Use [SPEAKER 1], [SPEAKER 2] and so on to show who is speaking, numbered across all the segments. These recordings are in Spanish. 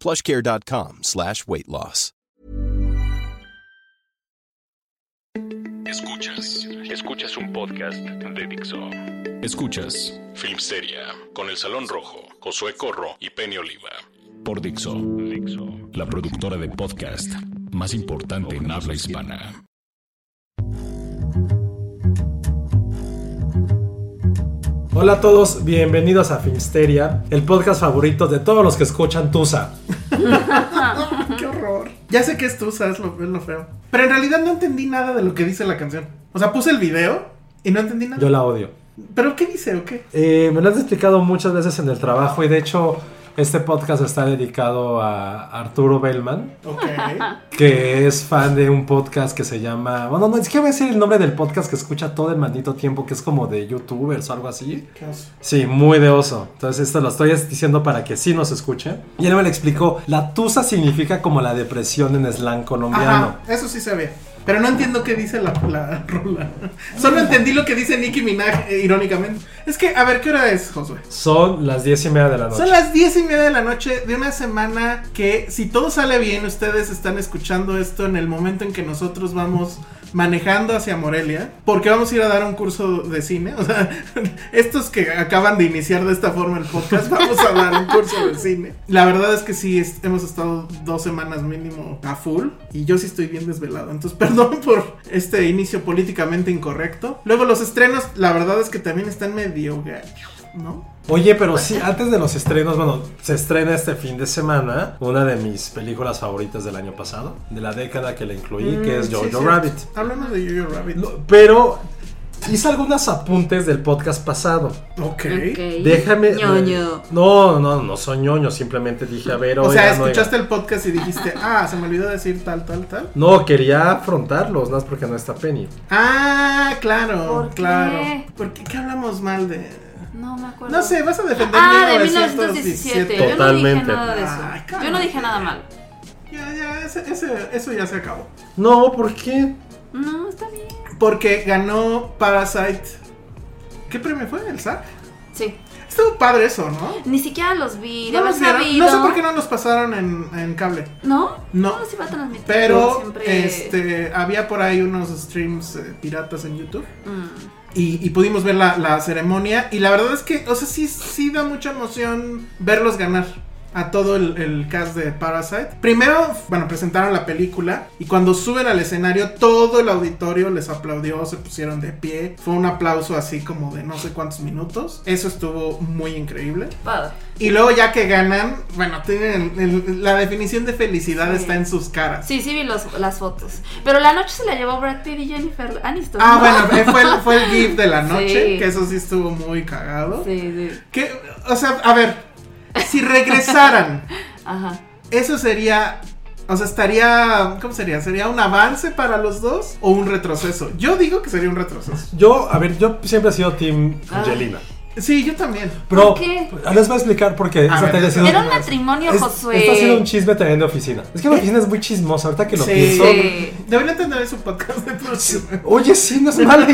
[SPEAKER 1] plushcare.com slash weight loss.
[SPEAKER 2] Escuchas, escuchas un podcast de Dixo. Escuchas Filmsteria con El Salón Rojo, Josué Corro y Penny Oliva. Por Dixo, Dixo, la productora de podcast más importante en habla hispana.
[SPEAKER 3] Hola a todos, bienvenidos a Filmsteria, el podcast favorito de todos los que escuchan Tusa.
[SPEAKER 4] Qué horror. Ya sé que es Tusa, es lo, es lo feo. Pero en realidad no entendí nada de lo que dice la canción. O sea, puse el video y no entendí nada.
[SPEAKER 3] Yo la odio.
[SPEAKER 4] ¿Pero qué dice o qué?
[SPEAKER 3] Eh, me lo has explicado muchas veces en el trabajo y de hecho este podcast está dedicado a Arturo Bellman,
[SPEAKER 4] Ok.
[SPEAKER 3] que es fan de un podcast que se llama... Bueno, no, es que voy a decir el nombre del podcast que escucha todo el maldito tiempo, que es como de youtubers o algo así.
[SPEAKER 4] Qué oso.
[SPEAKER 3] Sí, muy de oso. Entonces esto lo estoy diciendo para que sí nos escuche. Y él me lo explicó. La tusa significa como la depresión en slang colombiano.
[SPEAKER 4] Ajá, eso sí se ve. Pero no entiendo qué dice la, la rola. Solo entendí lo que dice Nicki Minaj, eh, irónicamente. Es que, a ver, ¿qué hora es, Josué?
[SPEAKER 3] Son las diez y media de la noche.
[SPEAKER 4] Son las diez y media de la noche de una semana que, si todo sale bien, ustedes están escuchando esto en el momento en que nosotros vamos manejando hacia Morelia, porque vamos a ir a dar un curso de cine. O sea, estos que acaban de iniciar de esta forma el podcast, vamos a dar un curso de cine. La verdad es que sí, es- hemos estado dos semanas mínimo a full y yo sí estoy bien desvelado. Entonces, perdón por este inicio políticamente incorrecto. Luego, los estrenos, la verdad es que también están medio gachos, ¿no?
[SPEAKER 3] Oye, pero sí, antes de los estrenos, bueno, se estrena este fin de semana una de mis películas favoritas del año pasado, de la década que le incluí, que es
[SPEAKER 4] Mm, Sí,
[SPEAKER 3] Jojo
[SPEAKER 4] cierto.
[SPEAKER 3] Rabbit.
[SPEAKER 4] Hablemos de Jojo Rabbit.
[SPEAKER 3] No, Pero hice algunos apuntes del podcast pasado.
[SPEAKER 4] ok.
[SPEAKER 5] Ok.
[SPEAKER 3] Déjame.
[SPEAKER 5] Ñoño.
[SPEAKER 3] No, no, no soy ñoño, simplemente dije, a ver,
[SPEAKER 4] O
[SPEAKER 3] oigan,
[SPEAKER 4] sea,
[SPEAKER 3] oigan.
[SPEAKER 4] escuchaste el podcast y dijiste, ah, se me olvidó decir tal, tal, tal.
[SPEAKER 3] No, quería afrontarlos, nada más porque no está Penny.
[SPEAKER 4] Ah, claro,
[SPEAKER 5] ¿Por qué?
[SPEAKER 4] claro. ¿Por qué, qué hablamos mal de.?
[SPEAKER 5] No me acuerdo.
[SPEAKER 4] No sé, vas a defender
[SPEAKER 5] Ah, de 1917.
[SPEAKER 4] 1917.
[SPEAKER 5] Yo no dije
[SPEAKER 3] Totalmente.
[SPEAKER 5] nada de
[SPEAKER 4] Ay,
[SPEAKER 5] eso.
[SPEAKER 4] cálmate.
[SPEAKER 5] Yo no dije nada mal.
[SPEAKER 4] Ya, ya, ese- ese- eso ya se acabó.
[SPEAKER 3] No, ¿por qué?
[SPEAKER 5] No, está bien.
[SPEAKER 4] Porque ganó Parasite. ¿Qué premio fue? ¿El SAC?
[SPEAKER 5] Sí.
[SPEAKER 4] Estuvo padre eso, ¿no?
[SPEAKER 5] Ni siquiera los vi. De
[SPEAKER 4] No,
[SPEAKER 5] haber
[SPEAKER 4] los vieron.
[SPEAKER 5] sabido.
[SPEAKER 4] no sé por qué no los pasaron en, en cable.
[SPEAKER 5] ¿No?
[SPEAKER 4] No.
[SPEAKER 5] se va a transmitir. como
[SPEAKER 4] Pero
[SPEAKER 5] siempre.
[SPEAKER 4] este, había por ahí unos streams eh, piratas en YouTube.
[SPEAKER 5] Mm.
[SPEAKER 4] y, y pudimos ver la, la ceremonia. Y la verdad es que, o sea, sí, sí da mucha emoción verlos ganar a todo el, el cast de Parasite. Primero, bueno, presentaron la película y cuando suben al escenario, todo el auditorio les aplaudió, se pusieron de pie. Fue un aplauso así como de no sé cuántos minutos. Eso estuvo muy increíble.
[SPEAKER 5] Padre.
[SPEAKER 4] Y luego ya que ganan, bueno, tienen el- el- la definición de felicidad
[SPEAKER 5] Sí.
[SPEAKER 4] está en sus caras.
[SPEAKER 5] Sí, sí vi los- las fotos. Pero la noche se la llevó Brad Pitt y Jennifer Aniston.
[SPEAKER 4] Ah,
[SPEAKER 5] ¿no?
[SPEAKER 4] bueno, eh, fue el, fue el GIF de la noche,
[SPEAKER 5] Sí.
[SPEAKER 4] que eso sí estuvo muy cagado.
[SPEAKER 5] Sí, sí.
[SPEAKER 4] Que, o sea, a ver, si regresaran,
[SPEAKER 5] Ajá.
[SPEAKER 4] eso sería, o sea, estaría, ¿cómo sería? ¿Sería un avance para los dos o un retroceso? Yo digo que sería un retroceso.
[SPEAKER 3] Yo, a ver, yo siempre he sido Team
[SPEAKER 4] Ah.
[SPEAKER 5] Ay.
[SPEAKER 3] Angelina.
[SPEAKER 4] Sí, yo también.
[SPEAKER 3] Pero
[SPEAKER 5] ¿Por qué?
[SPEAKER 3] les voy a explicar porque
[SPEAKER 4] A
[SPEAKER 3] esa
[SPEAKER 4] ver,
[SPEAKER 3] tele ha sido-
[SPEAKER 5] Era un matrimonio,
[SPEAKER 3] es-
[SPEAKER 5] Josué.
[SPEAKER 3] Esto ha sido un chisme también de oficina. Es que la oficina es muy chismosa, ahorita que lo
[SPEAKER 4] Sí.
[SPEAKER 3] pienso.
[SPEAKER 5] Sí.
[SPEAKER 4] Deberían tener su podcast de próximo.
[SPEAKER 3] Oye, sí, no es mala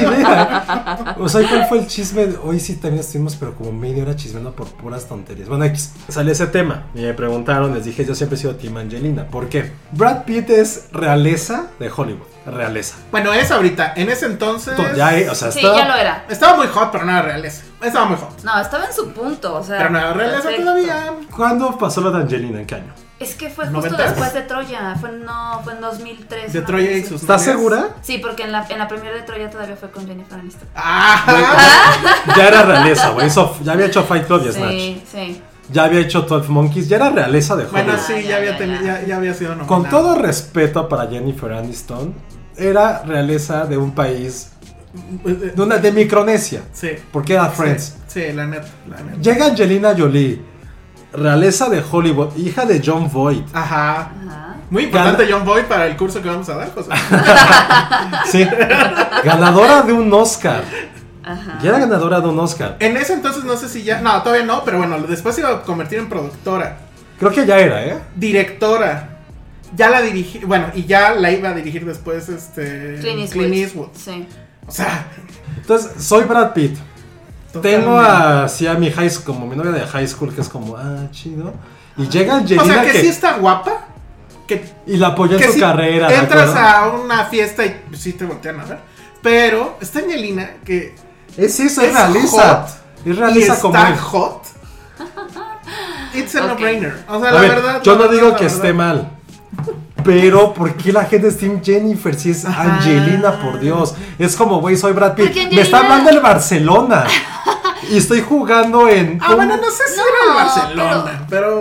[SPEAKER 3] idea. O sea, ¿cuál fue el chisme? Hoy sí también estuvimos, pero como media hora chismeando por puras tonterías. Bueno, X, sale ese tema. Y me preguntaron, les dije, yo siempre he sido Team Angelina. ¿Por qué? Brad Pitt es realeza de Hollywood. Realeza.
[SPEAKER 4] Bueno, es ahorita, en ese entonces...
[SPEAKER 3] Ya, eh, o sea,
[SPEAKER 5] Sí,
[SPEAKER 3] está-
[SPEAKER 5] ya lo era.
[SPEAKER 4] Estaba muy hot, pero no era realeza. Estaba muy hot.
[SPEAKER 6] No, estaba en su punto, o sea.
[SPEAKER 4] Pero no agarré eso
[SPEAKER 6] perfecto.
[SPEAKER 4] todavía.
[SPEAKER 3] ¿Cuándo pasó lo de Angelina? ¿En qué año?
[SPEAKER 6] Es que fue justo
[SPEAKER 4] ¿Noventas?
[SPEAKER 6] después de Troya, fue no, fue en 2003.
[SPEAKER 4] De
[SPEAKER 6] una
[SPEAKER 4] Troya
[SPEAKER 6] cosa
[SPEAKER 4] y
[SPEAKER 6] así.
[SPEAKER 4] sus
[SPEAKER 3] ¿Estás
[SPEAKER 4] novias.
[SPEAKER 3] segura?
[SPEAKER 6] Sí, porque en la, en la primera de Troya todavía fue con Jennifer Aniston.
[SPEAKER 4] ¡Ah!
[SPEAKER 3] Ya era realeza, güey. Hizo- Ya había hecho Fight Club y Snatch.
[SPEAKER 6] Sí, sí.
[SPEAKER 3] Ya había hecho 12 Monkeys. Ya era realeza de Hollywood.
[SPEAKER 4] Bueno, sí,
[SPEAKER 6] Joder. Ya,
[SPEAKER 4] ya había,
[SPEAKER 6] ya,
[SPEAKER 4] tenido-
[SPEAKER 6] ya.
[SPEAKER 4] ya- ya había sido nominada.
[SPEAKER 3] Con todo respeto para Jennifer Aniston, era realeza de un país, de, una, de Micronesia.
[SPEAKER 4] Eh, Sí.
[SPEAKER 3] Porque era Friends.
[SPEAKER 4] Sí, sí, la neta, la neta.
[SPEAKER 3] Llega Angelina Jolie, realeza de Hollywood, hija de John Voight.
[SPEAKER 4] Ajá.
[SPEAKER 6] Ajá.
[SPEAKER 4] Muy importante John Boy para el curso que vamos a dar, José.
[SPEAKER 3] Sí. ganadora de un Oscar.
[SPEAKER 6] Ajá.
[SPEAKER 3] Ya era ganadora de un Oscar.
[SPEAKER 4] En ese entonces no sé si ya. No, todavía no, pero bueno, después se iba a convertir en productora,
[SPEAKER 3] Creo que ya era, ¿eh?
[SPEAKER 4] directora. Ya la dirigí. Bueno, y ya la iba a dirigir después este.
[SPEAKER 6] Clint Eastwood.
[SPEAKER 4] Clint Eastwood.
[SPEAKER 6] Sí.
[SPEAKER 4] O sea.
[SPEAKER 3] Entonces, soy Brad Pitt. Tengo a, así a mi high school, como mi novia de high school, que es como, ah, chido. Y llega
[SPEAKER 4] totalmente. O
[SPEAKER 3] Angelina
[SPEAKER 4] sea, que,
[SPEAKER 3] que-
[SPEAKER 4] sí está guapa. Que,
[SPEAKER 3] y la apoyó en
[SPEAKER 4] que
[SPEAKER 3] su
[SPEAKER 4] sí
[SPEAKER 3] carrera. ¿de
[SPEAKER 4] entras
[SPEAKER 3] acuerdo?
[SPEAKER 4] a una fiesta y sí te voltean a ver. Pero está Angelina que.
[SPEAKER 3] Es eso, es,
[SPEAKER 4] es
[SPEAKER 3] realiza.
[SPEAKER 4] hot
[SPEAKER 3] Es
[SPEAKER 4] Y
[SPEAKER 3] realiza
[SPEAKER 4] está
[SPEAKER 3] como es.
[SPEAKER 4] hot. It's a
[SPEAKER 6] Ok.
[SPEAKER 4] no-brainer. O sea,
[SPEAKER 3] A
[SPEAKER 4] la
[SPEAKER 3] ver,
[SPEAKER 4] verdad.
[SPEAKER 3] yo
[SPEAKER 4] la
[SPEAKER 3] no
[SPEAKER 4] verdad,
[SPEAKER 3] digo
[SPEAKER 4] la
[SPEAKER 3] que
[SPEAKER 4] verdad.
[SPEAKER 3] esté mal. Pero, ¿por qué la gente es Team Jennifer si es
[SPEAKER 4] Ah.
[SPEAKER 3] Angelina, por Dios? Es como, güey, soy Brad Pitt.
[SPEAKER 6] Porque
[SPEAKER 3] Me está
[SPEAKER 6] Angelina-
[SPEAKER 3] hablando el Barcelona. y estoy jugando en...
[SPEAKER 4] Ah,
[SPEAKER 3] un-
[SPEAKER 4] bueno, no sé si
[SPEAKER 6] No,
[SPEAKER 4] era el Barcelona, pero.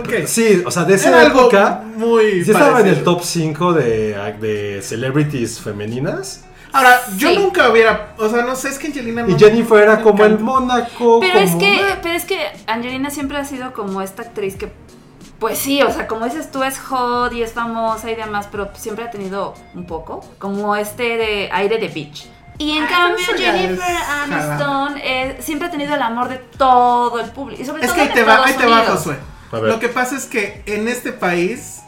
[SPEAKER 4] ok.
[SPEAKER 3] Sí, o sea, de
[SPEAKER 4] Era
[SPEAKER 3] esa
[SPEAKER 4] algo
[SPEAKER 3] época...
[SPEAKER 4] muy
[SPEAKER 3] Sí estaba en
[SPEAKER 4] parecido.
[SPEAKER 3] el top 5 de, de celebrities femeninas.
[SPEAKER 4] Ahora, yo
[SPEAKER 6] Sí.
[SPEAKER 4] nunca hubiera. O sea, no sé, es que Angelina.
[SPEAKER 3] Y
[SPEAKER 4] no-
[SPEAKER 3] Jennifer era
[SPEAKER 4] me
[SPEAKER 3] como el
[SPEAKER 4] encanta.
[SPEAKER 3] Mónaco.
[SPEAKER 6] Pero es
[SPEAKER 3] como-
[SPEAKER 6] que, pero es que Angelina siempre ha sido como esta actriz que, pues sí, o sea, como dices tú, es hot y es famosa y demás, pero siempre ha tenido un poco como este de aire de beach. Y en
[SPEAKER 4] Ah,
[SPEAKER 6] cambio
[SPEAKER 4] pero eso ya
[SPEAKER 6] Jennifer
[SPEAKER 4] es
[SPEAKER 6] Aniston eh, siempre ha tenido el amor de todo el público. Y sobre
[SPEAKER 4] Es
[SPEAKER 6] todo
[SPEAKER 4] que ahí
[SPEAKER 6] en
[SPEAKER 4] te va,
[SPEAKER 6] Estados
[SPEAKER 4] ahí te va,
[SPEAKER 6] Unidos.
[SPEAKER 4] Josué.
[SPEAKER 3] A ver.
[SPEAKER 4] Lo que pasa es que en este país,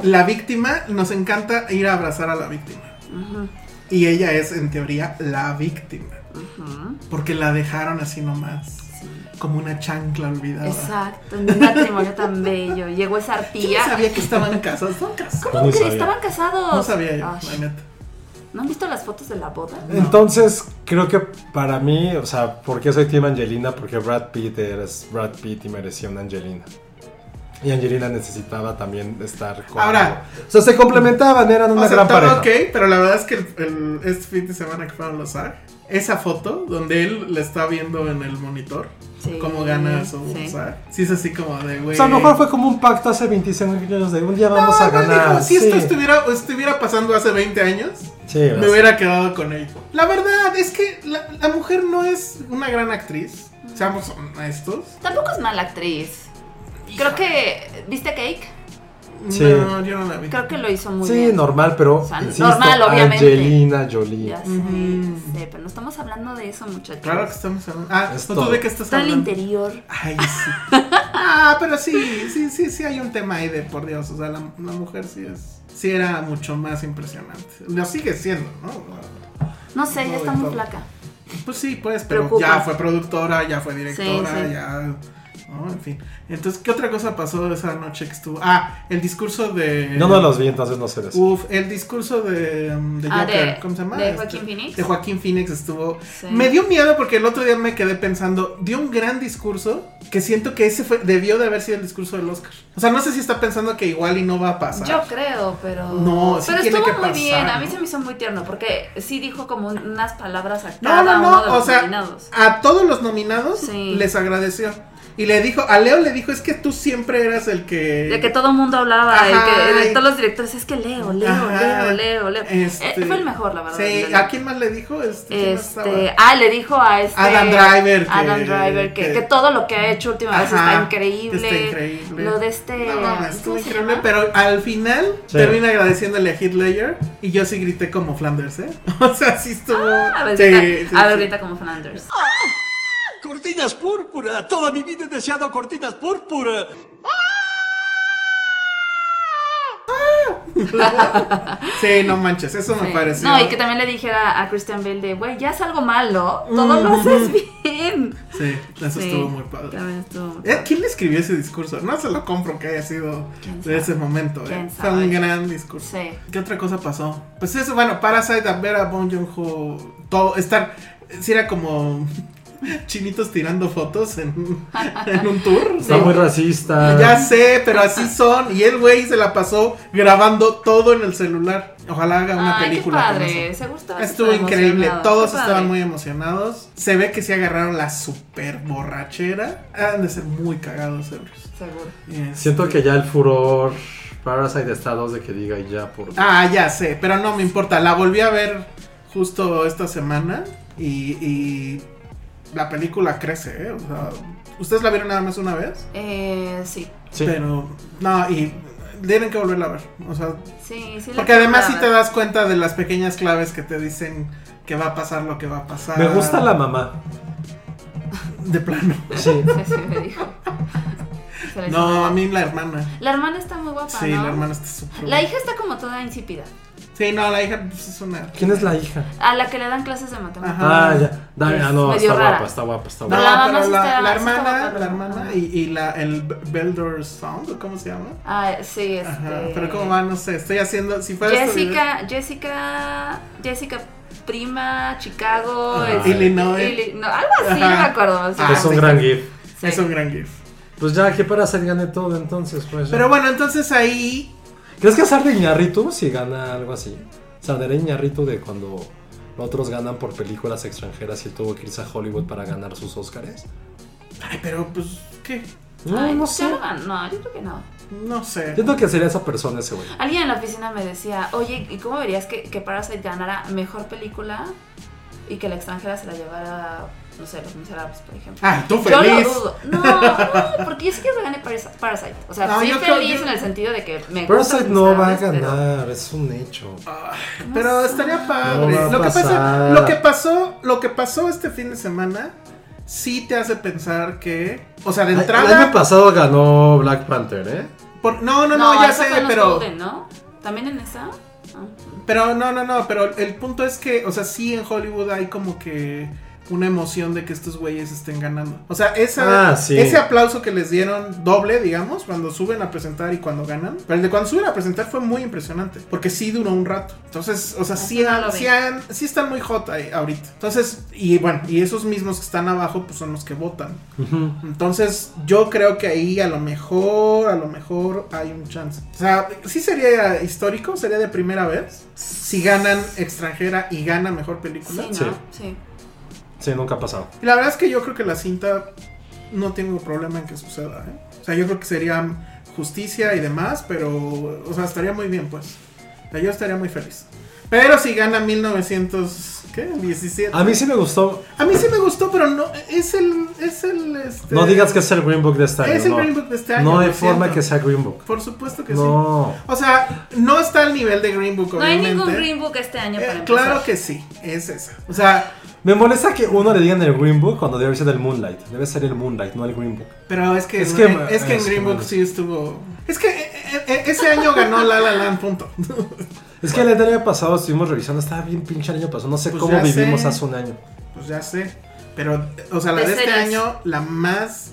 [SPEAKER 4] la víctima nos encanta ir a abrazar a la víctima. Y ella es, en teoría, la víctima. Porque la dejaron así nomás. Como una chancla olvidada.
[SPEAKER 6] Exacto, en un matrimonio tan bello. Llegó esa
[SPEAKER 4] Yo
[SPEAKER 6] arpía.
[SPEAKER 4] no sabía que estaban casados. Son casados.
[SPEAKER 3] Yo
[SPEAKER 6] ¿Cómo
[SPEAKER 3] ni
[SPEAKER 6] crees?
[SPEAKER 3] Pues sabía.
[SPEAKER 6] Estaban casados.
[SPEAKER 4] No sabía yo,
[SPEAKER 6] Ay,
[SPEAKER 4] la neta.
[SPEAKER 6] ¿No han visto las fotos de la boda?
[SPEAKER 3] Entonces, creo que para mí, o sea, ¿por qué soy Team Angelina? Porque Brad Pitt eres Brad Pitt y merecía una Angelina. Y Angelina necesitaba también estar con.
[SPEAKER 4] Ahora.
[SPEAKER 3] O sea, se complementaban, eran una
[SPEAKER 4] O sea,
[SPEAKER 3] gran
[SPEAKER 4] todo
[SPEAKER 3] pareja.
[SPEAKER 4] ok, pero la verdad es que el- el- este fin de semana que fueron los SAG, esa foto donde él la está viendo en el monitor,
[SPEAKER 6] Sí,
[SPEAKER 4] cómo gana su
[SPEAKER 6] sí.
[SPEAKER 4] SAG, sí es así como de, güey.
[SPEAKER 3] O sea, a lo mejor fue como un pacto hace 25 años de un día
[SPEAKER 4] No,
[SPEAKER 3] vamos a
[SPEAKER 4] no, dijo,
[SPEAKER 3] ganar.
[SPEAKER 4] si
[SPEAKER 3] sí,
[SPEAKER 4] esto estuviera, estuviera pasando hace 20 años,
[SPEAKER 3] Sí,
[SPEAKER 4] me hubiera quedado con él. La verdad es que la, la mujer no es una gran actriz, seamos honestos.
[SPEAKER 6] Tampoco es mala actriz. Creo que. ¿Viste Cake?
[SPEAKER 3] Sí.
[SPEAKER 4] No, yo no la vi.
[SPEAKER 6] Creo que lo hizo muy
[SPEAKER 3] sí,
[SPEAKER 6] bien.
[SPEAKER 3] normal, pero.
[SPEAKER 6] O sea,
[SPEAKER 3] insisto,
[SPEAKER 6] normal, obviamente.
[SPEAKER 3] Angelina Jolie.
[SPEAKER 6] Ya sé,
[SPEAKER 4] Ujú.
[SPEAKER 6] sé, pero no estamos hablando de eso, muchachos.
[SPEAKER 4] Claro que estamos hablando. Ah,
[SPEAKER 3] Es
[SPEAKER 4] ¿no
[SPEAKER 3] todo.
[SPEAKER 4] tú de qué estás
[SPEAKER 6] Está en el
[SPEAKER 4] hablando?
[SPEAKER 6] interior.
[SPEAKER 4] Ay, sí. Ah, pero sí, sí, sí, sí hay un tema ahí de por Dios. O sea, la, la mujer sí es. Sí era mucho más impresionante. Lo sigue siendo, ¿no?
[SPEAKER 6] No sé, ya está muy flaca.
[SPEAKER 4] Pues sí, pues, pero
[SPEAKER 6] Preocupa.
[SPEAKER 4] ya fue productora, ya fue directora,
[SPEAKER 6] Sí, sí.
[SPEAKER 4] ya. ¿no? En fin. Entonces, ¿qué otra cosa pasó esa noche que estuvo? Ah, el discurso de.
[SPEAKER 3] Yo no los vi, entonces no sé de eso.
[SPEAKER 4] Uf, el discurso de, um, de
[SPEAKER 6] Ah,
[SPEAKER 4] Joker,
[SPEAKER 6] de-
[SPEAKER 4] ¿cómo se llama?
[SPEAKER 6] de
[SPEAKER 4] Este,
[SPEAKER 6] Joaquín Phoenix.
[SPEAKER 4] De Joaquín Phoenix estuvo.
[SPEAKER 6] Sí.
[SPEAKER 4] Me dio miedo porque el otro día me quedé pensando, dio un gran discurso que siento que ese fue, debió de haber sido el discurso del Oscar. O sea, no sé si está pensando que igual y no va a pasar.
[SPEAKER 6] Yo creo, pero.
[SPEAKER 4] No, sí
[SPEAKER 6] pero
[SPEAKER 4] tiene
[SPEAKER 6] estuvo
[SPEAKER 4] que
[SPEAKER 6] muy
[SPEAKER 4] pasar,
[SPEAKER 6] bien. A mí
[SPEAKER 4] ¿no?
[SPEAKER 6] se me hizo muy tierno porque sí dijo como unas palabras a
[SPEAKER 4] no,
[SPEAKER 6] cada
[SPEAKER 4] no,
[SPEAKER 6] uno de
[SPEAKER 4] no.
[SPEAKER 6] los
[SPEAKER 4] O sea,
[SPEAKER 6] nominados.
[SPEAKER 4] a todos los nominados
[SPEAKER 6] Sí.
[SPEAKER 4] les agradeció. Y le dijo, a Leo le dijo, es que tú siempre eras el que...
[SPEAKER 6] De que todo el mundo hablaba,
[SPEAKER 4] Ajá,
[SPEAKER 6] el que- de
[SPEAKER 4] y-
[SPEAKER 6] todos los directores, es que leo, leo,
[SPEAKER 4] Ajá,
[SPEAKER 6] leo, leo, leo.
[SPEAKER 4] este,
[SPEAKER 6] Eh, fue el mejor, la verdad. el de
[SPEAKER 4] Sí,
[SPEAKER 6] Leo.
[SPEAKER 4] ¿a quién más le dijo? Este, ¿quién más
[SPEAKER 6] Este,
[SPEAKER 4] estaba?
[SPEAKER 6] ah, le dijo a este
[SPEAKER 4] Adam Driver que-
[SPEAKER 6] Adam Driver que,
[SPEAKER 4] que-
[SPEAKER 6] que todo lo que ha hecho últimamente
[SPEAKER 4] Ajá,
[SPEAKER 6] está increíble.
[SPEAKER 4] Está increíble.
[SPEAKER 6] Lo de este
[SPEAKER 4] No, mames, estuvo
[SPEAKER 6] ¿cómo se
[SPEAKER 4] increíble,
[SPEAKER 6] llama?
[SPEAKER 4] pero al final
[SPEAKER 3] Sí.
[SPEAKER 4] termina agradeciéndole a Hitler y yo sí grité como Flanders, ¿eh? O sea, sí estuvo.
[SPEAKER 6] Ah, a ver,
[SPEAKER 4] sí,
[SPEAKER 6] grita,
[SPEAKER 4] sí,
[SPEAKER 6] a ver,
[SPEAKER 4] sí.
[SPEAKER 6] grita como Flanders.
[SPEAKER 7] Cortinas púrpura. Toda mi vida he deseado cortinas púrpura.
[SPEAKER 4] Sí, no manches, eso me
[SPEAKER 6] Sí.
[SPEAKER 4] pareció.
[SPEAKER 6] No, y que también le dijera a Christian Bale de, güey, ya es algo malo, todo lo haces bien.
[SPEAKER 4] Sí, Mm. eso
[SPEAKER 6] Sí,
[SPEAKER 4] estuvo muy padre.
[SPEAKER 6] También estuvo muy
[SPEAKER 4] Eh,
[SPEAKER 6] padre.
[SPEAKER 4] ¿Quién le escribió ese discurso? No se lo compro que haya sido
[SPEAKER 6] ¿Quién
[SPEAKER 4] de ese momento. eh.
[SPEAKER 6] ¿Quién
[SPEAKER 4] Fue un
[SPEAKER 6] sabe?
[SPEAKER 4] gran discurso.
[SPEAKER 6] Sí.
[SPEAKER 4] ¿Qué otra cosa pasó? Pues eso, bueno, Parasite, a ver a Bong Joon-ho, todo, estar, si era como, chinitos tirando fotos en, en un tour.
[SPEAKER 3] Está muy racista.
[SPEAKER 4] Ya sé, pero así son. Y el güey se la pasó grabando todo en el celular. Ojalá haga una
[SPEAKER 6] Ay,
[SPEAKER 4] película.
[SPEAKER 6] qué
[SPEAKER 4] con
[SPEAKER 6] padre.
[SPEAKER 4] eso.
[SPEAKER 6] Se gustó.
[SPEAKER 4] Estuvo increíble. Todos estaban muy
[SPEAKER 6] emocionados.
[SPEAKER 4] emocionados. Se ve que se agarraron la super borrachera. Han de ser muy cagados, Este. Everest.
[SPEAKER 6] Seguro.
[SPEAKER 4] Yes.
[SPEAKER 3] Siento que ya el furor Parasite está a dos de que diga ya por.
[SPEAKER 4] Ah, ya sé, pero no me importa. La volví a ver justo esta semana y, y la película crece, ¿eh? O sea, ¿ustedes la vieron nada más una vez?
[SPEAKER 6] Eh, sí.
[SPEAKER 3] Sí.
[SPEAKER 4] Pero, no, y tienen que volverla a ver. O sea,
[SPEAKER 6] Sí, sí. la
[SPEAKER 4] porque además si
[SPEAKER 6] quiero
[SPEAKER 4] te
[SPEAKER 6] ver.
[SPEAKER 4] das cuenta de las pequeñas claves que te dicen que va a pasar lo que va a pasar.
[SPEAKER 3] Me gusta la mamá.
[SPEAKER 4] De plano.
[SPEAKER 3] Sí.
[SPEAKER 6] Sí, sí, me dijo. Se la
[SPEAKER 4] No,
[SPEAKER 6] hizo.
[SPEAKER 4] a mí la hermana.
[SPEAKER 6] La hermana está muy guapa,
[SPEAKER 4] Sí,
[SPEAKER 6] ¿no?
[SPEAKER 4] la hermana está súper...
[SPEAKER 6] La hija está como toda insípida.
[SPEAKER 4] Sí, no, la hija pues, es una...
[SPEAKER 3] ¿Quién es la hija?
[SPEAKER 6] A la que le dan clases de matemáticas.
[SPEAKER 4] Ajá.
[SPEAKER 3] Ah, ya. Dale, ah, no,
[SPEAKER 6] Medio
[SPEAKER 3] está
[SPEAKER 6] rara.
[SPEAKER 3] guapa, está guapa, está
[SPEAKER 4] No,
[SPEAKER 3] guapa.
[SPEAKER 6] Pero la mamá
[SPEAKER 4] pero
[SPEAKER 6] sí
[SPEAKER 4] la, la
[SPEAKER 6] está- sí está
[SPEAKER 4] hermana,
[SPEAKER 6] guapa,
[SPEAKER 4] la
[SPEAKER 6] ¿no?
[SPEAKER 4] hermana y, y la, el B- Beldor Sound, ¿cómo se llama?
[SPEAKER 6] Ah, sí, este.
[SPEAKER 4] Ajá, pero cómo va, no sé, estoy haciendo, si fuera este video-
[SPEAKER 6] Jessica, Jessica, Jessica Prima, Chicago,
[SPEAKER 3] Ah.
[SPEAKER 6] este,
[SPEAKER 4] Illinois.
[SPEAKER 6] Ili- no, algo así,
[SPEAKER 4] Ajá.
[SPEAKER 6] no me acuerdo. o sea,
[SPEAKER 4] Ah,
[SPEAKER 3] es un
[SPEAKER 4] sí.
[SPEAKER 3] gran gif.
[SPEAKER 6] sí.
[SPEAKER 4] es un gran gif.
[SPEAKER 3] Pues ya, que Parasite gane todo entonces, pues. ya.
[SPEAKER 4] Pero bueno, entonces ahí,
[SPEAKER 3] ¿Crees que Sar de Iñarritu si gana algo así? Sardera Iñarritu de cuando otros ganan por películas extranjeras y él tuvo que irse a Hollywood para ganar sus Óscares.
[SPEAKER 4] ay, pero pues, ¿qué?
[SPEAKER 3] No,
[SPEAKER 6] Ay, pues
[SPEAKER 3] no
[SPEAKER 6] ya
[SPEAKER 3] sé.
[SPEAKER 6] lo gan- No, yo creo que no.
[SPEAKER 4] No sé.
[SPEAKER 3] Siento que sería esa persona ese güey.
[SPEAKER 6] Alguien en la oficina me decía, oye, ¿y cómo verías que, que Parasite ganara mejor película y que la extranjera se la llevara, no sé, Los Miserables, por ejemplo?
[SPEAKER 4] Ay, tú
[SPEAKER 6] Yo lo
[SPEAKER 4] Ah, feliz.
[SPEAKER 6] dudo. No, no, porque yo sí quiero que gane Paras- Parasite. O sea,
[SPEAKER 4] No,
[SPEAKER 6] sí
[SPEAKER 4] yo
[SPEAKER 6] feliz
[SPEAKER 4] creo- yo-
[SPEAKER 6] en el sentido de que me gusta
[SPEAKER 3] Parasite
[SPEAKER 6] Los
[SPEAKER 3] no va a
[SPEAKER 6] Miserables, pero-
[SPEAKER 3] ganar, es un hecho.
[SPEAKER 4] Pero estaría padre.
[SPEAKER 3] No va a
[SPEAKER 4] lo, que pasó,
[SPEAKER 3] pasar.
[SPEAKER 4] lo que pasó, lo que pasó este fin de semana, sí te hace pensar que, o sea, de
[SPEAKER 3] El
[SPEAKER 4] entrada,
[SPEAKER 3] año pasado ganó Black Panther, ¿eh?
[SPEAKER 4] por- no, no, no, ya
[SPEAKER 6] esa
[SPEAKER 4] sé,
[SPEAKER 6] fue en los
[SPEAKER 4] pero,
[SPEAKER 6] Golden, ¿no? También en esa. Ah.
[SPEAKER 4] pero no, no, no, pero el punto es que, o sea, sí en Hollywood hay como que una emoción de que estos güeyes estén ganando. O sea, esa,
[SPEAKER 3] Ah, sí.
[SPEAKER 4] ese aplauso que les dieron doble, digamos, cuando suben a presentar y cuando ganan. Pero el de cuando suben a presentar fue muy impresionante, porque sí duró un rato. Entonces, o sea, sí,
[SPEAKER 6] no
[SPEAKER 4] han-
[SPEAKER 6] lo vi.
[SPEAKER 4] sí, han- sí están muy hot ahí ahorita. Entonces, y bueno, y esos mismos que están abajo, pues son los que votan. Entonces, yo creo que ahí a lo mejor, a lo mejor hay un chance. O sea, sí sería histórico, sería de primera vez. Si ganan extranjera y gana mejor película.
[SPEAKER 6] Sí, ¿no?
[SPEAKER 3] Sí.
[SPEAKER 6] Sí.
[SPEAKER 3] Sí, nunca ha pasado.
[SPEAKER 4] Y La verdad es que yo creo que la cinta no tengo problema en que suceda, ¿eh? O sea, yo creo que sería justicia y demás, pero, o sea, estaría muy bien, pues. O sea, yo estaría muy feliz. Pero si gana 1900, ¿qué? 17.
[SPEAKER 3] A mí sí me gustó.
[SPEAKER 4] A mí sí me gustó, pero no, es el, es el, este...
[SPEAKER 3] No digas que es el Green Book de este año.
[SPEAKER 4] Es el
[SPEAKER 3] no.
[SPEAKER 4] Green Book de este año,
[SPEAKER 3] No hay
[SPEAKER 4] lo
[SPEAKER 3] forma
[SPEAKER 4] siento.
[SPEAKER 3] que sea Green Book.
[SPEAKER 4] Por supuesto que sí.
[SPEAKER 3] No.
[SPEAKER 4] O sea, no está al nivel de Green Book,
[SPEAKER 6] No hay
[SPEAKER 4] obviamente.
[SPEAKER 6] ningún Green Book este año para
[SPEAKER 4] Eh,
[SPEAKER 6] empezar.
[SPEAKER 4] claro que sí, es esa. O sea,
[SPEAKER 3] Me molesta que uno le digan el Green Book cuando debe ser el Moonlight. Debe ser el Moonlight, no el Green Book.
[SPEAKER 4] Pero es que,
[SPEAKER 3] Es
[SPEAKER 4] en-
[SPEAKER 3] que-
[SPEAKER 4] en- es que en
[SPEAKER 3] es
[SPEAKER 4] Green
[SPEAKER 3] que-
[SPEAKER 4] Book sí estuvo. Es que eh, eh, ese año ganó La La Land, punto.
[SPEAKER 3] Es que el año pasado estuvimos revisando, estaba bien pinche el año pasado. No sé
[SPEAKER 4] Pues
[SPEAKER 3] cómo
[SPEAKER 4] ya
[SPEAKER 3] vivimos
[SPEAKER 4] sé.
[SPEAKER 3] hace un año.
[SPEAKER 4] Pues ya sé. Pero, o sea, la
[SPEAKER 6] De
[SPEAKER 4] de, este
[SPEAKER 6] series.
[SPEAKER 4] año, la más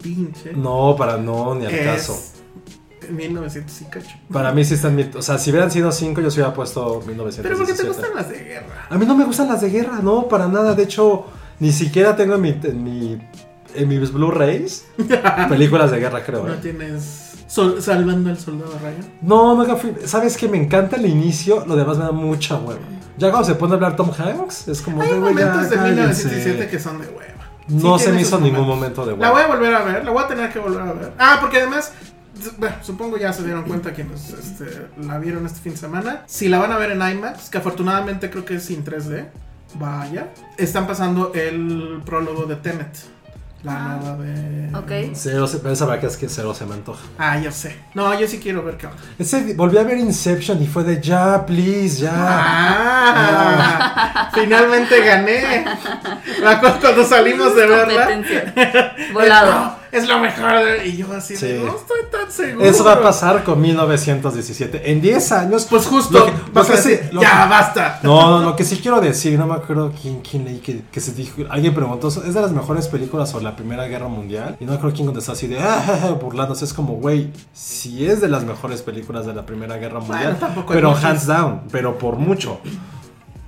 [SPEAKER 4] pinche
[SPEAKER 3] No, para no, ni al Mm, caso.
[SPEAKER 4] es 1900 y cacho.
[SPEAKER 3] Para mí sí están. mi- O sea, si hubieran sido 5, yo se hubiera puesto
[SPEAKER 4] Pero porque te
[SPEAKER 3] 1917.
[SPEAKER 4] gustan las de guerra.
[SPEAKER 3] A mí no me gustan las de guerra, no, para nada. De hecho, ni siquiera tengo en, mi, en, mi- en mis Blu-rays películas de guerra, creo.
[SPEAKER 4] No
[SPEAKER 3] ¿eh?
[SPEAKER 4] tienes sol- salvando al soldado Ryan.
[SPEAKER 3] No, nunca fui. ¿Sabes qué? Me encanta el inicio, lo demás me da mucha hueva. Ya cuando se pone a hablar Tom Hanks, es como.
[SPEAKER 4] Hay
[SPEAKER 3] "Güey, ya,
[SPEAKER 4] momentos de
[SPEAKER 3] cállense".
[SPEAKER 4] 1917 que son de hueva. Sí
[SPEAKER 3] No se
[SPEAKER 4] tiene
[SPEAKER 3] me
[SPEAKER 4] sus
[SPEAKER 3] hizo ningún
[SPEAKER 4] momentos.
[SPEAKER 3] momento de hueva.
[SPEAKER 4] La voy a volver a ver, la voy a tener que volver a ver. Ah, porque además, s- bueno, supongo ya se dieron cuenta quienes este, la vieron este fin de semana. Si la van a ver en IMAX, que afortunadamente creo que es sin 3D, vaya, están pasando el prólogo de Tenet. La
[SPEAKER 6] Ah,
[SPEAKER 4] nueva de...
[SPEAKER 6] Ok.
[SPEAKER 3] Cero se- pero esa verdad que es que cero se me antoja.
[SPEAKER 4] Ah, yo sé. No, yo sí quiero ver qué onda.
[SPEAKER 3] Ese, volví a ver Inception y fue de ya, please, ya.
[SPEAKER 4] Ah, finalmente gané. Me acuerdo cuando salimos de verla.
[SPEAKER 6] Competencia. Volado.
[SPEAKER 4] Es lo mejor. de- Y yo así, de,
[SPEAKER 3] Sí.
[SPEAKER 4] no estoy tan seguro.
[SPEAKER 3] Eso va a pasar con 1917. En 10 años.
[SPEAKER 4] Pues justo,
[SPEAKER 3] lo que-
[SPEAKER 4] vas
[SPEAKER 3] lo
[SPEAKER 4] a
[SPEAKER 3] que sí-
[SPEAKER 4] decir,
[SPEAKER 3] lo
[SPEAKER 4] ya
[SPEAKER 3] que-
[SPEAKER 4] basta.
[SPEAKER 3] No, no, lo que sí quiero decir, no me acuerdo quién, quién leí que, que se dijo, alguien preguntó, ¿es de las mejores películas sobre la Primera Guerra Mundial? Y no creo quién contestó así de, ah, burlándose, es como, güey, si es de las mejores películas de la Primera Guerra Mundial,
[SPEAKER 4] tampoco hay
[SPEAKER 3] pero
[SPEAKER 4] muchas.
[SPEAKER 3] hands down, pero por mucho.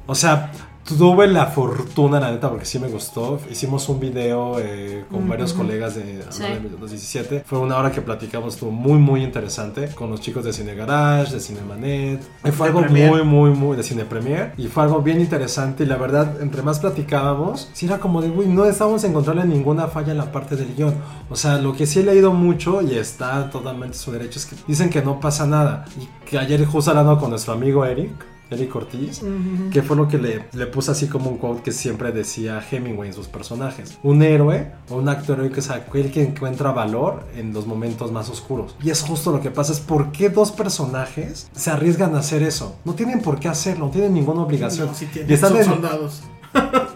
[SPEAKER 3] O sea, Tuve la fortuna, la neta, porque sí me gustó. Hicimos un video eh, con varios colegas de
[SPEAKER 6] Sí.
[SPEAKER 3] Andorra 2017. Fue una hora que platicamos, estuvo muy, muy interesante. Con los chicos de Cine Garage, de Cinemanet. Y fue
[SPEAKER 4] De
[SPEAKER 3] algo
[SPEAKER 4] Premier.
[SPEAKER 3] muy, muy, muy de Cine Premier. Y fue algo bien interesante. Y la verdad, entre más platicábamos, sí era como de, uy, no estábamos encontrarle ninguna falla en la parte del guión. O sea, lo que sí he leído mucho y está totalmente su derecho es que dicen que no pasa nada. Y que ayer justo hablando con nuestro amigo Eric. Eric Ortiz, que fue lo que le, le puse así como un quote que siempre decía Hemingway en sus personajes. Un héroe o un actor heroico es aquel que encuentra valor en los momentos más oscuros. Y es justo lo que pasa, es por qué dos personajes se arriesgan a hacer eso. No tienen por qué hacerlo, no tienen ninguna obligación.
[SPEAKER 4] No, sí tienen,
[SPEAKER 3] y están
[SPEAKER 4] son
[SPEAKER 3] en-
[SPEAKER 4] soldados.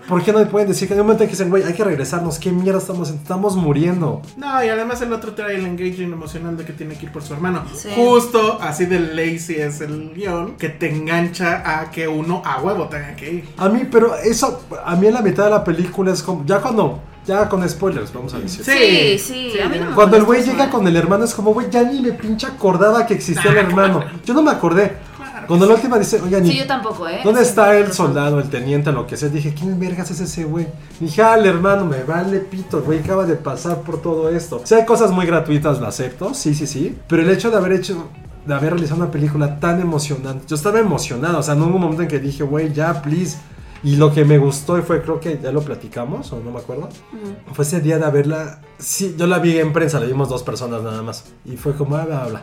[SPEAKER 3] ¿Por qué no le pueden decir que en un momento en que dicen, güey, hay que regresarnos? ¿Qué mierda estamos haciendo? Estamos muriendo.
[SPEAKER 4] No, y además el otro trae el engaging emocional de que tiene que ir por su hermano.
[SPEAKER 6] Sí.
[SPEAKER 4] Justo así de lazy es el guión que te engancha a que uno a huevo tenga que ir.
[SPEAKER 3] A mí, pero eso, a mí en la mitad de la película es como, ya cuando, ya con spoilers, vamos a decir.
[SPEAKER 6] Sí, sí, a mí no me
[SPEAKER 3] Cuando el güey
[SPEAKER 6] molesta
[SPEAKER 3] llega
[SPEAKER 6] eso,
[SPEAKER 3] con el hermano es como, güey, ya ni me pinche acordaba que existía el hermano. Yo no me acordé. Cuando la última dice, oye, ni...
[SPEAKER 6] Sí, yo tampoco, ¿eh?
[SPEAKER 3] ¿Dónde
[SPEAKER 6] Sí,
[SPEAKER 3] está
[SPEAKER 6] sí,
[SPEAKER 3] el
[SPEAKER 6] sí.
[SPEAKER 3] soldado, el teniente, lo que sea? Dije, ¿quién vergas es ese güey? Dije, ah, el hermano, me vale pito, el güey, acaba de pasar por todo esto. O sea, hay cosas muy gratuitas, lo acepto, sí, sí, sí. Pero el hecho de haber hecho, de haber realizado una película tan emocionante, yo estaba emocionado, o sea, no hubo un momento en que dije, güey, ya, please. Y lo que me gustó fue, creo que ya lo platicamos, o no me acuerdo, fue ese día de haberla. Sí, yo la vi en prensa, la vimos dos personas nada más. Y fue como, "Ah, habla, habla.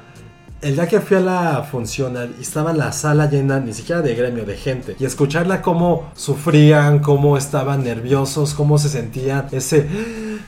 [SPEAKER 3] El día que fui a la funcional y estaba la sala llena, ni siquiera de gremio, de gente, y escucharla cómo sufrían, cómo estaban nerviosos, cómo se sentían, ese,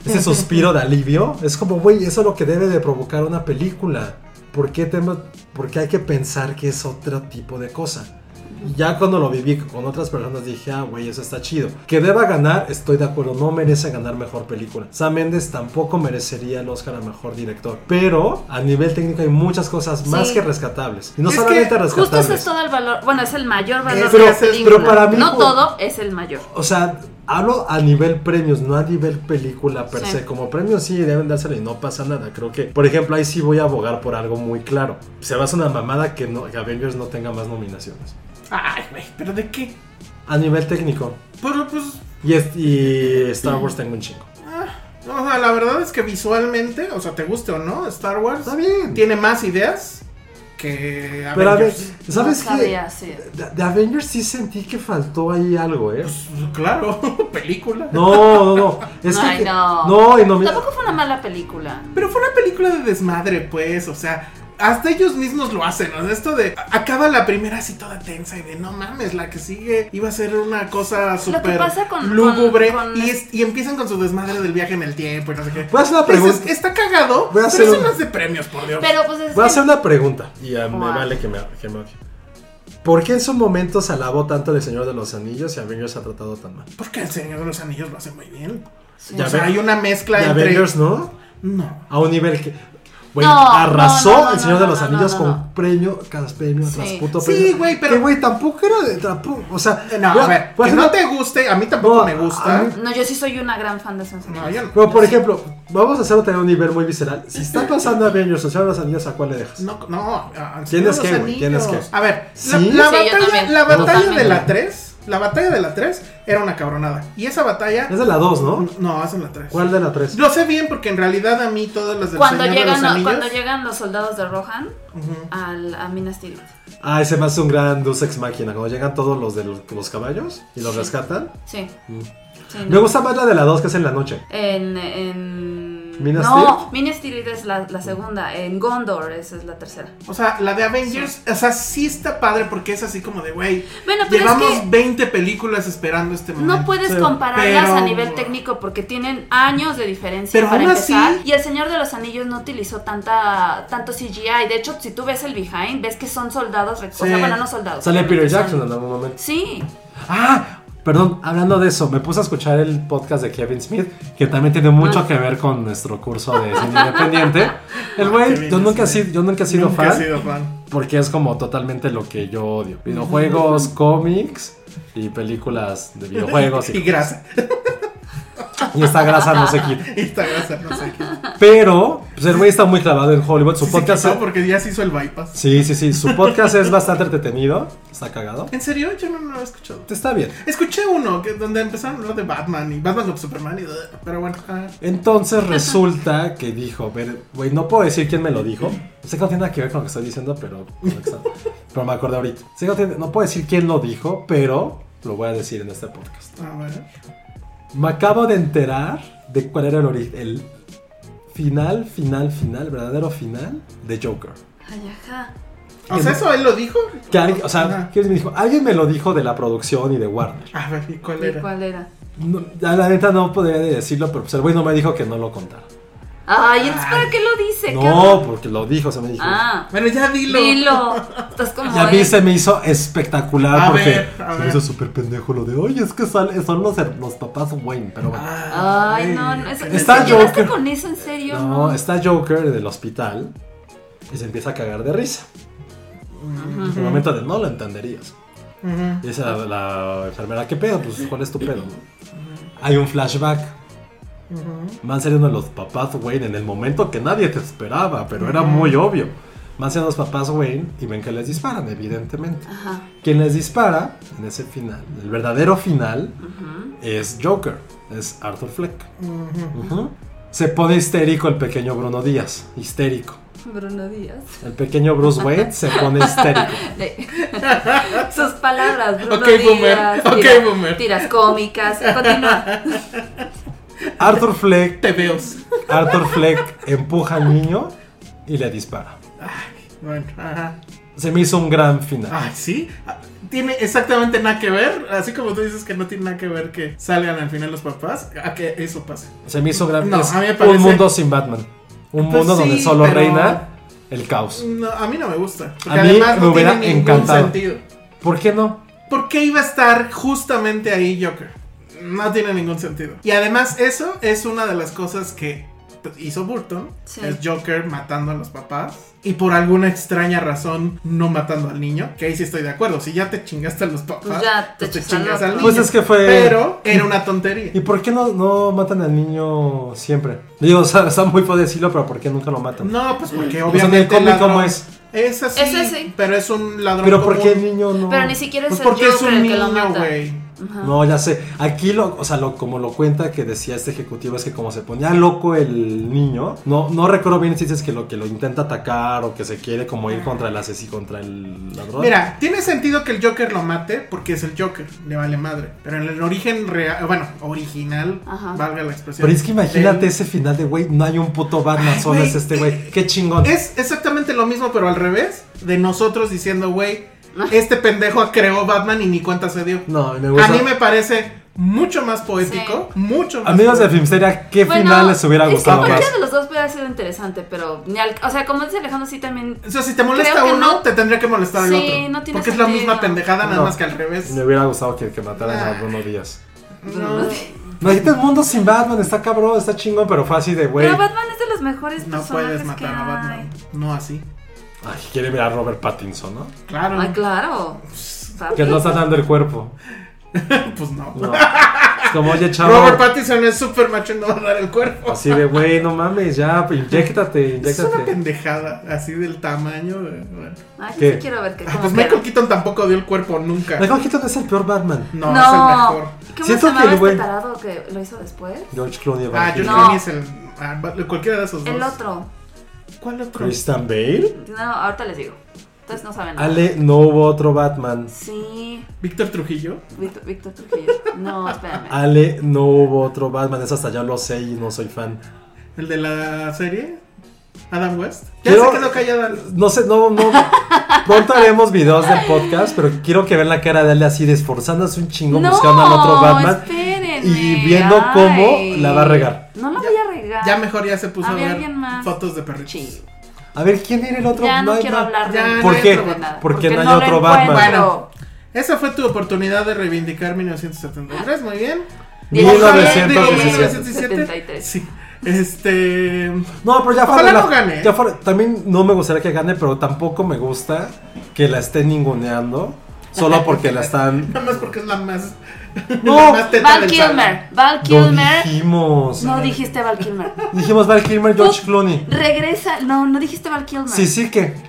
[SPEAKER 3] ese suspiro de alivio, es como, güey, eso es lo que debe de provocar una película. ¿Por qué, tengo- por qué hay que pensar que es otro tipo de cosa? Y Ya cuando lo viví con otras personas dije, ah, güey, eso está chido. Que deba ganar, estoy de acuerdo, no merece ganar mejor película. Sam Mendes tampoco merecería el Oscar a mejor director. Pero a nivel técnico hay muchas cosas más
[SPEAKER 6] Sí.
[SPEAKER 3] que rescatables. Y no
[SPEAKER 4] Es
[SPEAKER 3] solamente
[SPEAKER 4] que
[SPEAKER 3] rescatables.
[SPEAKER 6] Justo ese es todo el valor, bueno, es el mayor valor
[SPEAKER 3] Eh,
[SPEAKER 4] Es-
[SPEAKER 6] de la
[SPEAKER 4] pero- pero
[SPEAKER 6] película.
[SPEAKER 3] para mí
[SPEAKER 6] no
[SPEAKER 3] fue-
[SPEAKER 6] todo es el mayor.
[SPEAKER 3] O sea, hablo a nivel premios, no a nivel película per
[SPEAKER 6] Sí.
[SPEAKER 3] se. Como premios sí deben dárselo y no pasa nada. Creo que, por ejemplo, ahí sí voy a abogar por algo muy claro. Se va a hacer una mamada que, no, que Avengers no tenga más nominaciones.
[SPEAKER 4] Ay, güey, ¿pero de qué?
[SPEAKER 3] A nivel técnico.
[SPEAKER 4] Pero pues
[SPEAKER 3] Y, es- y Star Wars tengo un chingo.
[SPEAKER 4] O sea, la verdad es que visualmente, o sea, te guste o no, Star Wars
[SPEAKER 3] Está bien.
[SPEAKER 4] tiene más ideas que
[SPEAKER 3] Pero a ver,
[SPEAKER 4] Avengers.
[SPEAKER 3] ¿sabes
[SPEAKER 6] No
[SPEAKER 3] qué?
[SPEAKER 6] sabía, sí.
[SPEAKER 3] De, de Avengers sí sentí que faltó ahí algo, ¿eh?
[SPEAKER 4] Pues, Claro, película.
[SPEAKER 3] No, no, no. Es que-
[SPEAKER 6] Ay, no.
[SPEAKER 3] No, y no me-
[SPEAKER 6] Tampoco fue una mala película.
[SPEAKER 4] Pero fue una película de desmadre, pues, o sea, hasta ellos mismos lo hacen, o sea, esto de acaba la primera así toda tensa y de no mames, la que sigue iba a ser una cosa súper
[SPEAKER 6] pasa con-
[SPEAKER 4] lúgubre
[SPEAKER 6] con- con-
[SPEAKER 4] y, es- y empiezan con su desmadre del viaje en el tiempo y no sé qué.
[SPEAKER 3] Voy a hacer una
[SPEAKER 4] Dices,
[SPEAKER 3] pregunta.
[SPEAKER 4] está cagado,
[SPEAKER 3] Voy a
[SPEAKER 4] pero
[SPEAKER 3] hacer
[SPEAKER 4] eso
[SPEAKER 3] un-
[SPEAKER 4] no es de premios, por Dios.
[SPEAKER 6] Pero pues es
[SPEAKER 3] Voy a
[SPEAKER 6] que-
[SPEAKER 3] hacer una pregunta. Y ah, me
[SPEAKER 6] Wow.
[SPEAKER 3] vale que me, que me odie. ¿Por qué en su momento se alabó tanto el Señor de los Anillos y Avengers ha tratado tan mal?
[SPEAKER 4] Porque el Señor de los Anillos lo hace muy bien.
[SPEAKER 3] Ya
[SPEAKER 4] o sea,
[SPEAKER 3] ve-
[SPEAKER 4] hay una mezcla
[SPEAKER 3] y
[SPEAKER 4] entre.
[SPEAKER 3] Avengers no?
[SPEAKER 4] No.
[SPEAKER 3] A un nivel que. Güey,
[SPEAKER 6] No, no,
[SPEAKER 3] arrasó
[SPEAKER 6] no, no,
[SPEAKER 3] el Señor
[SPEAKER 6] no,
[SPEAKER 3] de
[SPEAKER 6] no,
[SPEAKER 3] los
[SPEAKER 6] no,
[SPEAKER 3] Anillos
[SPEAKER 6] no,
[SPEAKER 3] con
[SPEAKER 6] no.
[SPEAKER 3] premio tras premio
[SPEAKER 6] Sí.
[SPEAKER 3] tras puto
[SPEAKER 4] Sí,
[SPEAKER 3] premio.
[SPEAKER 4] güey, pero- Eh,
[SPEAKER 3] Que, güey, tampoco era de. tampoco- o sea.
[SPEAKER 4] No,
[SPEAKER 3] voy
[SPEAKER 4] a ver,
[SPEAKER 3] voy
[SPEAKER 4] que
[SPEAKER 3] hacer
[SPEAKER 4] no
[SPEAKER 3] una-
[SPEAKER 4] te guste, a mí tampoco
[SPEAKER 3] No,
[SPEAKER 4] me
[SPEAKER 3] a
[SPEAKER 4] gusta.
[SPEAKER 3] mí-
[SPEAKER 6] No, yo sí soy una gran fan de San Francisco.
[SPEAKER 4] No, yo no.
[SPEAKER 3] Pero, por ejemplo, vamos a hacerlo también a un nivel muy visceral. Si está pasando Avengers o Señor de los Anillos, ¿a cuál le dejas?
[SPEAKER 4] No, no, ah,
[SPEAKER 3] ¿Quién
[SPEAKER 4] Señor
[SPEAKER 3] es
[SPEAKER 4] de los
[SPEAKER 3] qué, güey? ¿Quién es qué?
[SPEAKER 4] Anillos. A ver,
[SPEAKER 3] ¿Sí?
[SPEAKER 4] la, la
[SPEAKER 3] Sí,
[SPEAKER 6] yo
[SPEAKER 4] batalla,
[SPEAKER 6] también.
[SPEAKER 4] la batalla de
[SPEAKER 6] Totalmente.
[SPEAKER 4] la 3, la batalla de la 3 era una cabronada. Y esa batalla,
[SPEAKER 3] Es de la 2, ¿no?
[SPEAKER 4] no, es en la 3.
[SPEAKER 3] ¿Cuál de la 3?
[SPEAKER 4] Lo sé bien porque en realidad a mí todas las del
[SPEAKER 6] Cuando
[SPEAKER 4] Señor de
[SPEAKER 6] llegan,
[SPEAKER 4] los
[SPEAKER 6] los,
[SPEAKER 4] Anillos.
[SPEAKER 6] cuando llegan los soldados de Rohan
[SPEAKER 4] Ujú.
[SPEAKER 6] al, a Minas Tirith.
[SPEAKER 3] Ah, ese más es un gran Deus Ex Máquina. Cuando llegan todos los de los, los caballos y los
[SPEAKER 6] Sí.
[SPEAKER 3] rescatan.
[SPEAKER 6] Sí.
[SPEAKER 3] Mm.
[SPEAKER 6] Sí,
[SPEAKER 3] Me
[SPEAKER 6] no.
[SPEAKER 3] gusta más la de la 2 que es en la noche.
[SPEAKER 6] En, en...
[SPEAKER 3] ¿Minas
[SPEAKER 6] no, Minas Tirith es la, la segunda. En Gondor esa es la tercera.
[SPEAKER 4] O sea, la de Avengers, o sea, sí está padre porque es así como de, güey,
[SPEAKER 6] Bueno, pero
[SPEAKER 4] llevamos
[SPEAKER 6] es que
[SPEAKER 4] 20 películas esperando este momento.
[SPEAKER 6] no puedes
[SPEAKER 3] Sí,
[SPEAKER 6] compararlas
[SPEAKER 4] pero-
[SPEAKER 6] a nivel técnico porque tienen años de diferencia
[SPEAKER 4] Pero
[SPEAKER 6] para
[SPEAKER 4] aún
[SPEAKER 6] empezar.
[SPEAKER 4] así-
[SPEAKER 6] Y el Señor de los Anillos no utilizó tanta tanto CGI. De hecho, si tú ves el behind, ves que son soldados. rec- O sea,
[SPEAKER 4] Sí.
[SPEAKER 6] bueno, no soldados.
[SPEAKER 3] Sale Peter
[SPEAKER 6] obviamente son-
[SPEAKER 3] Jackson en algún momento.
[SPEAKER 6] Sí,
[SPEAKER 3] ¡Ah! Perdón, hablando de eso, me puse a escuchar el podcast de Kevin Smith, que también tiene mucho que ver con nuestro curso de cine independiente. El güey,
[SPEAKER 4] Kevin
[SPEAKER 3] yo nunca, he
[SPEAKER 4] Smith.
[SPEAKER 3] sido, yo nunca he sido
[SPEAKER 4] Nunca he
[SPEAKER 3] fan.
[SPEAKER 4] sido fan.
[SPEAKER 3] Porque es como totalmente lo que yo odio. Videojuegos, cómics y películas de videojuegos.
[SPEAKER 4] Y grasa.
[SPEAKER 3] Y esta grasa no se quita.
[SPEAKER 4] Esta grasa no sé qué.
[SPEAKER 3] Pero, pues el güey está muy clavado en Hollywood. Su
[SPEAKER 4] Sí se
[SPEAKER 3] podcast.
[SPEAKER 4] quitó porque ya se hizo el bypass.
[SPEAKER 3] Sí, sí, sí. Su podcast es bastante entretenido. Está cagado.
[SPEAKER 4] ¿En serio? Yo no, no lo he escuchado.
[SPEAKER 3] Está bien.
[SPEAKER 4] Escuché uno que, donde empezaron a hablar de Batman y Batman con Superman y... Pero bueno, ah,
[SPEAKER 3] Entonces resulta que dijo, ver, güey, no puedo decir quién me lo dijo. Sé que no tiene nada que ver con lo que estoy diciendo, pero, pero me acordé ahorita. Sé que no, tiene- no puedo decir quién lo dijo, pero lo voy a decir en este podcast.
[SPEAKER 4] ah, bueno.
[SPEAKER 3] Me acabo de enterar de cuál era el, ori- el final, final, final, el verdadero final de Joker.
[SPEAKER 6] Ay, ajá.
[SPEAKER 4] O sea, eso él lo dijo.
[SPEAKER 3] Que alguien- o sea,
[SPEAKER 4] Ajá.
[SPEAKER 3] ¿quién me dijo? Alguien me lo dijo de la producción y de Warner.
[SPEAKER 4] A ver, ¿y cuál
[SPEAKER 6] ¿Y
[SPEAKER 4] era?
[SPEAKER 6] cuál era?
[SPEAKER 3] No, la la neta no podría decirlo, pero pues el güey no me dijo que no lo contara.
[SPEAKER 6] Ay, entonces
[SPEAKER 4] Ah.
[SPEAKER 6] ¿para qué lo dice? ¿Qué
[SPEAKER 3] No,
[SPEAKER 6] horror?
[SPEAKER 3] porque lo dijo, se me dijo.
[SPEAKER 6] Ah,
[SPEAKER 4] Bueno, ya pues, dilo.
[SPEAKER 6] dilo. Estás como.
[SPEAKER 3] Y a mí
[SPEAKER 6] él.
[SPEAKER 3] se me hizo espectacular
[SPEAKER 4] A
[SPEAKER 3] porque
[SPEAKER 4] ver,
[SPEAKER 3] se
[SPEAKER 4] a
[SPEAKER 3] me
[SPEAKER 4] ver.
[SPEAKER 3] hizo súper pendejo lo de, oye, es que sal- son los, her- los papás Wayne, pero
[SPEAKER 4] Ah,
[SPEAKER 3] bueno.
[SPEAKER 6] Ay, no, no. Eso,
[SPEAKER 3] Está
[SPEAKER 6] ¿te llevaste
[SPEAKER 3] Joker.
[SPEAKER 6] con eso en serio?
[SPEAKER 3] no, está Joker en el hospital y se empieza a cagar de risa. En el momento de no lo entenderías. Y dice la, la enfermera, ¿qué pedo? Pues, ¿cuál es tu pedo? no?" Hay un flashback. Van ser uno de los papás Wayne en el momento que nadie te esperaba, pero era muy obvio. Van ser los papás Wayne y ven que les disparan, evidentemente.
[SPEAKER 6] Ajá.
[SPEAKER 3] Quien les dispara en ese final, el verdadero final, es Joker, es Arthur Fleck. Ujú. Se pone histérico el pequeño Bruno Díaz, histérico.
[SPEAKER 6] Bruno Díaz.
[SPEAKER 3] El pequeño Bruce Wayne se pone histérico.
[SPEAKER 6] Le- Sus palabras, Bruno
[SPEAKER 4] Ok,
[SPEAKER 6] Díaz.
[SPEAKER 4] boomer. Ok,
[SPEAKER 6] tiras-
[SPEAKER 4] boomer.
[SPEAKER 6] Tiras cómicas. Continúa.
[SPEAKER 3] Arthur Fleck,
[SPEAKER 4] Te veo.
[SPEAKER 3] Arthur Fleck empuja al niño y le dispara.
[SPEAKER 4] Bueno, ajá.
[SPEAKER 3] Se me hizo un gran final.
[SPEAKER 4] Ay, sí. Ah, Tiene exactamente nada que ver. Así como tú dices que no tiene nada que ver que salgan al final los papás, a que eso pase.
[SPEAKER 3] Se me hizo un gran
[SPEAKER 4] No,
[SPEAKER 3] es
[SPEAKER 4] a mí me parece-
[SPEAKER 3] Un mundo sin Batman. Un
[SPEAKER 4] Pues
[SPEAKER 3] mundo donde
[SPEAKER 4] sí,
[SPEAKER 3] solo
[SPEAKER 4] pero-
[SPEAKER 3] reina el caos.
[SPEAKER 4] No, a mí no me gusta. Porque
[SPEAKER 3] A mí
[SPEAKER 4] además
[SPEAKER 3] me
[SPEAKER 4] no
[SPEAKER 3] hubiera
[SPEAKER 4] tiene ningún
[SPEAKER 3] encantado.
[SPEAKER 4] sentido.
[SPEAKER 3] ¿Por qué no?
[SPEAKER 4] ¿Por qué iba a estar justamente ahí Joker? No tiene ningún sentido. Y además eso es una de las cosas que hizo Burton.
[SPEAKER 6] Sí.
[SPEAKER 4] Es Joker matando a los papás. Y por alguna extraña razón no matando al niño. Que ahí sí estoy de acuerdo. Si ya te chingaste a los papás.
[SPEAKER 6] Pues ya te
[SPEAKER 4] pues te
[SPEAKER 6] echas al
[SPEAKER 4] chingas
[SPEAKER 6] otro.
[SPEAKER 4] al niño.
[SPEAKER 3] Pues es que fue-
[SPEAKER 4] Pero era una tontería.
[SPEAKER 3] ¿Y por qué no, no matan al niño siempre? Digo, o sea, está muy feo decirlo, pero ¿por qué nunca lo matan?
[SPEAKER 4] No, pues porque
[SPEAKER 3] O sea, en
[SPEAKER 4] obviamente...
[SPEAKER 3] el cómic,
[SPEAKER 4] ladrón-
[SPEAKER 3] ¿cómo es?
[SPEAKER 4] Es así.
[SPEAKER 6] Es así.
[SPEAKER 4] Pero es un ladrón
[SPEAKER 3] Pero ¿por qué el
[SPEAKER 4] común.
[SPEAKER 3] niño no?
[SPEAKER 6] Pero ni siquiera es
[SPEAKER 4] Pues
[SPEAKER 6] el
[SPEAKER 4] porque
[SPEAKER 6] Joker
[SPEAKER 4] es un
[SPEAKER 6] el que lo
[SPEAKER 4] niño,
[SPEAKER 6] mata.
[SPEAKER 4] güey.
[SPEAKER 3] No, ya sé. Aquí, lo, o sea, lo, como lo cuenta que decía este ejecutivo, es que como se ponía loco el niño, no, no recuerdo bien si dices que lo que lo intenta atacar o que se quiere como
[SPEAKER 6] Ah.
[SPEAKER 3] ir contra el asesino, contra el ladrón.
[SPEAKER 4] Mira, tiene sentido que el Joker lo mate porque es el Joker, le vale madre. Pero en el origen real, bueno, original,
[SPEAKER 6] Ajá.
[SPEAKER 4] valga la expresión.
[SPEAKER 3] Pero es que imagínate
[SPEAKER 4] del-
[SPEAKER 3] ese final de, güey, no hay un puto Batman,
[SPEAKER 4] Ay,
[SPEAKER 3] solo
[SPEAKER 4] güey,
[SPEAKER 3] es este
[SPEAKER 4] eh,
[SPEAKER 3] güey. Qué chingón.
[SPEAKER 4] Es exactamente lo mismo, pero al revés, de nosotros diciendo, güey,
[SPEAKER 6] Ah.
[SPEAKER 4] este pendejo creó Batman y ni cuenta se dio.
[SPEAKER 3] No, me
[SPEAKER 4] A
[SPEAKER 3] gusta.
[SPEAKER 4] mí me parece mucho más poético, mucho más.
[SPEAKER 3] Amigos de
[SPEAKER 4] poético.
[SPEAKER 3] Filmsteria, ¿qué
[SPEAKER 6] Bueno,
[SPEAKER 3] final les hubiera
[SPEAKER 6] es que
[SPEAKER 3] gustado más?
[SPEAKER 6] cualquiera de los dos hubiera sido interesante, pero ni al- o sea, como dice Alejandro, sí también.
[SPEAKER 4] O sea, si te molesta
[SPEAKER 6] Creo que
[SPEAKER 4] uno,
[SPEAKER 6] no.
[SPEAKER 4] te tendría que molestar el
[SPEAKER 6] Sí,
[SPEAKER 4] otro.
[SPEAKER 6] no tiene
[SPEAKER 4] porque es la
[SPEAKER 6] sentido.
[SPEAKER 4] misma pendejada, nada
[SPEAKER 3] No.
[SPEAKER 4] más que al revés.
[SPEAKER 3] Me hubiera gustado que, que mataran
[SPEAKER 6] Ah.
[SPEAKER 3] a Bruno Díaz.
[SPEAKER 4] No,
[SPEAKER 3] Imagínate el mundo sin Batman, está cabrón, está chingón, pero fue así de, güey.
[SPEAKER 6] Pero Batman es de los mejores
[SPEAKER 4] no
[SPEAKER 6] personajes
[SPEAKER 4] puedes
[SPEAKER 6] que
[SPEAKER 4] matar a Batman.
[SPEAKER 6] hay.
[SPEAKER 4] No así.
[SPEAKER 3] Ay, quiere ver a Robert Pattinson, ¿no?
[SPEAKER 4] Claro.
[SPEAKER 6] Ay, claro.
[SPEAKER 3] Que no está dando el cuerpo.
[SPEAKER 4] Pues no.
[SPEAKER 3] No. Como, oye, chavo.
[SPEAKER 4] Robert Pattinson es súper macho y no va a dar el cuerpo.
[SPEAKER 3] Así de, güey, no mames, ya, pues, inyéctate,
[SPEAKER 4] Es una
[SPEAKER 3] inyéctate.
[SPEAKER 4] pendejada, así del tamaño. de- bueno.
[SPEAKER 6] Ay, yo
[SPEAKER 3] ¿Qué?
[SPEAKER 6] sí quiero ver que
[SPEAKER 4] Ah,
[SPEAKER 6] como
[SPEAKER 4] Pues
[SPEAKER 6] que-
[SPEAKER 4] Michael Keaton tampoco dio el cuerpo nunca.
[SPEAKER 3] Michael Keaton es el peor Batman.
[SPEAKER 4] No, es el mejor.
[SPEAKER 6] No, ¿qué más
[SPEAKER 3] Siento
[SPEAKER 6] se
[SPEAKER 3] que el
[SPEAKER 6] llamaba
[SPEAKER 3] güey-
[SPEAKER 6] este tarado que lo hizo después?
[SPEAKER 3] George Clooney
[SPEAKER 4] Ah, George
[SPEAKER 3] Evangelina.
[SPEAKER 6] No.
[SPEAKER 4] Clooney es el. ah, but- cualquiera de esos dos.
[SPEAKER 6] El otro.
[SPEAKER 4] ¿Cuál otro?
[SPEAKER 3] Christian Bale.
[SPEAKER 6] No, ahorita les digo. Entonces no saben. nada.
[SPEAKER 3] Ale, no hubo otro Batman.
[SPEAKER 6] Sí,
[SPEAKER 4] Víctor Trujillo.
[SPEAKER 6] Víctor, Víctor Trujillo. No, espérame.
[SPEAKER 3] Ale, no hubo otro Batman. Es hasta ya lo sé y no soy fan.
[SPEAKER 4] El de la serie. Adam West. Ya
[SPEAKER 3] Quiero-
[SPEAKER 4] se quedó callada.
[SPEAKER 3] No sé, no, no. Pronto haremos videos del podcast, pero quiero que vean la cara de Ale así, de esforzándose un chingo buscando al otro Batman.
[SPEAKER 6] espérenme,
[SPEAKER 3] y viendo cómo la va a regar.
[SPEAKER 6] No la voy a regar.
[SPEAKER 4] Ya mejor ya se puso a,
[SPEAKER 6] Había
[SPEAKER 4] ver
[SPEAKER 6] alguien más.
[SPEAKER 4] fotos de perritos.
[SPEAKER 6] Ching.
[SPEAKER 3] A ver, ¿quién era el otro
[SPEAKER 6] Ya no
[SPEAKER 3] Batman?
[SPEAKER 6] quiero hablar de
[SPEAKER 4] Ya,
[SPEAKER 6] nada.
[SPEAKER 4] ¿por
[SPEAKER 6] no
[SPEAKER 4] qué?
[SPEAKER 6] quiero hablar de nada,
[SPEAKER 3] Porque no hay
[SPEAKER 6] lo
[SPEAKER 3] otro Batman.
[SPEAKER 6] encuentro.
[SPEAKER 4] Esa fue tu oportunidad de reivindicar 1973. Muy bien.
[SPEAKER 6] Digo,
[SPEAKER 4] Ojalá- digo,
[SPEAKER 3] 1917.
[SPEAKER 4] 1977. Sí. Este.
[SPEAKER 3] No, pero ya
[SPEAKER 4] Ojalá
[SPEAKER 3] fuera de
[SPEAKER 4] no gane. ¿eh?
[SPEAKER 3] ya fuera- también no me gustaría que gane, pero tampoco me gusta que la esté ninguneando. Solo porque la están.
[SPEAKER 4] Nada más porque es la más.
[SPEAKER 3] No.
[SPEAKER 4] la más teta
[SPEAKER 6] Val
[SPEAKER 4] del
[SPEAKER 6] Kilmer. Val
[SPEAKER 3] Lo
[SPEAKER 6] Kilmer.
[SPEAKER 3] dijimos.
[SPEAKER 6] No dijiste Val Kilmer.
[SPEAKER 3] Dijimos Val Kilmer, George Clooney.
[SPEAKER 6] Regresa. No, no dijiste Val Kilmer.
[SPEAKER 3] Sí, sí que.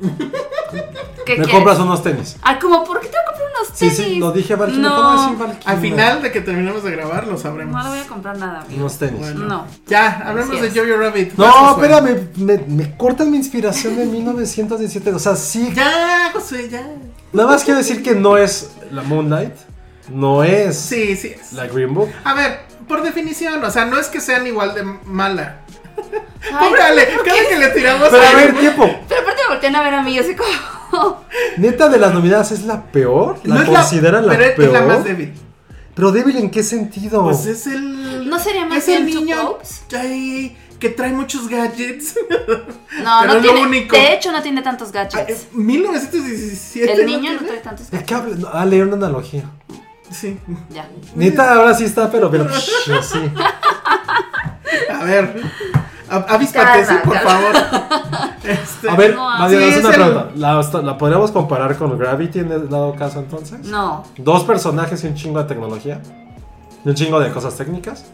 [SPEAKER 6] ¿Qué
[SPEAKER 3] Me
[SPEAKER 6] quieres?
[SPEAKER 3] compras unos tenis.
[SPEAKER 6] Ah, como, ¿por qué te voy a comprar unos
[SPEAKER 3] Sí,
[SPEAKER 6] tenis?
[SPEAKER 3] sí, lo dije Val Kilmer. ¿Cómo
[SPEAKER 6] No,
[SPEAKER 3] decir Val
[SPEAKER 4] Al
[SPEAKER 3] Kilmer?
[SPEAKER 4] final de que terminemos de grabar lo
[SPEAKER 6] no le
[SPEAKER 4] sabremos.
[SPEAKER 6] voy a comprar nada, amigo.
[SPEAKER 3] Unos tenis.
[SPEAKER 4] Bueno.
[SPEAKER 6] No.
[SPEAKER 4] Ya, hablemos
[SPEAKER 6] Así
[SPEAKER 4] de
[SPEAKER 6] es.
[SPEAKER 4] Jojo Rabbit.
[SPEAKER 3] No,
[SPEAKER 4] Vas, Josué.
[SPEAKER 3] espérame, me, me cortan mi inspiración de 1917. O sea, sí.
[SPEAKER 4] Ya, José, ya.
[SPEAKER 3] Nada más quiero decir que no es la Moonlight. No es
[SPEAKER 4] Sí, sí. es.
[SPEAKER 3] la Green Book.
[SPEAKER 4] A ver, por definición, o sea, no es que sean igual de mala.
[SPEAKER 6] Ay,
[SPEAKER 4] Pobre Ale, cada que le tiramos
[SPEAKER 3] Pero a
[SPEAKER 4] algo-
[SPEAKER 3] ver, tiempo.
[SPEAKER 6] Pero aparte me voltean a ver a mí, yo así como.
[SPEAKER 3] Neta de las nominadas es la peor. La
[SPEAKER 4] No es
[SPEAKER 3] consideran la,
[SPEAKER 4] pero
[SPEAKER 3] peor. Oh.
[SPEAKER 4] es la más débil.
[SPEAKER 3] Pero débil en qué sentido?
[SPEAKER 4] Pues es el.
[SPEAKER 6] ¿No sería más
[SPEAKER 4] es el
[SPEAKER 6] bien Two
[SPEAKER 4] niño
[SPEAKER 6] Popes?
[SPEAKER 4] ay, que trae muchos gadgets.
[SPEAKER 6] No,
[SPEAKER 4] Pero
[SPEAKER 6] no
[SPEAKER 4] es lo
[SPEAKER 6] tiene.
[SPEAKER 4] único.
[SPEAKER 6] De hecho, no tiene tantos
[SPEAKER 4] Ah,
[SPEAKER 6] gadgets.
[SPEAKER 4] es 1917.
[SPEAKER 6] El niño no
[SPEAKER 4] tiene?
[SPEAKER 6] trae tantos
[SPEAKER 3] ¿De
[SPEAKER 6] gadgets.
[SPEAKER 3] qué habla? No, ah, leí una analogía.
[SPEAKER 4] Sí.
[SPEAKER 6] Ya.
[SPEAKER 3] Neta, ahora sí está, pero, pero psh, así.
[SPEAKER 4] A ver. a- Avíspate, sí,
[SPEAKER 6] Calma,
[SPEAKER 4] por
[SPEAKER 6] calma.
[SPEAKER 4] favor. Este,
[SPEAKER 3] A ver,
[SPEAKER 6] No,
[SPEAKER 3] Nadia,
[SPEAKER 4] sí,
[SPEAKER 3] haz una
[SPEAKER 4] es el-
[SPEAKER 3] pregunta. ¿La, osta- la podríamos comparar con Gravity en el dado caso entonces?
[SPEAKER 6] No.
[SPEAKER 3] Dos personajes y un chingo de tecnología. Y un chingo de cosas técnicas.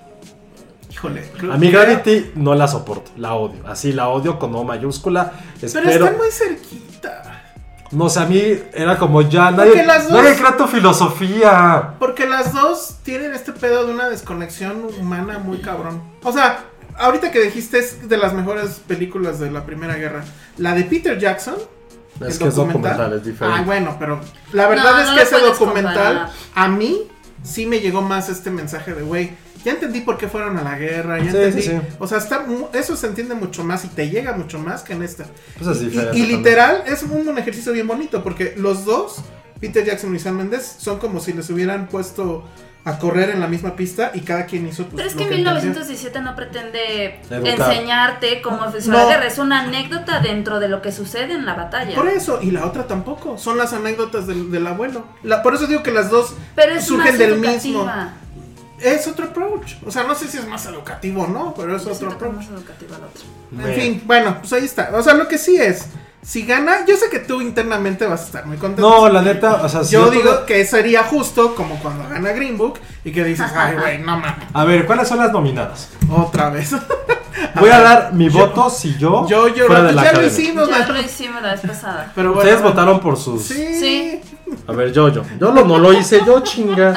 [SPEAKER 4] Híjole.
[SPEAKER 3] A mí Gravity no la soporto, la odio. Así la odio con O mayúscula.
[SPEAKER 4] Pero,
[SPEAKER 3] Espero.
[SPEAKER 4] están muy cerquita.
[SPEAKER 3] No sé, a mí era como ya nadie,
[SPEAKER 4] Porque las dos-
[SPEAKER 3] nadie crea tu filosofía.
[SPEAKER 4] Porque las dos tienen este pedo de una desconexión humana muy cabrón. O sea, ahorita que dijiste es de las mejores películas de la Primera Guerra. La de Peter Jackson.
[SPEAKER 3] Es
[SPEAKER 4] el
[SPEAKER 3] que es documental, es
[SPEAKER 4] Ah,
[SPEAKER 3] diferente.
[SPEAKER 4] bueno, pero la verdad
[SPEAKER 6] No,
[SPEAKER 4] es
[SPEAKER 6] no
[SPEAKER 4] que
[SPEAKER 6] lo
[SPEAKER 4] ese
[SPEAKER 6] puedes
[SPEAKER 4] documental
[SPEAKER 6] comparar.
[SPEAKER 4] a mí sí me llegó más este mensaje de, güey, ya entendí por qué fueron a la guerra, ya
[SPEAKER 3] Sí,
[SPEAKER 4] entendí.
[SPEAKER 3] sí, sí.
[SPEAKER 4] O sea, está, mu- eso se entiende mucho más y te llega mucho más que en esta.
[SPEAKER 3] Pues es
[SPEAKER 4] Y-
[SPEAKER 3] diferente
[SPEAKER 4] Y,
[SPEAKER 3] también.
[SPEAKER 4] literal es un, un ejercicio bien bonito porque los dos, Peter Jackson y Sam Mendes, son como si les hubieran puesto a correr en la misma pista y cada quien hizo pues,
[SPEAKER 6] Pero es
[SPEAKER 4] lo
[SPEAKER 6] que
[SPEAKER 4] entendió.
[SPEAKER 6] 1917 no pretende
[SPEAKER 3] Educar.
[SPEAKER 6] enseñarte cómo funciona
[SPEAKER 4] No.
[SPEAKER 6] la guerra, es una anécdota dentro de lo que sucede en la batalla.
[SPEAKER 4] Por eso, y la otra tampoco, son las anécdotas del, del abuelo. La- por eso digo que las dos
[SPEAKER 6] Pero es
[SPEAKER 4] surgen
[SPEAKER 6] más
[SPEAKER 4] del
[SPEAKER 6] educativa.
[SPEAKER 4] mismo. Es otro approach. O sea, no sé si es más educativo o no, pero es
[SPEAKER 6] Yo
[SPEAKER 4] otro
[SPEAKER 6] siento que es
[SPEAKER 4] approach.
[SPEAKER 6] más educativa la otra.
[SPEAKER 4] En
[SPEAKER 3] Me-
[SPEAKER 4] fin, bueno, pues ahí está. O sea, lo que sí es, si gana, yo sé que tú internamente vas a estar muy contento.
[SPEAKER 3] No, la neta, o sea, si
[SPEAKER 4] Yo
[SPEAKER 3] tuve-
[SPEAKER 4] digo que sería justo como cuando gana Green Book y que dices, ay, güey, no mames,
[SPEAKER 3] A ver, ¿cuáles son las nominadas?
[SPEAKER 4] otra vez.
[SPEAKER 3] Voy a dar mi voto si yo.
[SPEAKER 4] Yo, yo,
[SPEAKER 3] fuera de la
[SPEAKER 4] ya lo
[SPEAKER 3] academia.
[SPEAKER 4] hicimos,
[SPEAKER 6] Ya
[SPEAKER 4] ¿no?
[SPEAKER 6] lo hicimos la vez pasada.
[SPEAKER 4] Pero bueno.
[SPEAKER 3] Ustedes votaron por sus.
[SPEAKER 4] Sí,
[SPEAKER 6] Sí.
[SPEAKER 3] A ver, yo, yo. Yo lo- no lo hice yo, chinga.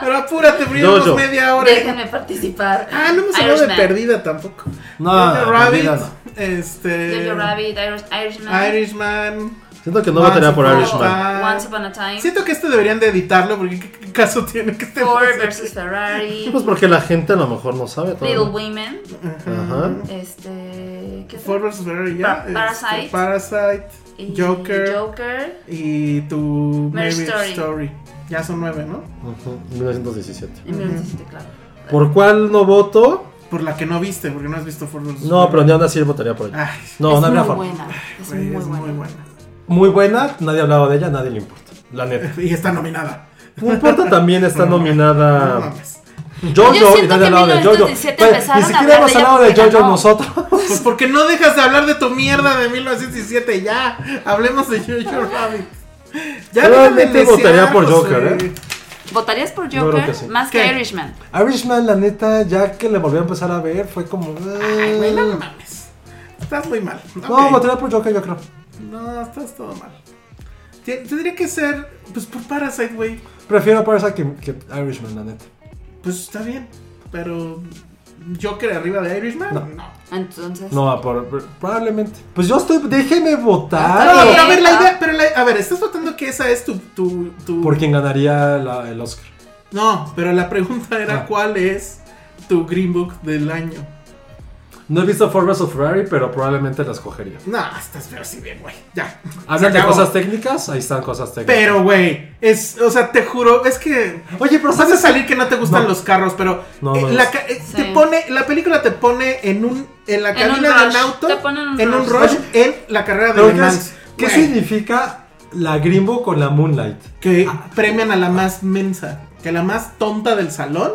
[SPEAKER 4] pero apúrate, brillamos
[SPEAKER 3] yo.
[SPEAKER 4] media hora.
[SPEAKER 6] Déjenme participar.
[SPEAKER 4] Ah, no hemos hablado de
[SPEAKER 6] Irishman.
[SPEAKER 4] perdida tampoco.
[SPEAKER 3] No,
[SPEAKER 4] Jojo Rabbit,
[SPEAKER 3] perdida no.
[SPEAKER 4] este.
[SPEAKER 6] Jojo Rabbit, Irish, Irishman. Oh,
[SPEAKER 4] Irishman.
[SPEAKER 3] Siento que no
[SPEAKER 4] Once
[SPEAKER 3] votaría por
[SPEAKER 4] upon a
[SPEAKER 3] Irishman.
[SPEAKER 4] time.
[SPEAKER 6] Once Upon a Time.
[SPEAKER 4] Siento que este deberían de editarlo porque qué qué caso tiene que este
[SPEAKER 6] Ford versus Ferrari.
[SPEAKER 3] Pues porque la gente a lo mejor no sabe todo.
[SPEAKER 6] Little Women.
[SPEAKER 3] Ajá.
[SPEAKER 6] Este. ¿Qué fue?
[SPEAKER 4] Ford vs. Ferrari, ya.
[SPEAKER 6] Pa- Parasite.
[SPEAKER 4] Este, Parasite,
[SPEAKER 6] Y
[SPEAKER 4] Joker,
[SPEAKER 6] Joker.
[SPEAKER 4] y tu
[SPEAKER 6] Mary
[SPEAKER 4] Marriage Story.
[SPEAKER 6] Story.
[SPEAKER 4] Ya son nueve, ¿no?
[SPEAKER 3] Ujú, 1917.
[SPEAKER 6] Y 1917, claro.
[SPEAKER 3] ¿Por cuál no voto?
[SPEAKER 4] Por la que no viste, porque no has visto Ford vs.
[SPEAKER 3] No, pero ni aún así votaría por ella.
[SPEAKER 4] Ay,
[SPEAKER 3] No,
[SPEAKER 6] es
[SPEAKER 3] no habría
[SPEAKER 6] muy
[SPEAKER 3] forma.
[SPEAKER 6] buena. Es
[SPEAKER 4] güey,
[SPEAKER 6] muy
[SPEAKER 4] es
[SPEAKER 6] buena.
[SPEAKER 4] muy buena.
[SPEAKER 3] Muy buena, nadie ha hablado de ella, nadie le importa. La neta.
[SPEAKER 4] Y está nominada.
[SPEAKER 3] No importa, también está
[SPEAKER 4] No
[SPEAKER 3] nominada
[SPEAKER 4] mames.
[SPEAKER 3] Jojo
[SPEAKER 6] Yo
[SPEAKER 3] y nadie
[SPEAKER 6] siento
[SPEAKER 3] ha
[SPEAKER 6] que
[SPEAKER 3] hablado de Jojo.
[SPEAKER 6] 1917
[SPEAKER 3] Pues,
[SPEAKER 6] empezaron
[SPEAKER 3] Ni
[SPEAKER 6] a
[SPEAKER 3] siquiera
[SPEAKER 6] hablar
[SPEAKER 3] hemos
[SPEAKER 6] de ella
[SPEAKER 3] hablado de
[SPEAKER 6] porque
[SPEAKER 3] Jojo
[SPEAKER 6] ganó.
[SPEAKER 3] nosotros.
[SPEAKER 4] Pues porque no dejas de hablar de tu mierda de 1917, ya. Hablemos de Jojo Rabbit.
[SPEAKER 3] Yo
[SPEAKER 4] Ya deja de
[SPEAKER 3] realmente
[SPEAKER 4] lesear,
[SPEAKER 3] votaría por
[SPEAKER 4] José.
[SPEAKER 3] Joker, ¿eh?
[SPEAKER 6] ¿Votarías por
[SPEAKER 3] Yo creo
[SPEAKER 6] Joker
[SPEAKER 3] que sí.
[SPEAKER 6] más que
[SPEAKER 4] ¿Qué?
[SPEAKER 6] Irishman?
[SPEAKER 3] Irishman, la neta, ya que le volví a empezar a ver, fue como.
[SPEAKER 4] Ay, güey, no
[SPEAKER 3] "Ah".
[SPEAKER 4] mames. Estás muy mal.
[SPEAKER 3] No,
[SPEAKER 4] Ok.
[SPEAKER 3] votaría por Joker, yo creo.
[SPEAKER 4] No, estás todo mal. Ti- Tendría que ser, pues por Parasite, güey.
[SPEAKER 3] Prefiero Parasite que, que Irishman, la neta.
[SPEAKER 4] Pues está bien. Pero Joker arriba de Irishman,
[SPEAKER 3] No.
[SPEAKER 4] no.
[SPEAKER 6] Entonces.
[SPEAKER 3] No, por- por- probablemente. Pues yo estoy. Déjeme
[SPEAKER 4] Ah,
[SPEAKER 3] votar.
[SPEAKER 4] pero a ver, la
[SPEAKER 6] Ah.
[SPEAKER 4] idea, pero la- a ver, estás votando que esa es tu, tu, tu-
[SPEAKER 3] Por quien ganaría la- el Oscar.
[SPEAKER 4] No, pero la pregunta era
[SPEAKER 3] Ah.
[SPEAKER 4] cuál es tu Green Book del año.
[SPEAKER 3] No he visto Ford vs Ferrari, pero probablemente la escogería.
[SPEAKER 4] No, estás pero sí bien, güey. Ya.
[SPEAKER 3] Hablan
[SPEAKER 4] Se
[SPEAKER 3] de
[SPEAKER 4] acabó.
[SPEAKER 3] cosas técnicas, ahí están cosas técnicas.
[SPEAKER 4] Pero, güey, es, o sea, te juro, es que
[SPEAKER 3] Oye, pero
[SPEAKER 4] vas a
[SPEAKER 3] ¿sabes?
[SPEAKER 4] salir que no te gustan
[SPEAKER 3] No.
[SPEAKER 4] los carros, pero
[SPEAKER 3] No,
[SPEAKER 4] eh,
[SPEAKER 3] no
[SPEAKER 4] la,
[SPEAKER 3] es.
[SPEAKER 4] ca- eh,
[SPEAKER 6] Sí.
[SPEAKER 4] te pone, la película te pone en un en la
[SPEAKER 6] En
[SPEAKER 4] cabina
[SPEAKER 6] un
[SPEAKER 4] de un
[SPEAKER 6] rush.
[SPEAKER 4] auto,
[SPEAKER 6] Te pone en un
[SPEAKER 4] en un rush,
[SPEAKER 6] rush.
[SPEAKER 4] en la carrera de
[SPEAKER 3] Pero
[SPEAKER 4] Le
[SPEAKER 3] ¿qué, es-
[SPEAKER 4] Mans.
[SPEAKER 3] qué
[SPEAKER 4] Güey,
[SPEAKER 3] significa la Grimbo con la Moonlight?
[SPEAKER 4] que
[SPEAKER 3] ah.
[SPEAKER 4] premian a la más mensa, que la más tonta del salón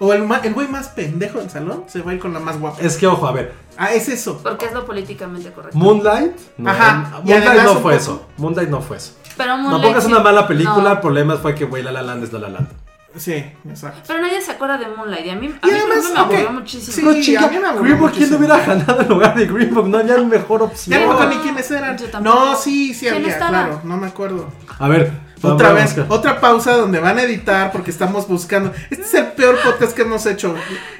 [SPEAKER 4] o el ma- el güey más pendejo del salón se va a ir con la más guapa.
[SPEAKER 3] Es que, ojo, a ver,
[SPEAKER 4] Ah, es eso.
[SPEAKER 6] Porque es lo políticamente correcto.
[SPEAKER 3] Moonlight. No,
[SPEAKER 4] Ajá, y
[SPEAKER 3] Moonlight
[SPEAKER 4] además
[SPEAKER 3] no
[SPEAKER 4] un
[SPEAKER 3] fue
[SPEAKER 4] poco-
[SPEAKER 3] eso. Moonlight no fue eso.
[SPEAKER 6] Pero Moonlight
[SPEAKER 3] Tampoco es
[SPEAKER 6] sí-
[SPEAKER 3] una mala película,
[SPEAKER 6] no.
[SPEAKER 3] el problema fue que, güey, La La Land es La La Land.
[SPEAKER 4] Sí, exacto.
[SPEAKER 6] Pero nadie se acuerda de Moonlight. Y a mí, a
[SPEAKER 4] Y
[SPEAKER 6] mí por
[SPEAKER 4] además,
[SPEAKER 6] ejemplo, me aburrió
[SPEAKER 4] ok,
[SPEAKER 6] muchísimo.
[SPEAKER 4] sí,
[SPEAKER 3] No, chinga,
[SPEAKER 4] a mí me aburrió
[SPEAKER 3] Green Book, ¿quién
[SPEAKER 4] muchísimo.
[SPEAKER 3] no hubiera ganado en lugar de Green Book? No había mejor
[SPEAKER 4] Ya
[SPEAKER 3] opción.
[SPEAKER 4] no me acuerdo ni quiénes eran.
[SPEAKER 6] Yo tampoco.
[SPEAKER 4] No, sí, sí
[SPEAKER 6] ¿Quién
[SPEAKER 4] había,
[SPEAKER 6] estaba?
[SPEAKER 4] claro, no me acuerdo.
[SPEAKER 3] A ver,
[SPEAKER 4] Otra
[SPEAKER 3] vamos a
[SPEAKER 4] vez,
[SPEAKER 3] buscar.
[SPEAKER 4] otra pausa donde van a editar porque estamos buscando. Este es el peor podcast que hemos hecho.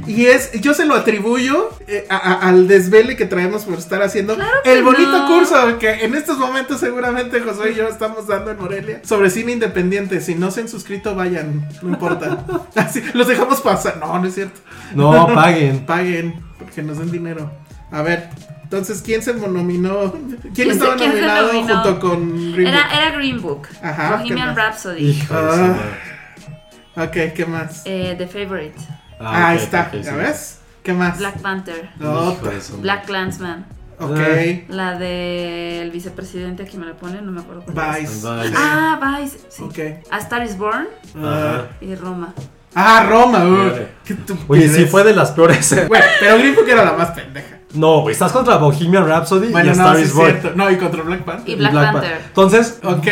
[SPEAKER 4] Y es, yo se lo atribuyo eh, a- a- al desvele que traemos por estar haciendo
[SPEAKER 6] que
[SPEAKER 4] el bonito
[SPEAKER 6] no.
[SPEAKER 4] curso que en estos momentos seguramente José y yo estamos dando en Morelia sobre cine independiente. Si no se han suscrito, vayan, no importa. Así, los dejamos pasar. No, no es cierto.
[SPEAKER 3] No, paguen.
[SPEAKER 4] Paguen, porque nos den dinero. A ver, entonces, ¿quién se nominó? ¿Quién,
[SPEAKER 6] ¿Quién se-
[SPEAKER 4] estaba
[SPEAKER 6] quién se
[SPEAKER 4] nominado
[SPEAKER 6] nominó?
[SPEAKER 4] junto con Green
[SPEAKER 6] Era,
[SPEAKER 4] Book?
[SPEAKER 6] era Green Book.
[SPEAKER 4] Ajá,
[SPEAKER 6] Bohemian
[SPEAKER 4] ¿qué más?
[SPEAKER 6] Rhapsody.
[SPEAKER 3] Hijo de su
[SPEAKER 4] Ah.
[SPEAKER 3] madre.
[SPEAKER 4] Ok, ¿qué más?
[SPEAKER 6] eh, The Favorite.
[SPEAKER 4] Ah,
[SPEAKER 3] ok,
[SPEAKER 4] está,
[SPEAKER 3] ok, sí.
[SPEAKER 4] ¿ya ves? ¿Qué más?
[SPEAKER 6] Black Panther.
[SPEAKER 3] Hijo
[SPEAKER 4] Otra.
[SPEAKER 3] de su madre.
[SPEAKER 6] Black Clansman.
[SPEAKER 4] Ok.
[SPEAKER 3] Ah.
[SPEAKER 6] La del vicepresidente, aquí me la pone, no me acuerdo cuál es.
[SPEAKER 4] Vice.
[SPEAKER 3] Vice.
[SPEAKER 6] Ah, Vice. Sí.
[SPEAKER 4] Ok.
[SPEAKER 6] A Star is Born
[SPEAKER 4] Ah.
[SPEAKER 3] Ajá.
[SPEAKER 6] y Roma.
[SPEAKER 4] Ah, Roma,
[SPEAKER 3] Órale.
[SPEAKER 4] güey. Qué estupidez.
[SPEAKER 3] Oye, sí fue de las peores.
[SPEAKER 4] Güey, pero Green Book era la más pendeja.
[SPEAKER 3] No, güey, estás contra Bohemian Rhapsody y
[SPEAKER 4] Bueno, no,
[SPEAKER 3] Star
[SPEAKER 4] sí
[SPEAKER 3] is
[SPEAKER 4] es
[SPEAKER 3] Born.
[SPEAKER 4] cierto. No, y contra Black
[SPEAKER 6] Y
[SPEAKER 4] Panther.
[SPEAKER 6] Black
[SPEAKER 3] Pan-
[SPEAKER 6] Panther.
[SPEAKER 3] Entonces,
[SPEAKER 4] Ok.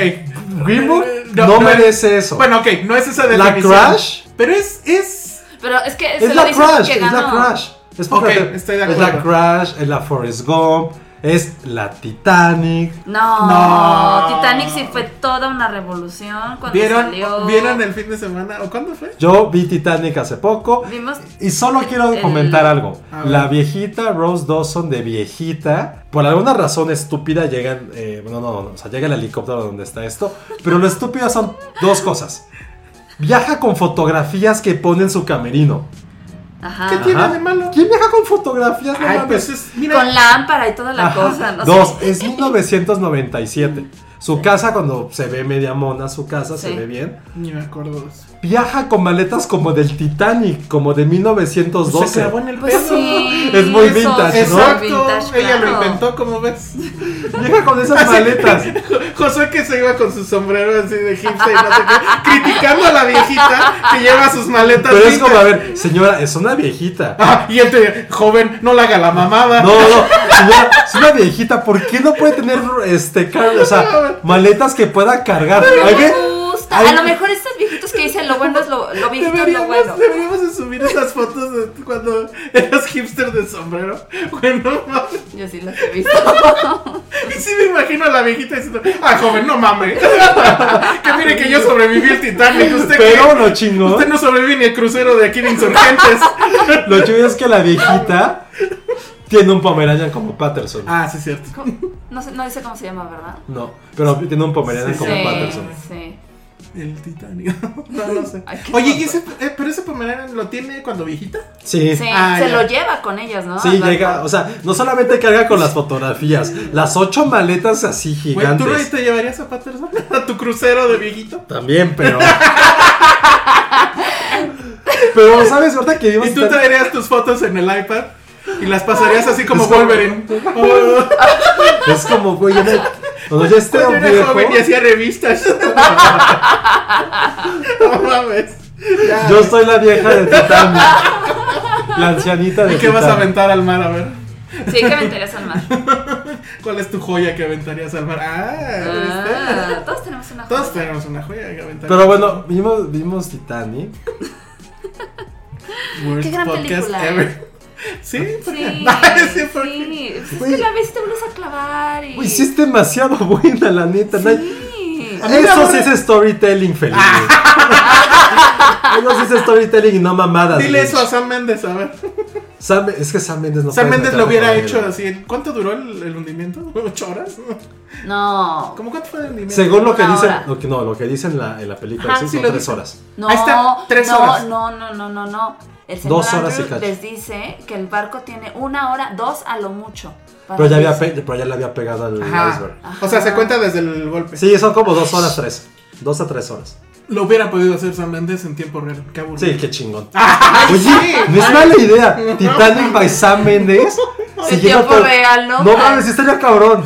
[SPEAKER 3] Green Book
[SPEAKER 4] Eh,
[SPEAKER 3] no, merece
[SPEAKER 4] es-
[SPEAKER 3] eso.
[SPEAKER 4] Bueno, ok, no es esa de
[SPEAKER 3] La Crash.
[SPEAKER 4] Pero es, es...
[SPEAKER 6] Pero es que se
[SPEAKER 3] es
[SPEAKER 6] lo
[SPEAKER 3] la
[SPEAKER 6] dicen
[SPEAKER 3] Crash,
[SPEAKER 6] que
[SPEAKER 3] es la
[SPEAKER 6] ganó.
[SPEAKER 3] Crash. Es,
[SPEAKER 4] Ok,
[SPEAKER 3] porque-
[SPEAKER 4] estoy de
[SPEAKER 3] es la
[SPEAKER 4] acuerdo.
[SPEAKER 3] Crash, es la Forrest Gump, es la Titanic.
[SPEAKER 6] No,
[SPEAKER 4] No.
[SPEAKER 6] Titanic sí fue toda una revolución cuando
[SPEAKER 4] ¿Vieron,
[SPEAKER 6] salió.
[SPEAKER 4] ¿Vieron el fin de semana? ¿O cuándo fue?
[SPEAKER 3] Yo vi Titanic hace poco.
[SPEAKER 6] Vimos
[SPEAKER 3] Y solo quiero
[SPEAKER 6] el-
[SPEAKER 3] comentar algo.
[SPEAKER 4] A ver.
[SPEAKER 3] La viejita Rose Dawson de viejita, por alguna razón estúpida llegan, eh, no, no, no, o sea, llega el helicóptero donde está esto, pero lo estúpido son dos cosas. Viaja con fotografías que pone en su camerino.
[SPEAKER 4] ¿Qué
[SPEAKER 6] Ajá.
[SPEAKER 4] tiene
[SPEAKER 3] Ajá.
[SPEAKER 4] de malo?
[SPEAKER 3] ¿Quién viaja con fotografías? No
[SPEAKER 4] Ay,
[SPEAKER 3] mames.
[SPEAKER 4] pues es... Mira,
[SPEAKER 6] Con lámpara y toda la
[SPEAKER 3] Ajá.
[SPEAKER 6] cosa. No
[SPEAKER 3] Dos,
[SPEAKER 6] sé.
[SPEAKER 3] es 1997. Su casa, cuando se ve media mona, su casa se
[SPEAKER 6] Sí.
[SPEAKER 3] ve bien.
[SPEAKER 4] ni me acuerdo de eso.
[SPEAKER 3] Viaja con maletas como del Titanic, como de 1912.
[SPEAKER 4] Se grabó en el
[SPEAKER 6] Pues
[SPEAKER 4] pedo.
[SPEAKER 6] sí.
[SPEAKER 3] Es muy
[SPEAKER 6] eso,
[SPEAKER 3] vintage,
[SPEAKER 6] eso,
[SPEAKER 3] ¿no?
[SPEAKER 4] Exacto,
[SPEAKER 6] vintage,
[SPEAKER 4] ella lo
[SPEAKER 6] claro.
[SPEAKER 4] inventó, como ves?
[SPEAKER 3] Viaja con esas maletas.
[SPEAKER 4] Josué que se iba con su sombrero así de hipster y no sé qué, criticando a la viejita que lleva sus maletas.
[SPEAKER 3] Pero es
[SPEAKER 4] vintage.
[SPEAKER 3] como, a ver, señora, es una viejita.
[SPEAKER 4] Ah, y él te dice, joven, no la haga la mamada.
[SPEAKER 3] No, no, no, señora, es una viejita. ¿Por qué no puede tener este car- o sea, maletas que pueda cargar? Ahí ve-
[SPEAKER 6] Me gusta.
[SPEAKER 3] ahí-
[SPEAKER 6] A lo mejor estos viejitos que dicen lo bueno es lo, lo viejito es lo
[SPEAKER 4] Deberíamos,
[SPEAKER 6] bueno.
[SPEAKER 4] deberíamos de subir esas fotos de cuando eras hipster de sombrero. Bueno, mames.
[SPEAKER 6] Yo sí las he visto.
[SPEAKER 4] Y sí me imagino a la viejita diciendo, ah, joven, no mames. que mire que yo sobreviví el Titanic. Usted,
[SPEAKER 3] Pero
[SPEAKER 4] qué?
[SPEAKER 3] lo chingón,
[SPEAKER 4] usted no sobrevive ni el crucero de aquí de insurgentes.
[SPEAKER 3] lo chido es que la viejita tiene un pomeranian como Patterson.
[SPEAKER 4] ah, sí, es cierto.
[SPEAKER 6] No, sé, no dice cómo se llama, ¿verdad?
[SPEAKER 3] No, pero tiene un pomeranian
[SPEAKER 4] Sí.
[SPEAKER 3] como
[SPEAKER 4] Sí.
[SPEAKER 3] Patterson.
[SPEAKER 6] sí.
[SPEAKER 4] El Titanic. no, no sé.
[SPEAKER 6] Ay, qué
[SPEAKER 4] Oye, ¿y ese, eh, pero ese Pomeranian lo tiene cuando viejita?
[SPEAKER 3] Sí.
[SPEAKER 6] Sí,
[SPEAKER 4] Ah,
[SPEAKER 6] se
[SPEAKER 4] ya.
[SPEAKER 6] lo lleva con ellas, ¿no?
[SPEAKER 3] Sí,
[SPEAKER 6] Al
[SPEAKER 3] llega,
[SPEAKER 6] barco.
[SPEAKER 3] o sea, no solamente carga con las fotografías, las ocho maletas así
[SPEAKER 4] Güey, ¿tú no
[SPEAKER 3] gigantes.
[SPEAKER 4] te llevarías a Patterson a tu crucero de viejito?
[SPEAKER 3] También, pero. pero, ¿sabes? Ahorita que vimos.
[SPEAKER 4] Y tú traerías tus fotos en el iPad y las pasarías así como Wolverine. Oh,
[SPEAKER 3] Es como, güey, yo me- cuando ya esté
[SPEAKER 4] cuando era
[SPEAKER 3] viejo,
[SPEAKER 4] joven y hacía revistas. no mames. Ya.
[SPEAKER 3] yo soy la vieja de Titanic. La ancianita de
[SPEAKER 4] ¿Y qué vas a
[SPEAKER 3] Titanic.
[SPEAKER 4] aventar al mar? A ver.
[SPEAKER 6] Sí, que me interesa el mar.
[SPEAKER 4] ¿Cuál es tu joya que aventarías al mar? Ah, ¿viste?
[SPEAKER 6] Ah, todos tenemos una
[SPEAKER 4] Todos
[SPEAKER 6] joya.
[SPEAKER 4] tenemos una joya que aventar.
[SPEAKER 3] Pero bueno, vimos, vimos Titanic.
[SPEAKER 4] Worst
[SPEAKER 6] Qué gran
[SPEAKER 4] podcast
[SPEAKER 6] película,
[SPEAKER 4] ever.
[SPEAKER 6] ¿eh?
[SPEAKER 4] Sí, ¿por qué?
[SPEAKER 6] Sí,
[SPEAKER 4] Sí, ¿por qué?
[SPEAKER 6] sí. Pues es
[SPEAKER 3] Güey.
[SPEAKER 6] que la vez te vuelves a clavar y...
[SPEAKER 3] Güey, sí es demasiado buena, la neta. no hay-
[SPEAKER 6] Sí.
[SPEAKER 3] Eso sí es storytelling feliz. güey. Eso sí es storytelling y no mamadas.
[SPEAKER 4] Dile
[SPEAKER 3] güey.
[SPEAKER 4] eso a Sam Mendes, a ver.
[SPEAKER 3] Sam- es que Sam Mendes no
[SPEAKER 4] Sam
[SPEAKER 3] puede
[SPEAKER 4] Mendes
[SPEAKER 3] sacar
[SPEAKER 4] lo hubiera
[SPEAKER 3] dinero.
[SPEAKER 4] hecho así. ¿Cuánto duró el, el hundimiento? ¿Ocho horas?
[SPEAKER 6] No.
[SPEAKER 4] ¿Cómo cuánto fue el hundimiento?
[SPEAKER 3] Según lo que
[SPEAKER 6] Una
[SPEAKER 3] dicen,
[SPEAKER 6] hora.
[SPEAKER 3] lo que, no, lo que dicen en la, en la película,
[SPEAKER 4] Ajá,
[SPEAKER 3] sí,
[SPEAKER 4] sí
[SPEAKER 3] son
[SPEAKER 4] lo
[SPEAKER 3] tres
[SPEAKER 4] dicen.
[SPEAKER 3] horas.
[SPEAKER 6] No,
[SPEAKER 4] Ahí está, tres
[SPEAKER 6] no,
[SPEAKER 4] horas.
[SPEAKER 6] no, no, no, no, no. El señor
[SPEAKER 3] Dos horas y
[SPEAKER 6] Andrew
[SPEAKER 3] cacho.
[SPEAKER 6] les dice que el barco tiene una hora, dos a lo mucho. para
[SPEAKER 3] Pero ya, había
[SPEAKER 6] irse.
[SPEAKER 3] pe- pero ya le había pegado al
[SPEAKER 4] Ah, Ajá.
[SPEAKER 3] iceberg.
[SPEAKER 4] O sea, se cuenta desde el golpe.
[SPEAKER 3] Sí, son como dos horas, tres. Dos a tres horas.
[SPEAKER 4] Lo hubiera podido hacer Sam Mendes en tiempo real. Qué aburrido.
[SPEAKER 3] Sí, Pues qué chingón.
[SPEAKER 4] Ah,
[SPEAKER 3] Oye,
[SPEAKER 4] sí.
[SPEAKER 3] no es mala idea. Titanic by Sam Mendes.
[SPEAKER 6] En
[SPEAKER 3] siguiendo
[SPEAKER 6] tiempo
[SPEAKER 3] todo-
[SPEAKER 6] real, ¿no?
[SPEAKER 3] No mames, sí estaría cabrón.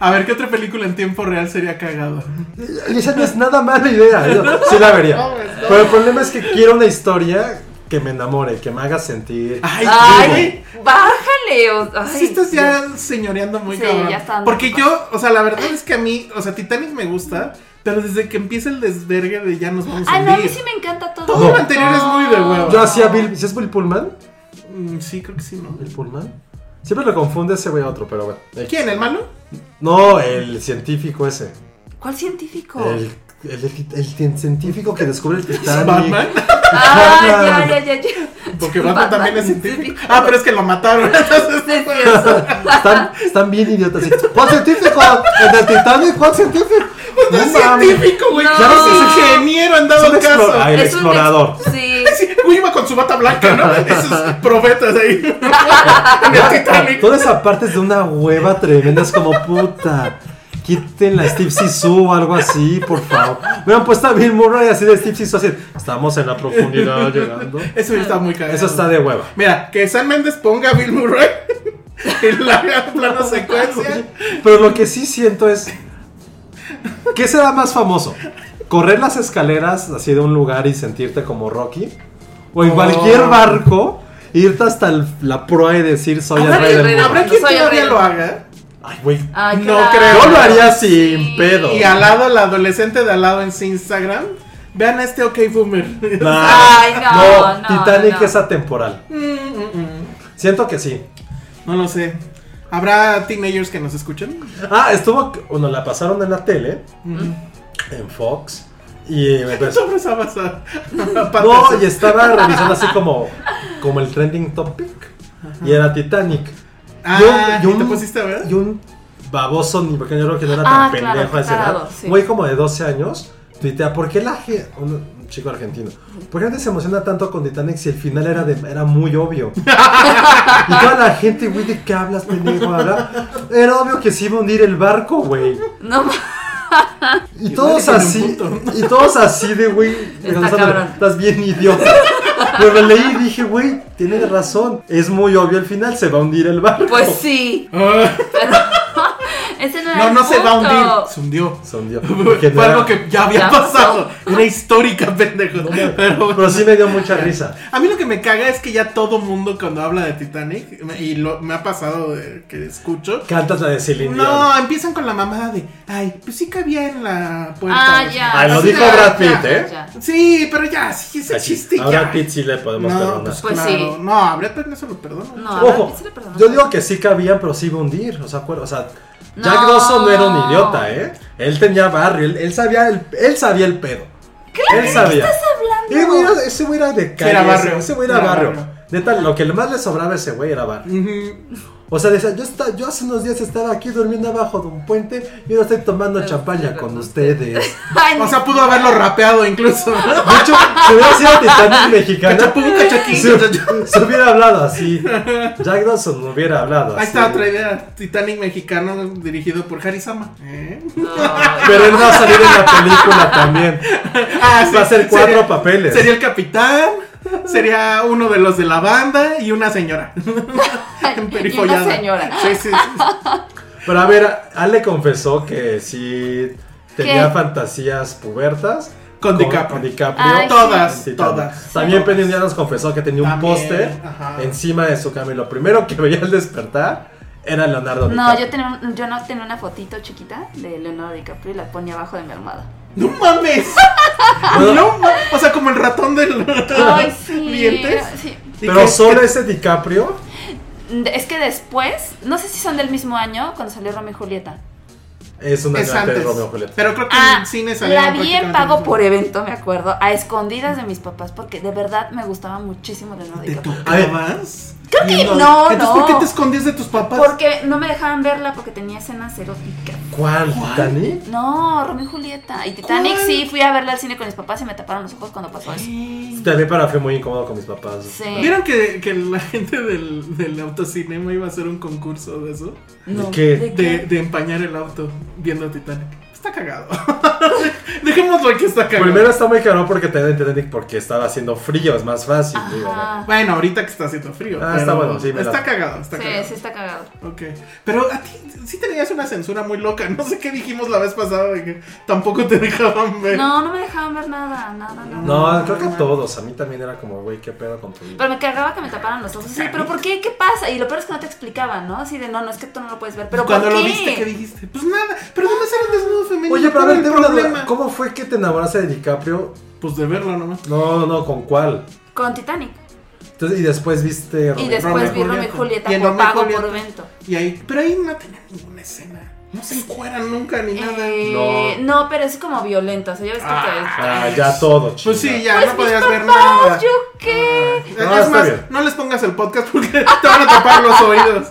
[SPEAKER 4] A ver, ¿qué otra película en tiempo real sería cagado? pues
[SPEAKER 3] Y esa no es nada mala idea. Yo sí la vería. Pero el problema es que quiero una historia que me enamore, que me haga sentir.
[SPEAKER 4] Ay, güey.
[SPEAKER 6] Ay, bájale. o- ay,
[SPEAKER 4] Sí estás ya señoreando muy
[SPEAKER 6] Sí,
[SPEAKER 4] cabrón.
[SPEAKER 6] ya está dando
[SPEAKER 4] Porque
[SPEAKER 6] paso.
[SPEAKER 4] yo, o sea, la verdad es que a mí, o sea, Titanic me gusta, pero desde que empieza el desvergue de ya nos vamos a
[SPEAKER 6] Ay, Ah, no, a mí
[SPEAKER 4] hundir.
[SPEAKER 6] sí me encanta todo.
[SPEAKER 4] Todo lo anterior es muy de huevo.
[SPEAKER 3] Yo hacía Bill. ¿Sí es Bill Pullman?
[SPEAKER 4] Mm, sí, creo que sí, ¿no?
[SPEAKER 3] ¿Bill Pullman? Siempre lo confunde ese güey a otro, pero bueno. Eh,
[SPEAKER 4] ¿Quién? ¿El malo?
[SPEAKER 3] No, el científico ese.
[SPEAKER 6] ¿Cuál científico?
[SPEAKER 3] El, el, el- el científico que descubre el Titanic.
[SPEAKER 4] ¿Batman?
[SPEAKER 6] Ah, ya, ya, ya, ya.
[SPEAKER 4] Porque Batman, también es científico. Ah, pero es que lo mataron.
[SPEAKER 6] Sí, sí, eso.
[SPEAKER 3] Están, están bien idiotas. así, ¿Cuál científico? ¿El del Titanic? ¿Cuál científico?
[SPEAKER 4] No es
[SPEAKER 3] mames.
[SPEAKER 4] científico, güey.
[SPEAKER 6] No.
[SPEAKER 4] Claro que es ingeniero han dado
[SPEAKER 3] Es un
[SPEAKER 4] caso.
[SPEAKER 3] explora- Ah, el
[SPEAKER 6] Es un ex-
[SPEAKER 3] explorador.
[SPEAKER 6] Sí.
[SPEAKER 4] Sí, güey, iba con su bata blanca, ¿no? Esos profetas ahí. en el Titanic.
[SPEAKER 3] Toda esa parte es de una hueva tremenda, es como puta. Quítenla a Steve Sisu o algo así, por favor. Me han puesto a Bill Murray así de Steve Sisu, así. Estamos en la profundidad llegando.
[SPEAKER 4] Eso está muy cagado.
[SPEAKER 3] Eso está de hueva.
[SPEAKER 4] Mira, que San Méndez ponga a Bill Murray en la plano secuencia.
[SPEAKER 3] Pero lo que sí siento es. ¿Qué será más famoso? ¿Correr las escaleras así de un lugar y sentirte como Rocky? ¿O en
[SPEAKER 4] Oh.
[SPEAKER 3] cualquier barco irte hasta el- la proa y decir soy el
[SPEAKER 6] Habrá
[SPEAKER 3] rey
[SPEAKER 6] el
[SPEAKER 3] del
[SPEAKER 6] rey
[SPEAKER 3] mundo?
[SPEAKER 6] del
[SPEAKER 4] ¿Habrá
[SPEAKER 6] No
[SPEAKER 4] quien
[SPEAKER 6] soy
[SPEAKER 4] todavía
[SPEAKER 6] horrible.
[SPEAKER 4] lo haga?
[SPEAKER 3] Ay, güey.
[SPEAKER 6] Ay,
[SPEAKER 4] No
[SPEAKER 6] claro.
[SPEAKER 4] creo.
[SPEAKER 3] Yo lo haría
[SPEAKER 6] Sí.
[SPEAKER 3] sin pedo.
[SPEAKER 4] Y al lado, la adolescente de al lado en su Instagram. Vean a este OK Boomer.
[SPEAKER 3] Nah.
[SPEAKER 6] Ay, no, no,
[SPEAKER 3] Titanic
[SPEAKER 6] no.
[SPEAKER 3] es atemporal. Siento que sí.
[SPEAKER 4] No lo sé. ¿Habrá teenagers que nos escuchen?
[SPEAKER 3] Ah, estuvo. Bueno, la pasaron en la tele. En Fox. Y pues, me pareció-
[SPEAKER 4] Sobre esa basa.
[SPEAKER 3] No, y estaba revisando así como. Como el trending topic. Y era Titanic.
[SPEAKER 4] Ah,
[SPEAKER 3] Y un- y
[SPEAKER 4] ¿y te
[SPEAKER 3] un-
[SPEAKER 4] pusiste a ver?
[SPEAKER 3] Y un baboso, ni porque yo creo que no era tan
[SPEAKER 6] Ah, claro,
[SPEAKER 3] pendejo a esa edad.
[SPEAKER 6] tarado, sí.
[SPEAKER 3] Un Güey como de 12 años. Tuitea, ¿por qué la gente. Un un chico argentino. ¿Por qué la gente se emociona tanto con Titanic si el final era, de, era muy obvio? Y toda la gente, güey, ¿de qué hablas, pendejo? Habla. Era obvio que se iba a hundir el barco, güey.
[SPEAKER 6] No, ma-
[SPEAKER 3] Y
[SPEAKER 4] Y
[SPEAKER 3] todos
[SPEAKER 4] vale,
[SPEAKER 3] así,
[SPEAKER 4] con un
[SPEAKER 3] y todos así de, güey, regresándole,
[SPEAKER 6] cabrón.
[SPEAKER 3] estás bien idiota. Pero lo leí y dije, güey, tiene razón. Es muy obvio el final, se va a hundir el barco.
[SPEAKER 6] pues sí.
[SPEAKER 4] Ah,
[SPEAKER 6] Pero ese no era
[SPEAKER 4] no,
[SPEAKER 6] el
[SPEAKER 4] no se va a
[SPEAKER 6] punto.
[SPEAKER 4] hundir. Se hundió.
[SPEAKER 3] Se hundió. Porque no
[SPEAKER 4] Fue algo
[SPEAKER 3] era-
[SPEAKER 4] que ya había
[SPEAKER 6] Ya
[SPEAKER 4] pasado. Era histórica, pendejo. Pero bueno.
[SPEAKER 3] Pero sí me dio mucha risa.
[SPEAKER 4] A mí lo que me caga es que ya todo mundo cuando habla de Titanic, me- y lo, me ha pasado de- que escucho,
[SPEAKER 3] Cantas la de Celine Dion.
[SPEAKER 4] no, empiezan con la mamada de, ay, pues sí cabía en la puerta.
[SPEAKER 6] Ah, ya.
[SPEAKER 3] Ah, lo
[SPEAKER 6] sí,
[SPEAKER 3] dijo
[SPEAKER 6] ya,
[SPEAKER 3] Brad
[SPEAKER 6] ya,
[SPEAKER 3] Pitt, ¿eh?
[SPEAKER 6] ya.
[SPEAKER 4] Sí, pero ya, sí, ese
[SPEAKER 3] Así,
[SPEAKER 4] chiste ya.
[SPEAKER 3] Ahora a Pete sí le podemos
[SPEAKER 4] no,
[SPEAKER 3] perdonar.
[SPEAKER 4] pues,
[SPEAKER 6] Pues
[SPEAKER 4] claro.
[SPEAKER 6] sí.
[SPEAKER 4] No, a Brad Pitt no se lo perdono.
[SPEAKER 6] No, a Brad
[SPEAKER 3] Ojo,
[SPEAKER 6] Pitt se le perdonó.
[SPEAKER 3] yo digo que sí cabían, pero sí iba a hundir. O sea, acuer- o sea, Jack
[SPEAKER 6] No.
[SPEAKER 3] Dawson no era un idiota, ¿eh? Él tenía barrio, él, él sabía, el, él sabía el pedo. él sabía. ¿Qué estás hablando? ese güey era de calle.
[SPEAKER 4] era
[SPEAKER 3] ese-
[SPEAKER 4] barrio,
[SPEAKER 3] Ese güey era,
[SPEAKER 4] era
[SPEAKER 3] barrio.
[SPEAKER 4] barrio.
[SPEAKER 3] Neta, lo que más le sobraba a ese güey era barrio.
[SPEAKER 4] Ujú.
[SPEAKER 3] O sea, decía, yo, esta- yo hace unos días estaba aquí durmiendo abajo de un puente y ahora estoy tomando champaña con ustedes.
[SPEAKER 6] Ay,
[SPEAKER 4] O sea, pudo haberlo rapeado incluso.
[SPEAKER 3] De hecho, si hubiera sido Titanic mexicana,
[SPEAKER 4] Cachapum, cachaquín,
[SPEAKER 3] se, se hubiera hablado así. Jack Dawson no hubiera hablado así.
[SPEAKER 4] Ahí está otra idea. Titanic mexicano dirigido por Harry Sama. ¿Eh?
[SPEAKER 3] Pero él va a salir en la película también.
[SPEAKER 4] Ah,
[SPEAKER 3] Va a ser cuatro
[SPEAKER 4] sería-
[SPEAKER 3] papeles.
[SPEAKER 4] Sería el capitán, sería uno de los de la banda y una señora. Emperifollada.
[SPEAKER 6] Y una señora.
[SPEAKER 4] Sí, sí, sí.
[SPEAKER 3] Pero a ver, Ale confesó que sí tenía
[SPEAKER 6] ¿Qué?
[SPEAKER 3] fantasías pubertas.
[SPEAKER 4] Con DiCaprio.
[SPEAKER 3] con DiCaprio.
[SPEAKER 6] Ay, sí.
[SPEAKER 4] Todas,
[SPEAKER 3] Sí,
[SPEAKER 4] todas.
[SPEAKER 3] También Penny ya nos confesó que tenía un
[SPEAKER 4] También,
[SPEAKER 3] póster
[SPEAKER 4] ajá.
[SPEAKER 3] encima de su cama y lo primero que veía al despertar era Leonardo
[SPEAKER 6] No,
[SPEAKER 3] DiCaprio.
[SPEAKER 6] yo, tenía un- yo no tenía una fotito chiquita de Leonardo DiCaprio y la ponía abajo de mi almohada.
[SPEAKER 4] ¡No mames! No mames. O sea, como el ratón del.
[SPEAKER 6] Ay, sí.
[SPEAKER 4] ¿Dientes?
[SPEAKER 6] sí.
[SPEAKER 4] ¿Y
[SPEAKER 3] Pero
[SPEAKER 4] qué-
[SPEAKER 3] solo
[SPEAKER 4] qué-
[SPEAKER 3] ese DiCaprio,
[SPEAKER 6] Es que después, no sé si son del mismo año cuando salió Romeo y Julieta.
[SPEAKER 3] es un
[SPEAKER 4] Es
[SPEAKER 3] año antes de
[SPEAKER 4] antes.
[SPEAKER 3] Romeo y Julieta.
[SPEAKER 4] Pero creo que
[SPEAKER 6] Ah,
[SPEAKER 4] en cine
[SPEAKER 6] la
[SPEAKER 4] salieron
[SPEAKER 6] vi en
[SPEAKER 4] prácticamente
[SPEAKER 6] pago
[SPEAKER 4] los
[SPEAKER 6] por
[SPEAKER 4] mismos.
[SPEAKER 6] evento, me acuerdo, a escondidas de mis papás, porque de verdad me gustaba muchísimo Leonardo
[SPEAKER 4] ¿Te
[SPEAKER 6] DiCaprio.
[SPEAKER 4] tocabas?
[SPEAKER 6] Creo que
[SPEAKER 4] Viendo-
[SPEAKER 6] no,
[SPEAKER 4] Entonces,
[SPEAKER 6] no.
[SPEAKER 4] ¿por qué te escondías de tus papás?
[SPEAKER 6] Porque no me dejaban verla porque tenía escenas eróticas.
[SPEAKER 3] ¿Cuál? ¿Titanic?
[SPEAKER 6] No, Romeo y Julieta. Y Titanic
[SPEAKER 4] ¿Cuál?
[SPEAKER 6] sí, fui a verla al cine con mis papás y me taparon los ojos cuando pasó eso.
[SPEAKER 3] También para fue muy incómodo con mis papás.
[SPEAKER 6] Sí.
[SPEAKER 4] ¿Vieron que, que la gente del, del autocinema iba a hacer un concurso de eso?
[SPEAKER 6] No.
[SPEAKER 3] qué?
[SPEAKER 4] De, de empañar el auto viendo Titanic. Está cagado. Dejémoslo que está cagado.
[SPEAKER 3] Primero está muy caro porque te entendí porque estaba haciendo frío, es más fácil. digo, ¿no?
[SPEAKER 4] Bueno, ahorita que está haciendo frío.
[SPEAKER 3] Ah,
[SPEAKER 4] pero
[SPEAKER 3] está bueno, sí, me la-
[SPEAKER 4] Está cagado, está
[SPEAKER 6] Sí,
[SPEAKER 4] cagado.
[SPEAKER 6] sí está cagado.
[SPEAKER 4] Ok. Pero a ti sí tenías una censura muy loca. No sé qué dijimos la vez pasada de que tampoco te dejaban ver.
[SPEAKER 6] No, no me dejaban ver nada, nada, nada.
[SPEAKER 3] No, creo que a todos. A mí también era como, güey, qué pedo con tu vida.
[SPEAKER 6] Pero me cagaba que me taparan los ojos. Sí, pero ¿por qué? ¿Qué pasa? Y lo peor es que no te explicaban, ¿no? Así de, no, no, es que tú no lo puedes ver. Pero
[SPEAKER 4] Cuando
[SPEAKER 6] ¿por
[SPEAKER 4] lo
[SPEAKER 6] qué?
[SPEAKER 4] viste, ¿qué dijiste? Pues nada, pero no me salen desnudos femeninos.
[SPEAKER 3] Oye, pero a ver,
[SPEAKER 4] ¿cuál es el
[SPEAKER 3] tengo una duda.
[SPEAKER 4] problema?
[SPEAKER 3] ¿Cómo fue que te enamoraste de DiCaprio?
[SPEAKER 4] Pues de verlo nomás.
[SPEAKER 3] No, no, no, ¿con cuál?
[SPEAKER 6] Con Titanic.
[SPEAKER 3] Entonces, y después viste.
[SPEAKER 6] Y
[SPEAKER 3] Romeo.
[SPEAKER 6] después
[SPEAKER 4] Romeo y
[SPEAKER 6] vi Romeo y
[SPEAKER 4] Julieta.
[SPEAKER 6] Julieta
[SPEAKER 4] Y en
[SPEAKER 6] por
[SPEAKER 4] Romeo y
[SPEAKER 6] pago
[SPEAKER 4] Julieta.
[SPEAKER 6] por evento.
[SPEAKER 4] Y ahí. Pero ahí no tenía ninguna escena. No se encueran nunca ni nada.
[SPEAKER 6] Eh, no. pero es como violento. O sea, ya ves que te.
[SPEAKER 3] Ah, ya todo, chido.
[SPEAKER 4] Pues sí, ya
[SPEAKER 6] Pues
[SPEAKER 4] no
[SPEAKER 6] mis
[SPEAKER 4] podías ver
[SPEAKER 6] papás,
[SPEAKER 4] nada.
[SPEAKER 6] ¿Yo qué?
[SPEAKER 4] Es
[SPEAKER 3] No, está
[SPEAKER 4] más,
[SPEAKER 3] bien.
[SPEAKER 4] no les pongas el podcast porque te van a tapar los oídos.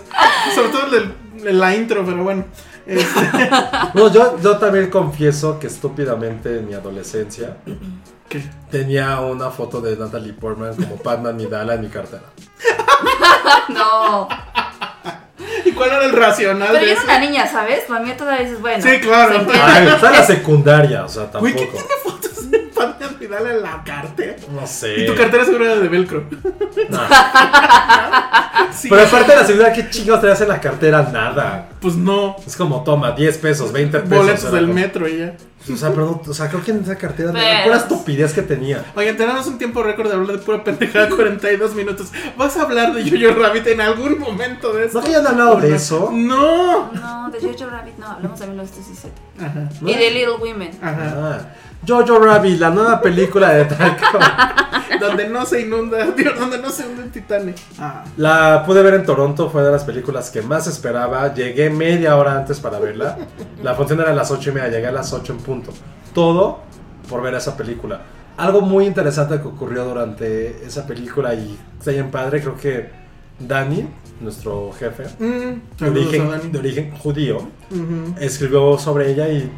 [SPEAKER 4] Sobre todo el, de la intro, pero bueno. Este,
[SPEAKER 3] No, yo, yo también confieso que estúpidamente en mi adolescencia
[SPEAKER 4] ¿Qué?
[SPEAKER 3] tenía una foto de Natalie Portman como Padma Midala en mi cartera.
[SPEAKER 4] Ah.
[SPEAKER 6] No.
[SPEAKER 4] ¿Y cuál era el racional
[SPEAKER 6] Pero
[SPEAKER 4] de
[SPEAKER 6] yo era
[SPEAKER 4] eso?
[SPEAKER 6] una niña, ¿sabes? Para mí todavía dices, bueno.
[SPEAKER 4] Sí, claro.
[SPEAKER 6] se entiende.
[SPEAKER 3] Ay, está en la secundaria, o sea,
[SPEAKER 4] Güey, ¿qué
[SPEAKER 3] tampoco.
[SPEAKER 4] tiene fotos de Padme Amidala en la cartera?
[SPEAKER 3] No sé.
[SPEAKER 4] Y tu cartera seguro era de velcro.
[SPEAKER 3] Eh. No.
[SPEAKER 4] Sí.
[SPEAKER 3] Pero aparte de la seguridad, ¿qué chicos te en la cartera? Nada.
[SPEAKER 4] Pues no.
[SPEAKER 3] Es como, toma, 10 pesos, 20 pesos. o
[SPEAKER 4] Boletos
[SPEAKER 3] sea,
[SPEAKER 4] del
[SPEAKER 3] como-
[SPEAKER 4] metro y ya.
[SPEAKER 3] O sea, pero no, o sea, creo que en esa cartera
[SPEAKER 6] Pero-
[SPEAKER 3] era pura estupidez que tenía.
[SPEAKER 4] Oigan, tenemos un tiempo récord de hablar de pura pendejada 42 minutos. ¿Vas a hablar de Jojo Rabbit en algún momento de eso?
[SPEAKER 3] ¿No que ya han hablado de eso?
[SPEAKER 4] ¡No!
[SPEAKER 6] No, de Jojo Rabbit no, hablamos de 1917.
[SPEAKER 4] Ajá,
[SPEAKER 6] Y de Little Women.
[SPEAKER 4] ajá.
[SPEAKER 3] Ah, Jojo Rabbit, la nueva película de Taco.
[SPEAKER 4] Donde no se inunda, digo, donde no se hunde el Titanic. Ah.
[SPEAKER 3] La pude ver en Toronto, fue de las películas que más esperaba. Llegué media hora antes para verla. La función era a las 8 y media, llegué a las 8 en punto. Todo por ver esa película. Algo muy interesante que ocurrió durante esa película y está bien padre, creo que Dani, nuestro jefe,
[SPEAKER 4] Mm,
[SPEAKER 3] de
[SPEAKER 4] saludos a Dani.
[SPEAKER 3] origen, de origen judío,
[SPEAKER 4] Ujú.
[SPEAKER 3] escribió sobre ella y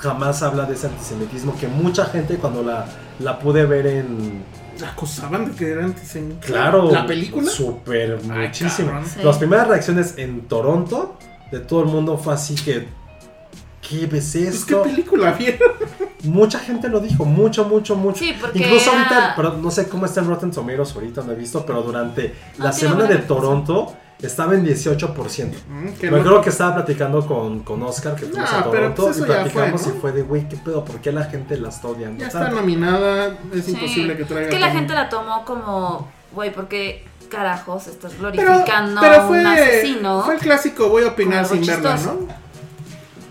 [SPEAKER 3] jamás habla de ese antisemitismo que mucha gente cuando la, la pude ver en,
[SPEAKER 4] La Acusaban de que era antisemita.
[SPEAKER 3] Claro.
[SPEAKER 4] ¿La película?
[SPEAKER 3] Súper,
[SPEAKER 4] Ay,
[SPEAKER 3] muchísimo.
[SPEAKER 4] cabrón.
[SPEAKER 6] Sí.
[SPEAKER 3] Las primeras reacciones en Toronto de todo el mundo fue así que. ¿Qué ves
[SPEAKER 4] Pues, ¿Qué
[SPEAKER 3] esto?
[SPEAKER 4] película vieron?
[SPEAKER 3] Mucha gente lo dijo, mucho, mucho, mucho.
[SPEAKER 6] Sí, porque
[SPEAKER 3] Incluso
[SPEAKER 6] era-
[SPEAKER 3] ahorita, pero no sé cómo está en Rotten Tomatoes ahorita, no he visto, pero durante
[SPEAKER 4] Ah,
[SPEAKER 6] No,
[SPEAKER 3] la
[SPEAKER 6] tiene
[SPEAKER 3] semana de
[SPEAKER 6] buena
[SPEAKER 3] Toronto estaba en 18%.
[SPEAKER 4] Mm, que
[SPEAKER 3] Me
[SPEAKER 4] no-
[SPEAKER 3] acuerdo que estaba platicando con, con Oscar, que fuimos
[SPEAKER 4] No,
[SPEAKER 3] a
[SPEAKER 4] pero,
[SPEAKER 3] Toronto,
[SPEAKER 4] pues,
[SPEAKER 3] y
[SPEAKER 4] eso ya fue,
[SPEAKER 3] platicamos
[SPEAKER 4] ¿no?
[SPEAKER 3] y fue de, güey, ¿qué pedo? ¿Por qué la gente la está odiando?
[SPEAKER 4] Ya está
[SPEAKER 3] tanto?"
[SPEAKER 4] nominada, es
[SPEAKER 6] Sí.
[SPEAKER 4] imposible que traiga.
[SPEAKER 6] Es que la
[SPEAKER 4] también.
[SPEAKER 6] gente la tomó como, güey, ¿por qué carajos estás
[SPEAKER 4] Pero,
[SPEAKER 6] glorificando
[SPEAKER 4] pero
[SPEAKER 6] a
[SPEAKER 4] fue,
[SPEAKER 6] un asesino?
[SPEAKER 4] fue el clásico, voy a opinar
[SPEAKER 6] Como
[SPEAKER 4] sin
[SPEAKER 6] algo
[SPEAKER 4] verla,
[SPEAKER 6] chistoso.
[SPEAKER 4] ¿no?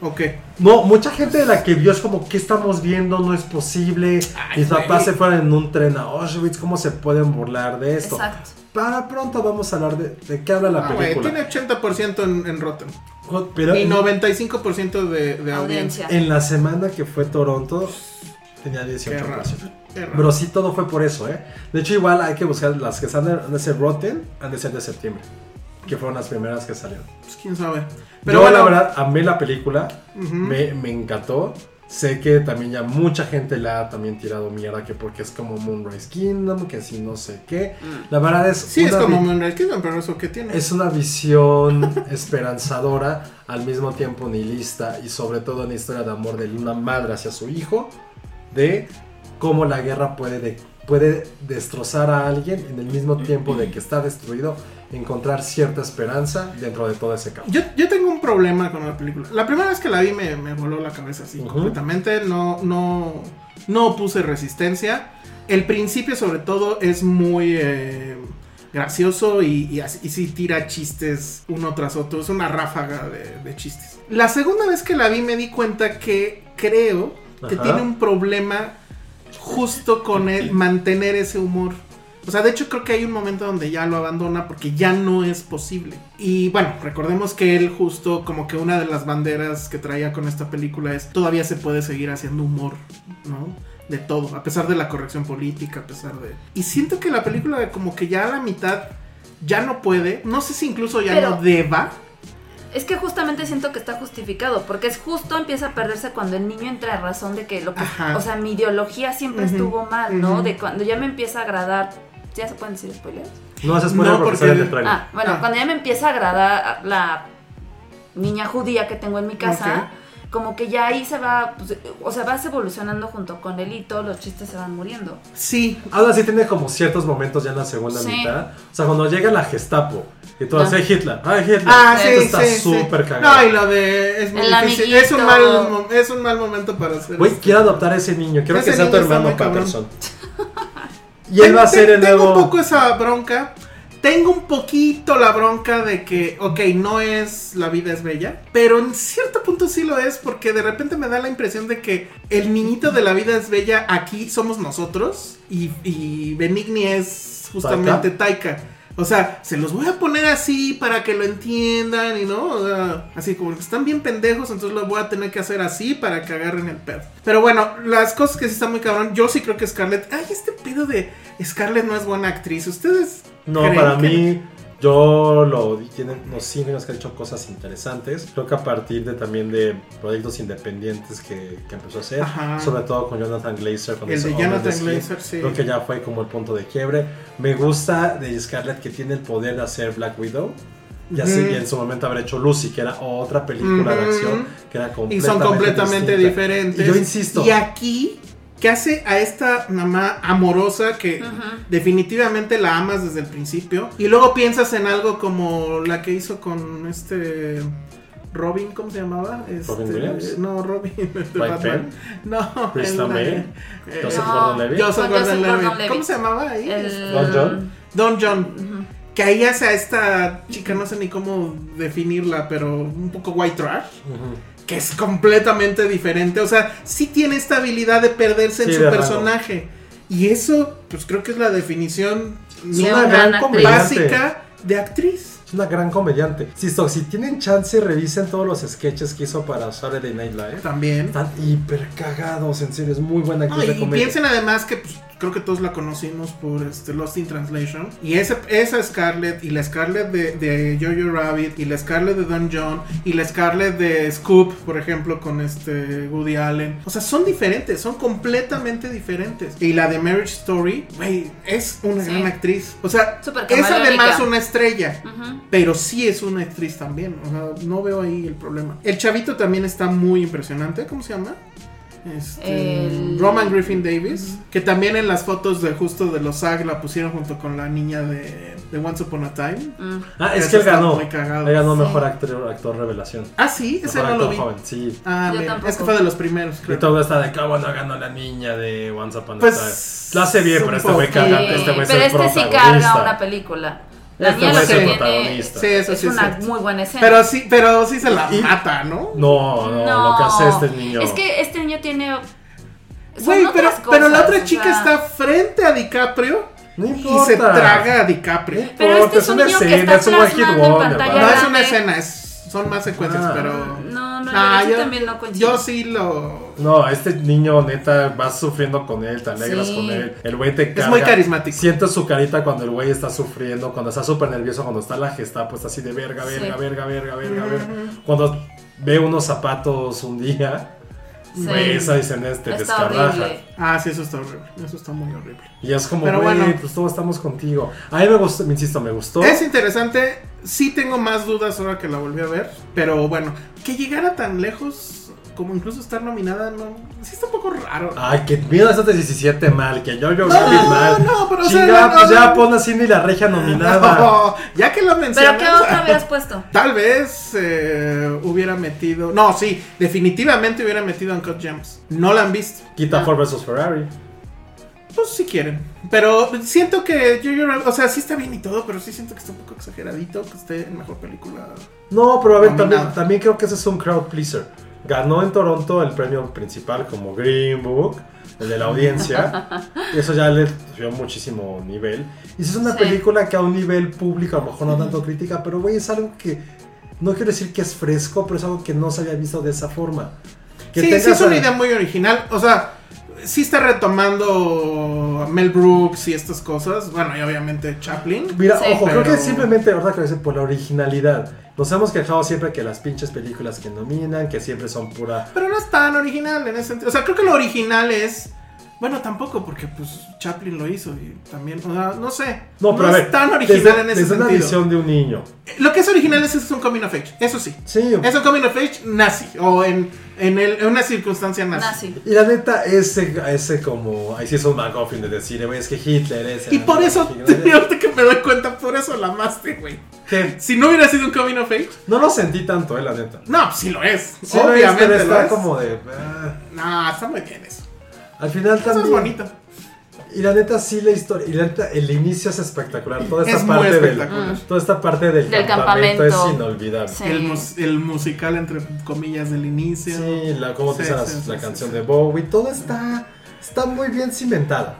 [SPEAKER 4] Ok.
[SPEAKER 3] Ah, No, mucha gente de la que vio es como, ¿qué estamos viendo? No es posible. Mis papás se fueron en un tren a Auschwitz, ¿cómo se pueden burlar de esto?
[SPEAKER 6] Exacto.
[SPEAKER 3] Para pronto vamos a hablar de, de qué habla la
[SPEAKER 4] Ah, güey,
[SPEAKER 3] película.
[SPEAKER 4] tiene 80% en, en Rotten.
[SPEAKER 3] Jo- Pero
[SPEAKER 4] y
[SPEAKER 3] en,
[SPEAKER 4] 95% de, de audiencia.
[SPEAKER 6] Audiencia.
[SPEAKER 3] en la semana que fue Toronto, tenía
[SPEAKER 4] Qué raro.
[SPEAKER 3] 18%.
[SPEAKER 4] qué raro.
[SPEAKER 3] Pero sí, todo fue por eso, ¿eh? De hecho, igual hay que buscar las que están en ese Rotten, han de ser de septiembre, que fueron las primeras que salieron.
[SPEAKER 4] Pues, quién sabe.
[SPEAKER 3] Pero
[SPEAKER 4] Pero
[SPEAKER 3] Yo,
[SPEAKER 4] bueno,
[SPEAKER 3] la verdad, amé la película. me, me encantó. Sé que también ya mucha gente la ha también tirado mierda, que porque es como Moonrise Kingdom, que si no sé qué. La verdad es...
[SPEAKER 4] sí es
[SPEAKER 3] una
[SPEAKER 4] como
[SPEAKER 3] vi-
[SPEAKER 4] Moonrise Kingdom, pero eso que tiene.
[SPEAKER 3] es una visión esperanzadora, al mismo tiempo nihilista, y sobre todo una historia de amor de una madre hacia su hijo, de cómo la guerra puede, de- puede destrozar a alguien en el mismo tiempo de que está destruido, encontrar cierta esperanza dentro de todo ese caos.
[SPEAKER 4] Yo, yo tengo un problema con la película. La primera vez que la vi me, me voló la cabeza así
[SPEAKER 3] Ujú.
[SPEAKER 4] completamente. No, no, no puse resistencia. El principio, sobre todo, es muy eh, gracioso y, y, así- y sí tira chistes uno tras otro. Es una ráfaga de, de chistes. La segunda vez que la vi me di cuenta que creo que
[SPEAKER 3] Ajá.
[SPEAKER 4] tiene un problema justo con el mantener ese humor. O sea, de hecho creo que hay un momento donde ya lo abandona porque ya no es posible. Y bueno, recordemos que él justo como que una de las banderas que traía con esta película es todavía se puede seguir haciendo humor, ¿no? De todo, a pesar de la corrección política, a pesar de... Y siento que la película como que ya a la mitad ya no puede, no sé si incluso ya
[SPEAKER 6] Pero-
[SPEAKER 4] no deba.
[SPEAKER 6] Es que justamente siento que está justificado, porque es justo empieza a perderse cuando el niño entra a razón de que lo que,
[SPEAKER 4] Ajá.
[SPEAKER 6] o sea, mi ideología siempre
[SPEAKER 4] Ujú,
[SPEAKER 6] estuvo mal, ¿no?
[SPEAKER 4] ujú.
[SPEAKER 6] De cuando ya me empieza a agradar, ya se pueden decir spoilers.
[SPEAKER 3] No haces spoiler
[SPEAKER 4] No,
[SPEAKER 3] porque,
[SPEAKER 4] porque-
[SPEAKER 3] sale en el tráiler.
[SPEAKER 6] Ah, bueno,
[SPEAKER 4] Ah.
[SPEAKER 6] cuando ya me empieza a agradar la niña judía que tengo en mi casa, como que ya ahí se va, pues, o sea, vas evolucionando junto con él y todos los chistes se van muriendo.
[SPEAKER 4] Sí,
[SPEAKER 3] Ahora sí tiene como ciertos momentos ya en la segunda
[SPEAKER 6] Sí.
[SPEAKER 3] mitad. O sea, cuando llega la Gestapo y todo hace Hitler. ¡Ay, Hitler!
[SPEAKER 4] Ah,
[SPEAKER 3] Esto
[SPEAKER 4] sí,
[SPEAKER 3] está
[SPEAKER 4] sí, sí.
[SPEAKER 3] súper
[SPEAKER 4] No,
[SPEAKER 3] cagado.
[SPEAKER 4] y lo de. Es muy
[SPEAKER 6] El
[SPEAKER 4] difícil. Es un, mal,
[SPEAKER 6] amiguito.
[SPEAKER 4] mo- es un mal momento para hacer.
[SPEAKER 3] Güey,
[SPEAKER 4] esto.
[SPEAKER 3] quiero adoptar a ese niño. Quiero
[SPEAKER 4] Ese
[SPEAKER 3] que sea tu
[SPEAKER 4] niño está
[SPEAKER 3] hermano
[SPEAKER 4] muy cabrón.
[SPEAKER 3] Patterson. Y él va a
[SPEAKER 4] Ten-
[SPEAKER 3] ser el
[SPEAKER 4] Tengo
[SPEAKER 3] nuevo.
[SPEAKER 4] un poco esa bronca. Tengo un poquito la bronca de que, ok, no es La vida es bella, pero en cierto punto sí lo es porque de repente me da la impresión de que el niñito de La vida es bella aquí somos nosotros y, y Benigni es justamente Taika. O sea, se los voy a poner así para que lo entiendan y no, o sea, así como que están bien pendejos, entonces lo voy a tener que hacer así para que agarren el pedo. Pero bueno, las cosas que sí están muy cabrón, yo sí creo que Scarlett, ay, este pedo de Scarlett no es buena actriz, ustedes...
[SPEAKER 3] No,
[SPEAKER 4] creen
[SPEAKER 3] para
[SPEAKER 4] que-
[SPEAKER 3] mí, yo lo tienen los cines que han hecho cosas interesantes. Creo que a partir de también de proyectos independientes que, que empezó a hacer,
[SPEAKER 4] Ajá.
[SPEAKER 3] sobre todo con Jonathan Glazer. Con
[SPEAKER 4] El
[SPEAKER 3] ese
[SPEAKER 4] de
[SPEAKER 3] Hombres
[SPEAKER 4] Jonathan
[SPEAKER 3] Skin,
[SPEAKER 4] Glazer, sí.
[SPEAKER 3] Creo que ya fue como el punto de quiebre. Me gusta de Scarlett que tiene el poder de hacer Black Widow. Y así
[SPEAKER 4] Ujú.
[SPEAKER 3] y en su momento haber hecho Lucy, que era otra película de
[SPEAKER 4] Ujú.
[SPEAKER 3] acción que era
[SPEAKER 4] Y
[SPEAKER 3] completamente
[SPEAKER 4] son completamente
[SPEAKER 3] distinta.
[SPEAKER 4] diferentes.
[SPEAKER 3] Y yo insisto,
[SPEAKER 4] Y aquí, ¿qué hace a esta mamá amorosa que definitivamente la amas desde el principio? Y luego piensas en algo como la que hizo con este. Robin, ¿cómo se llamaba? Este,
[SPEAKER 3] ¿Robin Williams?
[SPEAKER 4] No, Robin. el de
[SPEAKER 3] Mike
[SPEAKER 4] Batman. No.
[SPEAKER 3] Christa
[SPEAKER 4] el de-
[SPEAKER 3] May,
[SPEAKER 4] eh,
[SPEAKER 3] Joseph
[SPEAKER 6] No,
[SPEAKER 3] Gordon-Levitt,
[SPEAKER 4] Joseph
[SPEAKER 6] Con Joseph
[SPEAKER 4] Gordon-Levitt.
[SPEAKER 6] Gordon-Levitt.
[SPEAKER 4] ¿Cómo se llamaba ahí?
[SPEAKER 6] El-
[SPEAKER 3] Don John.
[SPEAKER 4] Don John. Que ahí hace a esta chica, no sé ni cómo definirla, pero un poco white trash. Que es completamente diferente. O sea, sí tiene esta habilidad de perderse en
[SPEAKER 3] Sí,
[SPEAKER 4] su
[SPEAKER 3] de rango.
[SPEAKER 4] personaje. Y eso, pues creo que es la definición mía
[SPEAKER 3] una gran
[SPEAKER 6] Mm, gran actriz.
[SPEAKER 4] básica de actriz.
[SPEAKER 3] Es una gran comediante. Insisto, si tienen chance, revisen todos los sketches que hizo para Saturday Night Live.
[SPEAKER 4] También.
[SPEAKER 3] Están hiper cagados, en serio. Es muy buena
[SPEAKER 4] No,
[SPEAKER 3] actriz de
[SPEAKER 4] y
[SPEAKER 3] comedia.
[SPEAKER 4] piensen además que pues, creo que todos la conocimos por este, Lost in Translation. Y esa, esa Scarlett, y la Scarlett de, de Jojo Rabbit, y la Scarlett de Don John, y la Scarlett de Scoop, por ejemplo, con este Woody Allen. O sea, son diferentes, son completamente diferentes. Y la de Marriage Story, güey, es una
[SPEAKER 6] Sí.
[SPEAKER 4] gran actriz. O sea,
[SPEAKER 6] Súper
[SPEAKER 4] es
[SPEAKER 6] camaleónica.
[SPEAKER 4] además una estrella.
[SPEAKER 6] Ujú.
[SPEAKER 4] Pero sí es una actriz también. O sea, no veo ahí el problema. El chavito también está muy impresionante. ¿Cómo se llama? Este,
[SPEAKER 6] El-
[SPEAKER 4] Roman Griffin Davis. Que también en las fotos de justo de los SAG la pusieron junto con la niña de, de Once Upon a Time.
[SPEAKER 6] Mm.
[SPEAKER 3] Ah, es
[SPEAKER 4] Eso
[SPEAKER 3] que él
[SPEAKER 4] está
[SPEAKER 3] ganó.
[SPEAKER 4] muy cagado.
[SPEAKER 3] Él ganó
[SPEAKER 6] Sí.
[SPEAKER 3] mejor actor, actor revelación.
[SPEAKER 4] Ah, sí, ese
[SPEAKER 3] mejor
[SPEAKER 4] no
[SPEAKER 3] actor
[SPEAKER 4] lo vi.
[SPEAKER 3] joven, sí.
[SPEAKER 4] Ah,
[SPEAKER 6] Yo
[SPEAKER 4] mira,
[SPEAKER 6] tampoco.
[SPEAKER 4] es que fue de los primeros,
[SPEAKER 3] Y
[SPEAKER 4] creo.
[SPEAKER 3] todo está de cómo no ganó la niña de Once Upon a
[SPEAKER 4] Pues,
[SPEAKER 3] Time. Lo hace bien, pero este güey
[SPEAKER 4] un
[SPEAKER 3] caga.
[SPEAKER 4] poquito.
[SPEAKER 3] Este güey es
[SPEAKER 6] pero
[SPEAKER 3] el
[SPEAKER 6] este sí
[SPEAKER 3] protagonista.
[SPEAKER 6] carga una película. La
[SPEAKER 3] Este
[SPEAKER 6] mía lo
[SPEAKER 4] güey es
[SPEAKER 6] que
[SPEAKER 4] el
[SPEAKER 6] tiene
[SPEAKER 3] protagonista.
[SPEAKER 4] Sí, eso
[SPEAKER 6] es
[SPEAKER 4] sí, es
[SPEAKER 6] una
[SPEAKER 4] cierto.
[SPEAKER 6] muy buena escena.
[SPEAKER 4] Pero sí, pero sí se la
[SPEAKER 3] Y-
[SPEAKER 4] mata, ¿no?
[SPEAKER 3] No, no, lo que hace este niño.
[SPEAKER 6] Es que este niño tiene. son
[SPEAKER 4] Güey, pero,
[SPEAKER 6] otras
[SPEAKER 4] pero la
[SPEAKER 6] cosas,
[SPEAKER 4] otra
[SPEAKER 6] o
[SPEAKER 4] chica
[SPEAKER 6] sea,
[SPEAKER 4] está frente a DiCaprio
[SPEAKER 3] No
[SPEAKER 4] y se
[SPEAKER 3] importa.
[SPEAKER 4] traga a DiCaprio.
[SPEAKER 6] Pero
[SPEAKER 3] Porque
[SPEAKER 6] este es
[SPEAKER 3] es
[SPEAKER 6] un
[SPEAKER 3] una
[SPEAKER 6] niño que
[SPEAKER 3] escena,
[SPEAKER 6] está
[SPEAKER 3] es un one hit
[SPEAKER 6] plasmando en
[SPEAKER 3] wonder,
[SPEAKER 6] pantalla
[SPEAKER 4] No
[SPEAKER 3] ¿verdad?
[SPEAKER 4] es una
[SPEAKER 6] grande.
[SPEAKER 4] escena, es- son más secuencias,
[SPEAKER 3] Ah.
[SPEAKER 4] pero.
[SPEAKER 6] No, no,
[SPEAKER 4] Nah,
[SPEAKER 6] no, yo
[SPEAKER 4] yo,
[SPEAKER 6] también no coincido.
[SPEAKER 4] yo sí lo.
[SPEAKER 3] No, este niño neta vas sufriendo con él, te alegras
[SPEAKER 6] Sí.
[SPEAKER 3] con él. El güey te carga.
[SPEAKER 4] muy carismático.
[SPEAKER 3] Sientes su carita cuando el güey está sufriendo, cuando está súper nervioso, cuando está la gestapo, está así de verga, verga,
[SPEAKER 6] Sí.
[SPEAKER 3] verga, verga, verga, verga. Cuando ve unos zapatos un día,
[SPEAKER 6] Sí.
[SPEAKER 3] güey, esa dicen este,
[SPEAKER 6] Está
[SPEAKER 3] descarraja.
[SPEAKER 6] horrible.
[SPEAKER 4] Ah, sí, eso está horrible. Eso está muy horrible.
[SPEAKER 3] Y es como, güey,
[SPEAKER 4] Pero bueno. ¿Eh,
[SPEAKER 3] pues todos estamos contigo. A mí me gustó, me insisto, me gustó.
[SPEAKER 4] Es interesante. Sí tengo más dudas ahora que la volví a ver. Pero bueno, que llegara tan lejos como incluso estar nominada, no. Sí está un poco raro.
[SPEAKER 3] Ay, que mira, este 17 mal, que yo, yo, Rabbit mal.
[SPEAKER 4] no, pero, o sea,
[SPEAKER 3] Chinga,
[SPEAKER 4] no,
[SPEAKER 3] pues
[SPEAKER 4] no,
[SPEAKER 3] ya
[SPEAKER 4] no.
[SPEAKER 3] pon así ni la regia nominada.
[SPEAKER 4] No, ya que lo mencionas.
[SPEAKER 6] ¿Pero qué otra hubieras puesto?
[SPEAKER 4] Tal vez eh, hubiera metido. No, sí, definitivamente hubiera metido Uncut Gems. No la han visto.
[SPEAKER 3] Quita Ford versus Ferrari.
[SPEAKER 4] Pues si quieren. Pero siento que Jojo Rabbit- o sea, sí está bien y todo, pero sí siento que está un poco exageradito que esté en mejor película.
[SPEAKER 3] No, pero a ver, también,
[SPEAKER 4] Nominado.
[SPEAKER 3] también creo que ese es un crowd pleaser. Ganó en Toronto el premio principal como Green Book, el de la audiencia. y eso ya le dio muchísimo nivel. Y si es una
[SPEAKER 6] Sí.
[SPEAKER 3] película que a un nivel público, a lo mejor no tanto crítica, pero güey, es algo que. No quiero decir que es fresco, pero es algo que no se había visto de esa forma. Que
[SPEAKER 4] Sí,
[SPEAKER 3] tengas
[SPEAKER 4] sí es una
[SPEAKER 3] a-
[SPEAKER 4] idea muy original. O sea, sí está retomando a Mel Brooks y estas cosas. Bueno, y obviamente Chaplin.
[SPEAKER 3] Mira,
[SPEAKER 6] Sí,
[SPEAKER 3] ojo, creo
[SPEAKER 4] pero-
[SPEAKER 3] que simplemente, ahorita que lo dice, por la originalidad. Nos hemos quejado siempre que las pinches películas que nominan, que siempre son pura
[SPEAKER 4] Pero no es tan original en ese sentido. O sea, creo que lo original es Bueno, tampoco, porque pues Chaplin lo hizo y también, o sea, no sé.
[SPEAKER 3] No, pero a ver.
[SPEAKER 4] es tan original
[SPEAKER 3] desde-
[SPEAKER 4] en ese
[SPEAKER 3] desde una
[SPEAKER 4] sentido.
[SPEAKER 3] visión de un niño.
[SPEAKER 4] Eh, Lo que es original es, es un coming of age, eso sí.
[SPEAKER 3] Sí.
[SPEAKER 4] Es un coming of age nazi o en, en, el- en una circunstancia nazi.
[SPEAKER 6] Nazi.
[SPEAKER 3] Y la neta, ese, ese como. Ahí sí es un McGuffin de decir, güey, es que Hitler es.
[SPEAKER 4] Y por eso,
[SPEAKER 3] ¿Qué?
[SPEAKER 4] ahorita que me doy cuenta, por eso la amaste, güey. Si no hubiera sido un coming of age,
[SPEAKER 3] No lo sentí tanto, eh, la neta.
[SPEAKER 4] no, pues sí lo es.
[SPEAKER 3] Sí, lo es,
[SPEAKER 4] Obviamente
[SPEAKER 3] pero este
[SPEAKER 4] lo es.
[SPEAKER 3] está como de. ah.
[SPEAKER 4] No, está muy bien eso.
[SPEAKER 3] Al final
[SPEAKER 4] Eso
[SPEAKER 3] también.
[SPEAKER 4] es bonito.
[SPEAKER 3] Y la neta, sí, la historia. Y la neta, el inicio es espectacular. Toda esta
[SPEAKER 4] Es muy
[SPEAKER 3] parte
[SPEAKER 4] espectacular.
[SPEAKER 3] del. Mm. Toda esta parte del,
[SPEAKER 6] Del
[SPEAKER 3] campamento, es
[SPEAKER 6] campamento.
[SPEAKER 3] inolvidable.
[SPEAKER 6] Sí.
[SPEAKER 4] El, mus- el musical, entre comillas, del inicio.
[SPEAKER 3] Sí, la, cómo
[SPEAKER 4] Sí,
[SPEAKER 3] utilizan
[SPEAKER 4] sí,
[SPEAKER 3] las-
[SPEAKER 4] sí,
[SPEAKER 3] la
[SPEAKER 4] sí,
[SPEAKER 3] canción
[SPEAKER 4] sí.
[SPEAKER 3] de Bowie. Todo está, está muy bien cimentada.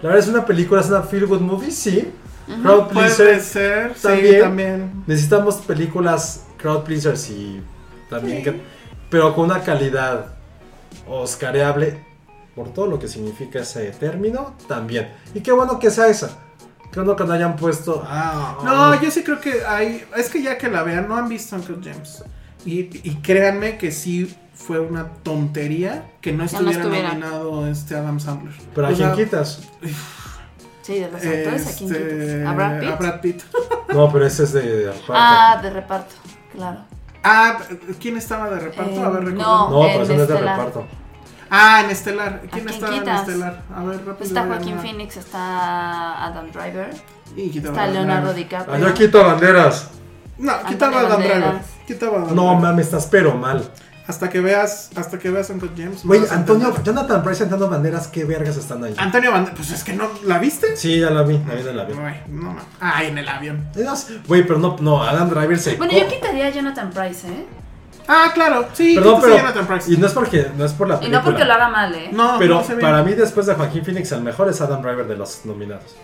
[SPEAKER 3] La verdad es una película, es una feel good movie, sí. Crowd
[SPEAKER 4] Puede
[SPEAKER 3] pleasers.
[SPEAKER 4] ser, sí,
[SPEAKER 3] también.
[SPEAKER 4] también.
[SPEAKER 3] Necesitamos películas crowd pleasers y también que- pero con una calidad oscareable por todo lo que significa ese término también. Y qué bueno que sea esa. Qué bueno que no hayan puesto. Ah,
[SPEAKER 4] No, yo sí creo que hay. Es que ya que la vean, no han visto Uncle James. Y, y créanme que sí fue una tontería que no
[SPEAKER 6] no
[SPEAKER 4] estuviera
[SPEAKER 6] estuviera.
[SPEAKER 4] nominado este Adam Sandler.
[SPEAKER 3] Pero a
[SPEAKER 4] O
[SPEAKER 3] quien
[SPEAKER 4] sea,
[SPEAKER 3] quitas.
[SPEAKER 6] Sí, de los actores, ¿a quién
[SPEAKER 4] este,
[SPEAKER 6] quitas? ¿A Brad Pitt?
[SPEAKER 4] a Brad Pitt.
[SPEAKER 3] No, pero ese es de, de aparte.
[SPEAKER 6] Ah, de reparto, claro.
[SPEAKER 4] Ah, ¿quién estaba de reparto? a ver,
[SPEAKER 6] Eh,
[SPEAKER 4] recordemos.
[SPEAKER 3] no,
[SPEAKER 6] en
[SPEAKER 3] pero ese
[SPEAKER 6] este
[SPEAKER 3] no es de
[SPEAKER 6] Estelar.
[SPEAKER 3] reparto.
[SPEAKER 4] Ah, en Estelar. ¿Quién,
[SPEAKER 6] quién
[SPEAKER 4] estaba en
[SPEAKER 6] quitas?
[SPEAKER 4] Estelar? A ver, rápido.
[SPEAKER 6] Está
[SPEAKER 4] voy a
[SPEAKER 6] Joaquín
[SPEAKER 4] mirar.
[SPEAKER 6] Phoenix, está Adam Driver,
[SPEAKER 4] Y quitaba
[SPEAKER 6] está
[SPEAKER 4] a Adam
[SPEAKER 6] Leonardo
[SPEAKER 4] Driver.
[SPEAKER 6] DiCaprio.
[SPEAKER 3] Ah, yo quito banderas.
[SPEAKER 4] No, quitaba a
[SPEAKER 6] Antonio
[SPEAKER 4] Adam Driver.
[SPEAKER 6] Banderas.
[SPEAKER 4] Quitaba a Adam
[SPEAKER 3] No
[SPEAKER 4] Driver.
[SPEAKER 3] mames, estás pero mal.
[SPEAKER 4] Hasta que veas, hasta que veas Uncle James.
[SPEAKER 3] Güey,
[SPEAKER 4] vas a
[SPEAKER 3] Antonio,
[SPEAKER 4] entender.
[SPEAKER 3] Jonathan Price y Antonio Banderas, qué vergas están ahí.
[SPEAKER 6] Ah.
[SPEAKER 4] Antonio Banderas. Pues es que no, ¿la viste?
[SPEAKER 3] Sí, ya la vi, la vi de la vi.
[SPEAKER 4] Ay, no, no. Ay, en el avión.
[SPEAKER 3] Dios, Güey, pero no, no, Adam Driver se.
[SPEAKER 6] Bueno, yo quitaría a Jonathan Price, ¿eh?
[SPEAKER 4] Ah, claro, sí.
[SPEAKER 3] Perdón,
[SPEAKER 4] entonces
[SPEAKER 3] pero.
[SPEAKER 4] Jonathan Price.
[SPEAKER 3] Y no es porque, no es por la
[SPEAKER 6] Y
[SPEAKER 3] película.
[SPEAKER 6] no porque lo haga mal, ¿eh?
[SPEAKER 4] No,
[SPEAKER 3] Pero
[SPEAKER 4] no sé bien.
[SPEAKER 3] para mí, después de Joaquín Phoenix, el mejor es Adam Driver de los nominados.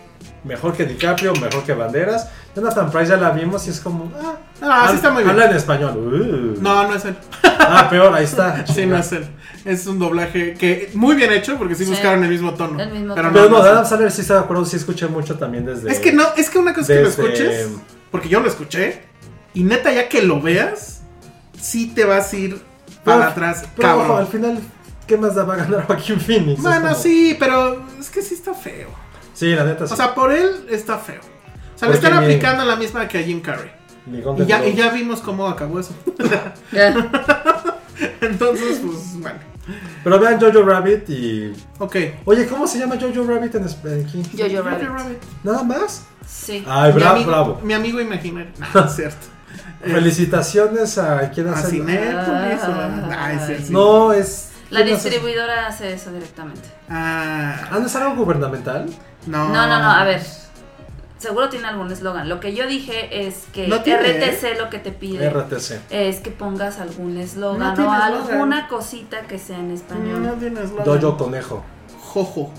[SPEAKER 3] Mejor que DiCaprio, mejor que Banderas. Jonathan Price ya la vimos y es como. Ah,
[SPEAKER 4] Ah, sí
[SPEAKER 3] hab-
[SPEAKER 4] está muy bien.
[SPEAKER 3] Habla en español. uh.
[SPEAKER 4] No, no es él.
[SPEAKER 3] Ah, peor, ahí está.
[SPEAKER 4] Sí, no es él. Es un doblaje que muy bien hecho porque sí,
[SPEAKER 6] Sí.
[SPEAKER 4] buscaron el mismo tono.
[SPEAKER 6] El mismo
[SPEAKER 4] pero
[SPEAKER 6] tono.
[SPEAKER 3] Pero no,
[SPEAKER 4] no, no
[SPEAKER 3] de
[SPEAKER 4] es
[SPEAKER 3] Adam
[SPEAKER 4] él.
[SPEAKER 3] Sandler sí está de acuerdo, sí escuché mucho también desde.
[SPEAKER 4] Es que no, es que una cosa es que lo
[SPEAKER 3] desde-
[SPEAKER 4] escuches, porque yo lo escuché, y neta, ya que lo veas, sí te vas a ir para
[SPEAKER 3] Pero-
[SPEAKER 4] atrás,
[SPEAKER 3] Pero
[SPEAKER 4] cabrón.
[SPEAKER 3] ojo, al final, ¿qué más da va a ganar Joaquín Phoenix? Es
[SPEAKER 4] Bueno,
[SPEAKER 3] como-
[SPEAKER 4] sí, pero es que sí está feo.
[SPEAKER 3] Sí, la neta sí.
[SPEAKER 4] O sea, por él está feo. O sea, le
[SPEAKER 3] Porque
[SPEAKER 4] están
[SPEAKER 3] ni-
[SPEAKER 4] aplicando la misma que a Jim Carrey.
[SPEAKER 3] Ni Golden
[SPEAKER 4] Y ya, y
[SPEAKER 3] Globes.
[SPEAKER 4] ya vimos cómo acabó eso. Entonces, pues, bueno.
[SPEAKER 3] Pero vean Jojo Rabbit y.
[SPEAKER 4] Ok.
[SPEAKER 3] Oye, ¿cómo se llama Jojo Rabbit en es- aquí?
[SPEAKER 6] Jojo
[SPEAKER 4] Roger
[SPEAKER 6] Rabbit.
[SPEAKER 4] Rabbit.
[SPEAKER 3] ¿Nada más?
[SPEAKER 6] Sí.
[SPEAKER 3] Ay,
[SPEAKER 4] mi,
[SPEAKER 3] bravo,
[SPEAKER 4] amigo,
[SPEAKER 3] bravo.
[SPEAKER 4] mi amigo imaginario. No, es cierto. Eh,
[SPEAKER 3] Felicitaciones a quien
[SPEAKER 4] A
[SPEAKER 3] hace.
[SPEAKER 4] Cinépolis. o a- Ay, Ah, sí, sí.
[SPEAKER 3] No, es.
[SPEAKER 6] La
[SPEAKER 3] ¿quién hace-
[SPEAKER 6] distribuidora hace eso directamente.
[SPEAKER 4] Ah,
[SPEAKER 3] Ah, ¿no es algo gubernamental?
[SPEAKER 4] no.
[SPEAKER 6] No, no, no, a ver. Seguro tiene algún eslogan. Lo que yo dije es que
[SPEAKER 4] No tiene, ¿eh?
[SPEAKER 6] RTC lo que te pide
[SPEAKER 3] RTC.
[SPEAKER 6] es que pongas algún eslogan
[SPEAKER 4] tiene
[SPEAKER 6] o
[SPEAKER 4] eslogan.
[SPEAKER 6] alguna cosita que sea en
[SPEAKER 4] No
[SPEAKER 6] español.
[SPEAKER 4] tienes eslogan.
[SPEAKER 3] Dojo Conejo.
[SPEAKER 4] Jojo.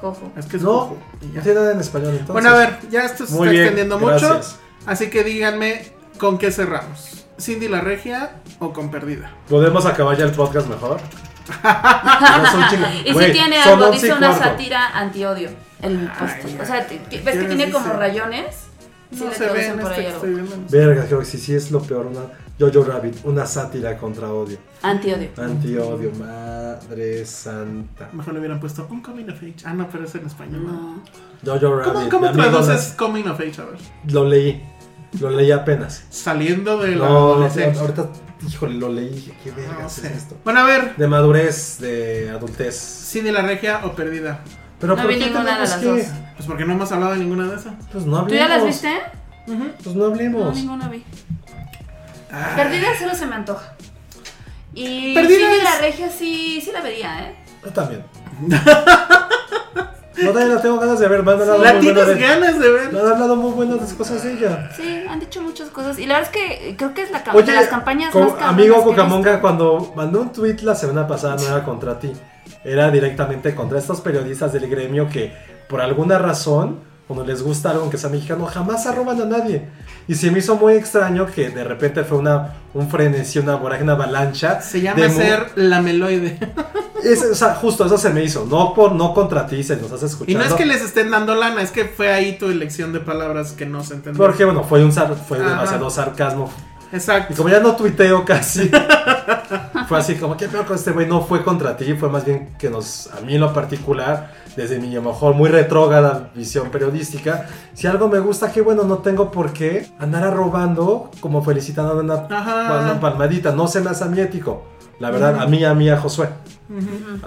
[SPEAKER 6] Jojo.
[SPEAKER 4] Es que es
[SPEAKER 3] No,
[SPEAKER 4] jojo. Y ya.
[SPEAKER 3] no tiene nada en español entonces.
[SPEAKER 4] Bueno, a ver, ya esto se
[SPEAKER 3] Muy
[SPEAKER 4] está
[SPEAKER 3] bien,
[SPEAKER 4] extendiendo
[SPEAKER 3] gracias.
[SPEAKER 4] mucho. Así que díganme con qué cerramos. ¿Cindy la regia o con perdida?
[SPEAKER 3] ¿Podemos acabar ya el podcast mejor?
[SPEAKER 4] Ah,
[SPEAKER 3] No son ching-
[SPEAKER 6] Y
[SPEAKER 3] Güey,
[SPEAKER 6] si tiene
[SPEAKER 3] son
[SPEAKER 6] algo,
[SPEAKER 3] 11 y
[SPEAKER 6] dice una
[SPEAKER 3] cuarto.
[SPEAKER 6] sátira antiodio. El póster.
[SPEAKER 4] ya.
[SPEAKER 6] O sea, te- te- ves
[SPEAKER 4] ¿Qué
[SPEAKER 6] que tiene
[SPEAKER 4] les
[SPEAKER 6] como
[SPEAKER 4] dice?
[SPEAKER 6] rayones. Sí
[SPEAKER 4] no
[SPEAKER 6] le
[SPEAKER 4] se ve
[SPEAKER 6] traducen
[SPEAKER 4] en
[SPEAKER 6] por
[SPEAKER 4] este
[SPEAKER 6] ahí
[SPEAKER 4] que
[SPEAKER 6] algo.
[SPEAKER 4] estoy viendo.
[SPEAKER 3] Verga, creo que sí, sí es lo peor. Una Jojo Rabbit, una sátira contra odio.
[SPEAKER 6] Antiodio.
[SPEAKER 3] Antiodio, madre santa.
[SPEAKER 4] Mejor le hubieran puesto un coming of age. Ah, no, pero es en español. ¿no?
[SPEAKER 6] No.
[SPEAKER 3] Jojo Rabbit.
[SPEAKER 4] ¿Cómo, cómo
[SPEAKER 3] de amigos
[SPEAKER 4] traduces coming of age? A ver.
[SPEAKER 3] de- Lo leí. Lo leí apenas.
[SPEAKER 4] Saliendo de la
[SPEAKER 3] No, no,
[SPEAKER 4] adolescencia.
[SPEAKER 3] ahorita, híjole, lo leí. dije, Qué verga
[SPEAKER 4] No
[SPEAKER 3] es
[SPEAKER 4] sé.
[SPEAKER 3] esto.
[SPEAKER 4] Bueno, a ver.
[SPEAKER 3] De madurez, de adultez.
[SPEAKER 4] ¿Cindy la regia o perdida?
[SPEAKER 3] Pero
[SPEAKER 6] No
[SPEAKER 3] ¿por
[SPEAKER 6] vi
[SPEAKER 3] qué
[SPEAKER 6] ninguna de
[SPEAKER 3] tenemos
[SPEAKER 6] las
[SPEAKER 3] que-
[SPEAKER 6] dos.
[SPEAKER 4] Pues porque no hemos hablado de ninguna de esas.
[SPEAKER 3] Pues no hablemos.
[SPEAKER 6] ¿Tú ya las viste?
[SPEAKER 3] Pues no
[SPEAKER 6] No,
[SPEAKER 3] hablemos.
[SPEAKER 6] ninguna vi. Perdida cero se me antoja. Y
[SPEAKER 4] Ah. Perdida
[SPEAKER 6] sí,
[SPEAKER 4] es-
[SPEAKER 6] la regia sí, sí la vería, ¿eh?
[SPEAKER 3] Yo también. no, también la tengo ganas de ver. Me han hablado,
[SPEAKER 4] ¿La
[SPEAKER 3] muy, buena
[SPEAKER 4] tienes
[SPEAKER 3] de...
[SPEAKER 4] ganas de ver?
[SPEAKER 3] me han hablado muy buenas cosas de ella.
[SPEAKER 6] Sí, han dicho muchas cosas. Y la verdad es que creo que es la cam-
[SPEAKER 3] Oye,
[SPEAKER 6] Ah, de las campañas
[SPEAKER 3] co-
[SPEAKER 6] más cabronas que
[SPEAKER 3] amigo
[SPEAKER 6] he visto.
[SPEAKER 3] Cocamonga, cuando mandó un tweet la semana pasada no era contra ti, era directamente contra estos periodistas del gremio que por alguna razón, cuando les gusta algo que sea mexicano, jamás arroban a nadie. Y se me hizo muy extraño que de repente fue una, un frenesí, una voraje, una avalancha.
[SPEAKER 4] Se llama
[SPEAKER 3] de mu-
[SPEAKER 4] ser la meloide.
[SPEAKER 3] Es- o sea, justo eso se me hizo, no por no contra ti, se nos hace escuchar.
[SPEAKER 4] Y no es que les estén dando lana, es que fue ahí tu elección de palabras que no se entendió.
[SPEAKER 3] Porque bueno, fue, un sar- fue
[SPEAKER 4] Ajá.
[SPEAKER 3] demasiado sarcasmo. Y
[SPEAKER 4] Exacto.
[SPEAKER 3] como ya no tuiteo casi, Fue así como, ¿qué peor con este güey? No fue contra ti, fue más bien que nos, a mí en lo particular, desde mi a lo mejor muy retrógrada visión periodística, si algo me gusta, qué bueno, no tengo por qué andar arrobando como felicitando a una,
[SPEAKER 4] Ajá.
[SPEAKER 3] una palmadita. No se me hace a mí ético. La verdad, a mí, a mí, a Josué.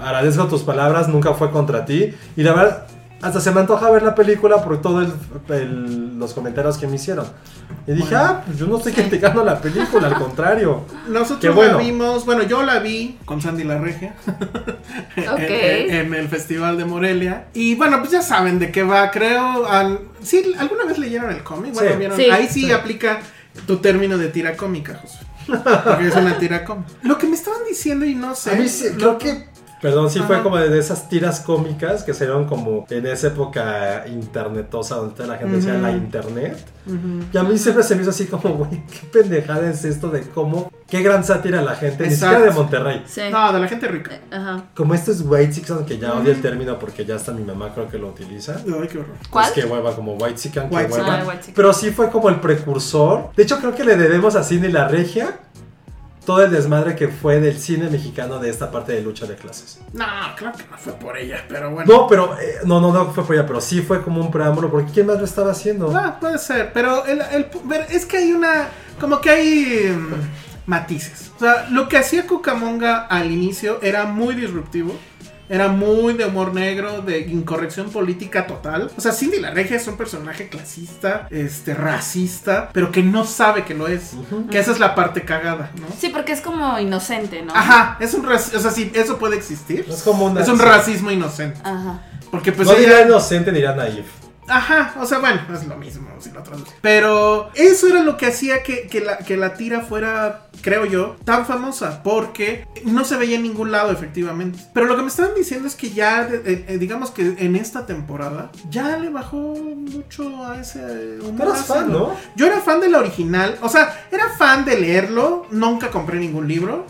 [SPEAKER 3] Agradezco tus palabras, nunca fue contra ti. Y la verdad, hasta se me antoja ver la película por todos los comentarios que me hicieron. Y dije, ah, pues yo no estoy criticando la película, al contrario. Qué
[SPEAKER 4] Nosotros
[SPEAKER 3] bueno.
[SPEAKER 4] la vimos, bueno, yo la vi con Sandy la Regia
[SPEAKER 6] Ok.
[SPEAKER 4] en, en el Festival de Morelia. Y bueno, pues ya saben de qué va, creo. Al, sí, alguna vez leyeron el cómic, bueno,
[SPEAKER 3] Sí.
[SPEAKER 4] vieron.
[SPEAKER 6] Sí.
[SPEAKER 4] Ahí sí,
[SPEAKER 3] Sí.
[SPEAKER 4] aplica tu término de tira cómica, José. Porque es una tira cómica. Lo que me estaban diciendo y no sé.
[SPEAKER 3] A mí sí,
[SPEAKER 4] no-
[SPEAKER 3] creo que. Perdón, sí
[SPEAKER 4] Ajá.
[SPEAKER 3] fue como de esas tiras cómicas que salieron como en esa época internetosa donde toda la gente decía la internet. Y a mí siempre se me hizo así como, güey, qué pendejada es esto de cómo, qué gran sátira la gente, ni siquiera de
[SPEAKER 4] Exacto.
[SPEAKER 3] Monterrey.
[SPEAKER 6] Sí.
[SPEAKER 4] No, de la gente rica.
[SPEAKER 6] Ajá.
[SPEAKER 3] Como estos white Sixon que ya odio el término porque ya hasta mi mamá creo que lo utiliza.
[SPEAKER 4] Ay, qué horror.
[SPEAKER 6] ¿Cuál?
[SPEAKER 3] Es que hueva, como White Chicken, que
[SPEAKER 4] White
[SPEAKER 3] hueva.
[SPEAKER 6] Chicken. Ah, White Chicken.
[SPEAKER 3] Pero sí fue como el precursor. De hecho, creo que le debemos a Cine La Regia todo el desmadre que fue del cine mexicano de esta parte de lucha de clases.
[SPEAKER 4] No, claro que no fue por ella, pero bueno.
[SPEAKER 3] No, pero. eh, no, no, no fue por ella, pero sí fue como un preámbulo, porque ¿quién más lo estaba haciendo?
[SPEAKER 4] Ah, puede ser, pero el, el pu- ver, es que hay una. Como que hay mm, matices. O sea, lo que hacía Cucamonga al inicio era muy disruptivo. Era muy de humor negro, de incorrección política total. O sea, Cindy la Regia es un personaje clasista, este, racista, pero que no sabe que lo es. Que esa es la parte cagada, ¿no?
[SPEAKER 6] Sí, porque es como inocente, ¿no?
[SPEAKER 4] Ajá, es un raci- O sea, sí, eso puede existir.
[SPEAKER 3] Es como una-
[SPEAKER 4] Es un racismo inocente.
[SPEAKER 6] Ajá.
[SPEAKER 4] Porque pues
[SPEAKER 3] no
[SPEAKER 4] ella-
[SPEAKER 3] dirá inocente, dirá naif.
[SPEAKER 4] Ajá, o sea, bueno, es lo mismo si lo traduces. Pero eso era lo que hacía que, que la, que la tira fuera, creo yo, tan famosa, porque no se veía en ningún lado, efectivamente. Pero lo que me estaban diciendo es que ya, de- eh, eh, digamos que en esta temporada, ya le bajó mucho a ese
[SPEAKER 3] Tú
[SPEAKER 4] humor.
[SPEAKER 3] eras fan,
[SPEAKER 4] ácido.
[SPEAKER 3] ¿no?
[SPEAKER 4] Yo era fan de la original, o sea, era fan de leerlo, nunca compré ningún libro.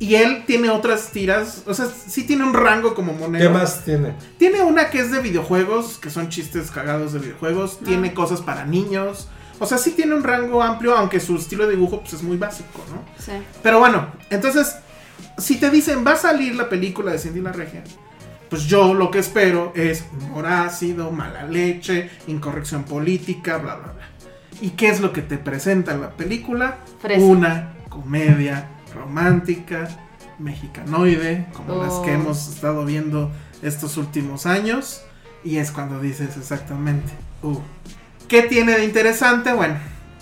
[SPEAKER 4] Y él tiene otras tiras, o sea, sí tiene un rango como moneda.
[SPEAKER 3] ¿Qué más tiene?
[SPEAKER 4] Tiene una que es de videojuegos, que son chistes cagados de videojuegos. Tiene cosas para niños. O sea, sí tiene un rango amplio, aunque su estilo de dibujo pues, es muy básico, ¿no?
[SPEAKER 6] Sí.
[SPEAKER 4] Pero bueno, entonces, si te dicen va a salir la película de Cindy la Regia, pues yo lo que espero es humor ácido, mala leche, incorrección política, bla, bla, bla. ¿Y qué es lo que te presenta la película?
[SPEAKER 6] Fresa.
[SPEAKER 4] Una comedia romántica, mexicanoide, como las que
[SPEAKER 6] Oh.
[SPEAKER 4] hemos estado viendo estos últimos años. Y es cuando dices exactamente, uh, ¿qué tiene de interesante? Bueno,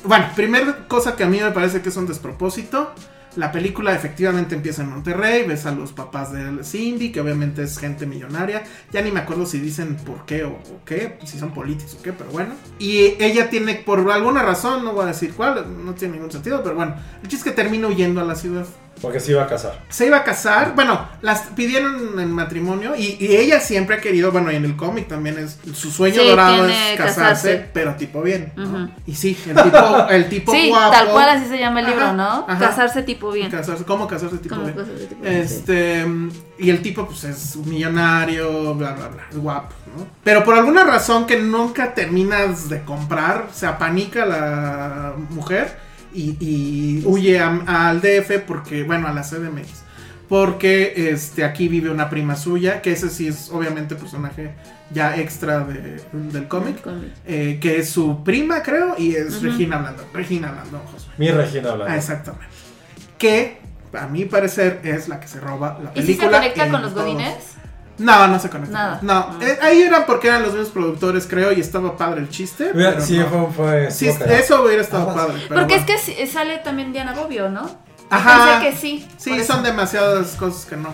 [SPEAKER 4] bueno, primera cosa que a mí me parece que es un despropósito. La película efectivamente empieza en Monterrey, ves a los papás de Cindy, que obviamente es gente millonaria. Ya ni me acuerdo si dicen por qué o, o qué, si son políticos o qué, pero bueno. Y ella tiene, por alguna razón, no voy a decir cuál, no tiene ningún sentido, pero bueno, el chiste es que termina huyendo a la ciudad
[SPEAKER 3] Porque se iba a casar.
[SPEAKER 4] se iba a casar, bueno, las pidieron en matrimonio y, y ella siempre ha querido, bueno, y en el cómic también es su sueño
[SPEAKER 6] Sí,
[SPEAKER 4] dorado
[SPEAKER 6] tiene
[SPEAKER 4] es casarse,
[SPEAKER 6] casarse.
[SPEAKER 4] pero tipo bien. ¿no?
[SPEAKER 6] Ujú.
[SPEAKER 4] Y sí, el tipo, el tipo
[SPEAKER 6] Sí,
[SPEAKER 4] guapo.
[SPEAKER 6] tal cual así se llama el libro,
[SPEAKER 4] Ajá,
[SPEAKER 6] ¿no?
[SPEAKER 4] ajá.
[SPEAKER 6] Casarse tipo bien.
[SPEAKER 4] Casarse, ¿Cómo casarse tipo
[SPEAKER 6] Como
[SPEAKER 4] bien?
[SPEAKER 6] casarse tipo bien, sí.
[SPEAKER 4] Este, y el tipo pues es un millonario, bla, bla, bla, guapo, ¿no? Pero por alguna razón que nunca terminas de comprar, se apanica la mujer y, y huye a- al DF porque, bueno, a la CDMX. Porque este, aquí vive una prima suya, que ese sí es obviamente personaje ya extra de- del cómic,
[SPEAKER 6] Cómic.
[SPEAKER 4] eh, que es su prima, creo, y es Regina Blandón. Regina Blandón, Josué.
[SPEAKER 3] Mi Regina hablando.
[SPEAKER 4] Ah, exactamente. Que, a mi parecer, es la que se roba la película.
[SPEAKER 6] ¿Y si se conecta
[SPEAKER 4] en
[SPEAKER 6] con los
[SPEAKER 4] todos.
[SPEAKER 6] godines?
[SPEAKER 4] No, no se conecta.
[SPEAKER 6] Nada.
[SPEAKER 4] No,
[SPEAKER 6] Ah.
[SPEAKER 4] eh, ahí eran porque eran los mismos productores, creo, y estaba padre el chiste.
[SPEAKER 3] Mira,
[SPEAKER 4] pero
[SPEAKER 3] sí,
[SPEAKER 4] no.
[SPEAKER 3] fue. fue
[SPEAKER 4] Sí,
[SPEAKER 3] estuvo cagado.
[SPEAKER 4] eso hubiera estado
[SPEAKER 3] Ah,
[SPEAKER 4] padre. pero
[SPEAKER 6] Porque es
[SPEAKER 4] bueno.
[SPEAKER 6] que si- sale también Diana Bobbio, ¿no? Yo
[SPEAKER 4] Ajá.
[SPEAKER 6] Pensé que sí. por
[SPEAKER 4] Sí,
[SPEAKER 6] eso.
[SPEAKER 4] son demasiadas cosas que no.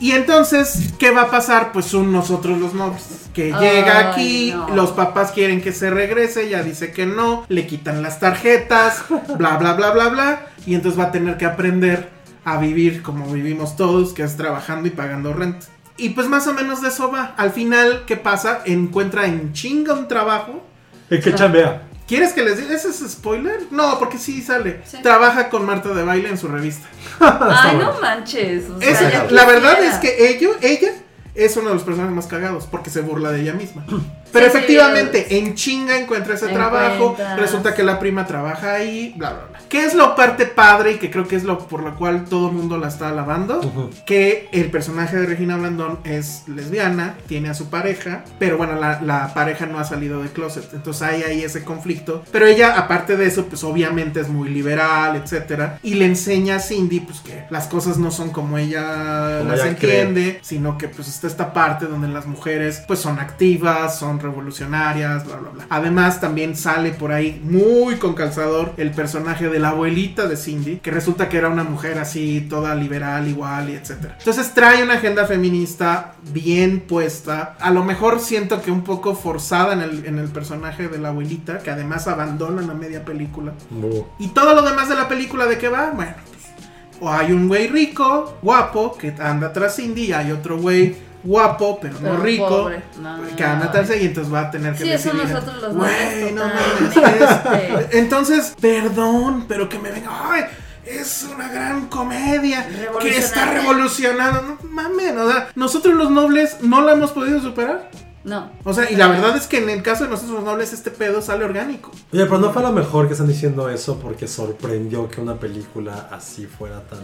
[SPEAKER 4] Y entonces, ¿qué va a pasar? Pues son nosotros los nobles. Que
[SPEAKER 6] Ay,
[SPEAKER 4] llega aquí,
[SPEAKER 6] no.
[SPEAKER 4] los papás quieren que se regrese, ya dice que no, le quitan las tarjetas, bla, bla, bla, bla, bla. Y entonces va a tener que aprender a vivir como vivimos todos, que es trabajando y pagando renta. Y pues más o menos de eso va. Al final, ¿qué pasa? Encuentra en chinga un trabajo.
[SPEAKER 3] El que chambea.
[SPEAKER 4] ¿Quieres que les diga? ¿Ese es spoiler? No, porque sí sale.
[SPEAKER 6] Sí.
[SPEAKER 4] Trabaja con Marta de Baile en su revista.
[SPEAKER 6] Ay, no manches. o
[SPEAKER 4] Es-
[SPEAKER 6] sea, yo
[SPEAKER 4] la verdad
[SPEAKER 6] quisiera.
[SPEAKER 4] es que ello, ella es uno de los personajes más cagados porque se burla de ella misma. Pero
[SPEAKER 6] Sí,
[SPEAKER 4] efectivamente, en chinga encuentra ese
[SPEAKER 6] Encuentras.
[SPEAKER 4] trabajo, resulta que la prima trabaja ahí, bla, bla, bla. ¿Qué es lo parte padre y que creo que es lo por lo cual todo el mundo la está alabando?
[SPEAKER 3] Ujú.
[SPEAKER 4] Que el personaje de Regina Blandón es lesbiana, tiene a su pareja, pero bueno, la, la pareja no ha salido de closet, entonces hay ahí ese conflicto. Pero ella, aparte de eso, pues obviamente es muy liberal, etcétera, y le enseña a Cindy, pues que las cosas no son como ella
[SPEAKER 3] Como
[SPEAKER 4] las
[SPEAKER 3] ella cree.
[SPEAKER 4] entiende entiende, sino que pues está esta parte donde las mujeres pues son activas, son revolucionarias, bla, bla, bla. Además también sale por ahí muy con calzador el personaje de la abuelita de Cindy, que resulta que era una mujer así, toda liberal igual y etcétera. Entonces trae una agenda feminista bien puesta, a lo mejor siento que un poco forzada en el, en el personaje de la abuelita, que además abandonan a media película.
[SPEAKER 3] Bu.
[SPEAKER 4] Y todo lo demás de la película, ¿de qué va? Bueno, pues, o hay un güey rico, guapo, que anda tras Cindy, y hay otro güey guapo, pero,
[SPEAKER 6] Pero
[SPEAKER 4] no rico,
[SPEAKER 6] pobre. No.
[SPEAKER 4] que anda tras ella, y entonces va a tener que
[SPEAKER 6] Sí, eso
[SPEAKER 4] decidir.
[SPEAKER 6] nosotros los
[SPEAKER 4] Güey,
[SPEAKER 6] nazis,
[SPEAKER 4] no
[SPEAKER 6] totalmente.
[SPEAKER 4] mames,
[SPEAKER 6] este,
[SPEAKER 4] es- Entonces, perdón, pero que me venga, ay, es una gran comedia que está
[SPEAKER 6] Revolucionaria.
[SPEAKER 4] revolucionando. No mames, o sea, nosotros los nobles no la hemos podido superar.
[SPEAKER 6] No.
[SPEAKER 4] O sea, y la verdad es que en el caso de nosotros los nobles, este pedo sale orgánico.
[SPEAKER 3] Oye, pero no fue lo mejor que están diciendo eso porque sorprendió que una película así fuera tan.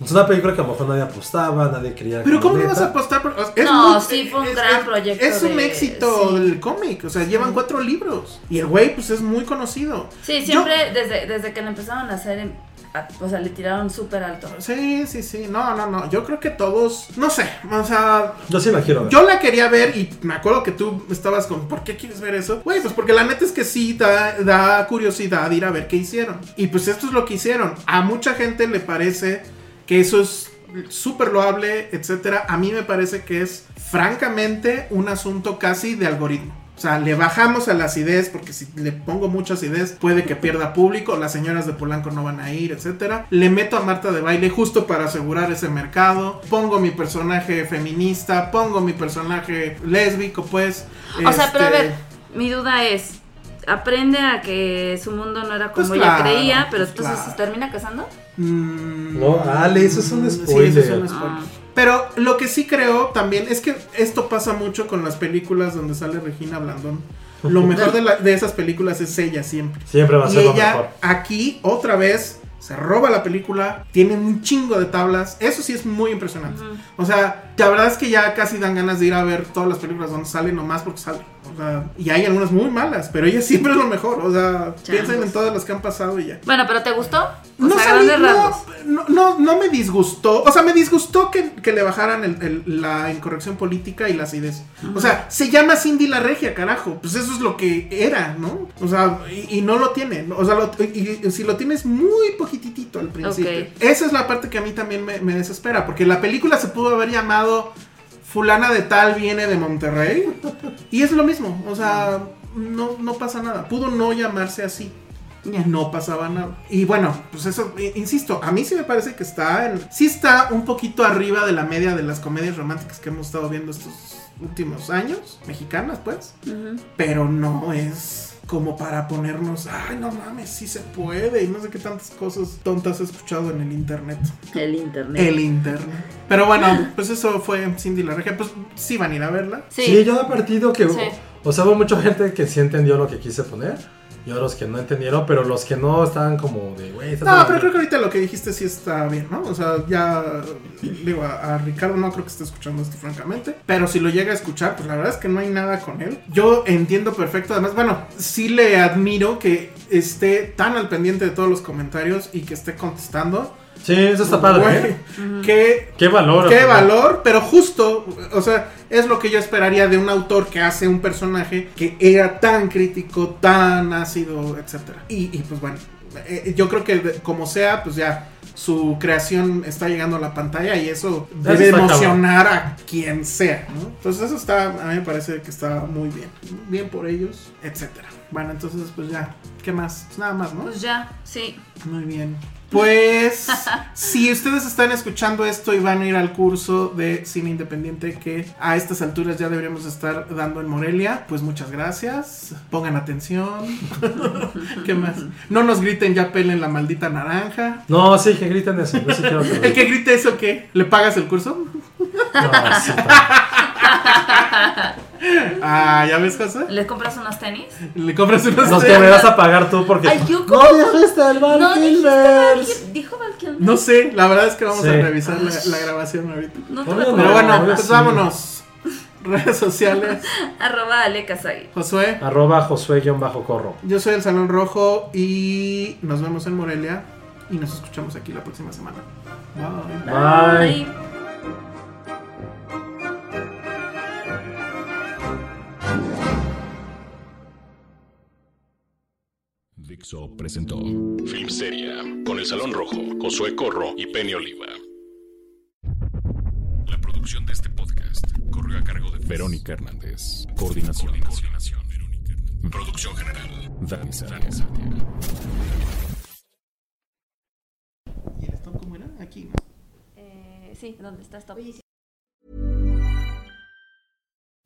[SPEAKER 3] Es una película que a lo mejor nadie apostaba, nadie quería.
[SPEAKER 4] Pero
[SPEAKER 3] que
[SPEAKER 4] ¿cómo le
[SPEAKER 3] neta.
[SPEAKER 4] vas a apostar? por- es
[SPEAKER 6] No,
[SPEAKER 4] muy-
[SPEAKER 6] sí, fue un gran proyecto
[SPEAKER 4] Es un
[SPEAKER 6] de-
[SPEAKER 4] éxito
[SPEAKER 6] sí.
[SPEAKER 4] el cómic, o sea, llevan cuatro libros. Y el güey, pues es muy conocido.
[SPEAKER 6] Sí,
[SPEAKER 4] Yo-
[SPEAKER 6] siempre desde, desde que lo empezaron a hacer, em, a- o sea, le tiraron súper alto.
[SPEAKER 4] Sí, sí, sí, no, no, no, yo creo que todos, no sé, o sea,
[SPEAKER 3] Yo sí la quiero ver.
[SPEAKER 4] yo la quería ver y me acuerdo que tú estabas con, ¿por qué quieres ver eso? Güey, pues porque la neta es que sí da, da curiosidad ir a ver qué hicieron. Y pues esto es lo que hicieron. A mucha gente le parece que eso es súper loable, etcétera. A mí me parece que es francamente un asunto casi de algoritmo. O sea, le bajamos a la acidez, porque si le pongo mucha acidez, puede que pierda público, las señoras de Polanco no van a ir, etcétera. Le meto a Marta de baile justo para asegurar ese mercado. Pongo mi personaje feminista, pongo mi personaje lésbico, pues.
[SPEAKER 6] O sea, pero a
[SPEAKER 4] este,
[SPEAKER 6] ver, mi duda es, aprende a que su mundo no era como
[SPEAKER 4] Pues
[SPEAKER 6] ella
[SPEAKER 4] claro,
[SPEAKER 6] creía, pero
[SPEAKER 4] pues
[SPEAKER 6] entonces
[SPEAKER 4] claro.
[SPEAKER 6] se termina casando.
[SPEAKER 4] mm,
[SPEAKER 3] No, Ale, eso es un
[SPEAKER 4] Sí,
[SPEAKER 3] spoiler.
[SPEAKER 4] eso es un spoiler.
[SPEAKER 6] Ah.
[SPEAKER 4] Pero lo que sí creo también es que esto pasa mucho con las películas donde sale Regina Blandón. Lo mejor de, la- de esas películas es ella siempre.
[SPEAKER 3] Siempre va a
[SPEAKER 4] Y
[SPEAKER 3] ser lo mejor.
[SPEAKER 4] ella aquí otra vez se roba la película, tiene un chingo de tablas. Eso sí es muy impresionante. O sea, la verdad es que ya casi dan ganas de ir a ver todas las películas donde sale nomás porque sale. O sea, y hay algunas muy malas, pero ella siempre es lo mejor. O sea, piensen en todas las que han pasado y ya.
[SPEAKER 6] Bueno, pero ¿te gustó? O
[SPEAKER 4] No,
[SPEAKER 6] sea,
[SPEAKER 4] salí-
[SPEAKER 6] grandes rasgos.
[SPEAKER 4] no, no, no, no me disgustó. O sea, me disgustó que, que le bajaran el- el- la incorrección política y la acidez. O sea, se llama Cindy la Regia, carajo. Pues eso es lo que era, ¿no? O sea, y, y no lo tiene. O sea, lo- y, y si lo tienes muy poquitito al principio.
[SPEAKER 6] Ok.
[SPEAKER 4] Esa es la parte que a mí también me, me desespera. Porque la película se pudo haber llamado Fulana de Tal viene de Monterrey. Y es lo mismo. O sea, no, no pasa nada. Pudo no llamarse así.
[SPEAKER 6] Ya.
[SPEAKER 4] No pasaba nada. Y bueno, pues eso, i- insisto, a mí sí me parece que está en- sí está un poquito arriba de la media de las comedias románticas que hemos estado viendo estos últimos años, mexicanas pues,
[SPEAKER 6] Ujú.
[SPEAKER 4] pero no es como para ponernos, ay no mames, sí se puede y no sé qué tantas cosas tontas he escuchado en el internet.
[SPEAKER 6] El internet.
[SPEAKER 4] El internet. Pero bueno, pues eso fue Cindy la Regia, pues sí van a ir a verla.
[SPEAKER 6] Sí.
[SPEAKER 3] Sí, yo he partido que.
[SPEAKER 6] Sí.
[SPEAKER 3] O sea, hubo mucha gente que sí entendió lo que quise poner. Y otros que no entendieron, pero los que no estaban como de, güey, estás
[SPEAKER 4] No,
[SPEAKER 3] hablando
[SPEAKER 4] pero
[SPEAKER 3] de-
[SPEAKER 4] creo que ahorita lo que dijiste sí está bien, ¿no? O sea, ya digo, a, a Ricardo no creo que esté escuchando esto francamente, pero si lo llega a escuchar, pues la verdad es que no hay nada con él. Yo entiendo perfecto, además, bueno, sí le admiro que esté tan al pendiente de todos los comentarios y que esté contestando.
[SPEAKER 3] Sí, eso está padre.
[SPEAKER 4] Güey,
[SPEAKER 3] ¿eh?
[SPEAKER 4] Qué
[SPEAKER 3] Qué valor.
[SPEAKER 4] Qué
[SPEAKER 3] ¿no?
[SPEAKER 4] valor, pero justo, o sea, es lo que yo esperaría de un autor que hace un personaje que era tan crítico, tan ácido, etcétera. Y, y, pues bueno, eh, yo creo que de- como sea, pues ya su creación está llegando a la pantalla y eso debe
[SPEAKER 3] está cabrón.
[SPEAKER 4] emocionar a quien sea, ¿no? Entonces eso está, a mí me parece que está muy bien, bien por ellos, etcétera. Bueno, entonces pues ya, ¿qué más? Pues nada más, ¿no?
[SPEAKER 6] Pues ya, sí.
[SPEAKER 4] Muy bien. Pues, si ustedes están escuchando esto y van a ir al curso de cine independiente que a estas alturas ya deberíamos estar dando en Morelia, pues muchas gracias. Pongan atención. ¿Qué más? No nos griten, ya pelen la maldita naranja.
[SPEAKER 3] No, sí, que griten eso. Yo sí quiero que lo
[SPEAKER 4] El que grite eso, ¿qué? ¿Le pagas el curso?
[SPEAKER 3] griten. No, sí, está.
[SPEAKER 4] Ah, ¿ya ves, José?
[SPEAKER 6] ¿Le compras unos tenis?
[SPEAKER 4] Le compras unas
[SPEAKER 3] Los que
[SPEAKER 4] telas.
[SPEAKER 3] me vas a pagar tú porque.
[SPEAKER 6] Ay, yo
[SPEAKER 3] no
[SPEAKER 6] como-
[SPEAKER 3] dijiste el Val
[SPEAKER 6] No, dijiste Val
[SPEAKER 3] Kilmers.
[SPEAKER 6] Kil- dijo Val Kilmer.
[SPEAKER 4] No sé, la verdad es que vamos
[SPEAKER 3] Sí.
[SPEAKER 4] a revisar la, la grabación ahorita.
[SPEAKER 6] No te
[SPEAKER 3] Ponle
[SPEAKER 6] lo
[SPEAKER 3] la-
[SPEAKER 4] Pero bueno,
[SPEAKER 3] ahora
[SPEAKER 4] pues
[SPEAKER 3] sí.
[SPEAKER 4] vámonos. Redes sociales.
[SPEAKER 6] Arroba Ale Casagui.
[SPEAKER 4] Josué,
[SPEAKER 3] Arroba Josué-Corro.
[SPEAKER 4] yo soy el Salón Rojo y nos vemos en Morelia y nos escuchamos aquí la próxima semana. Bye.
[SPEAKER 3] Bye.
[SPEAKER 6] Bye.
[SPEAKER 2] Dixo presentó Film Seria con el Salón Rojo, Josué Corro y Penny Oliva. La producción de este podcast corrió a cargo de Verónica Hernández. Coordinación. Coordinación. Producción general. Dani Sánchez.
[SPEAKER 4] ¿Y el stop cómo era? Aquí, ¿no?
[SPEAKER 6] Eh, sí, ¿dónde está esto?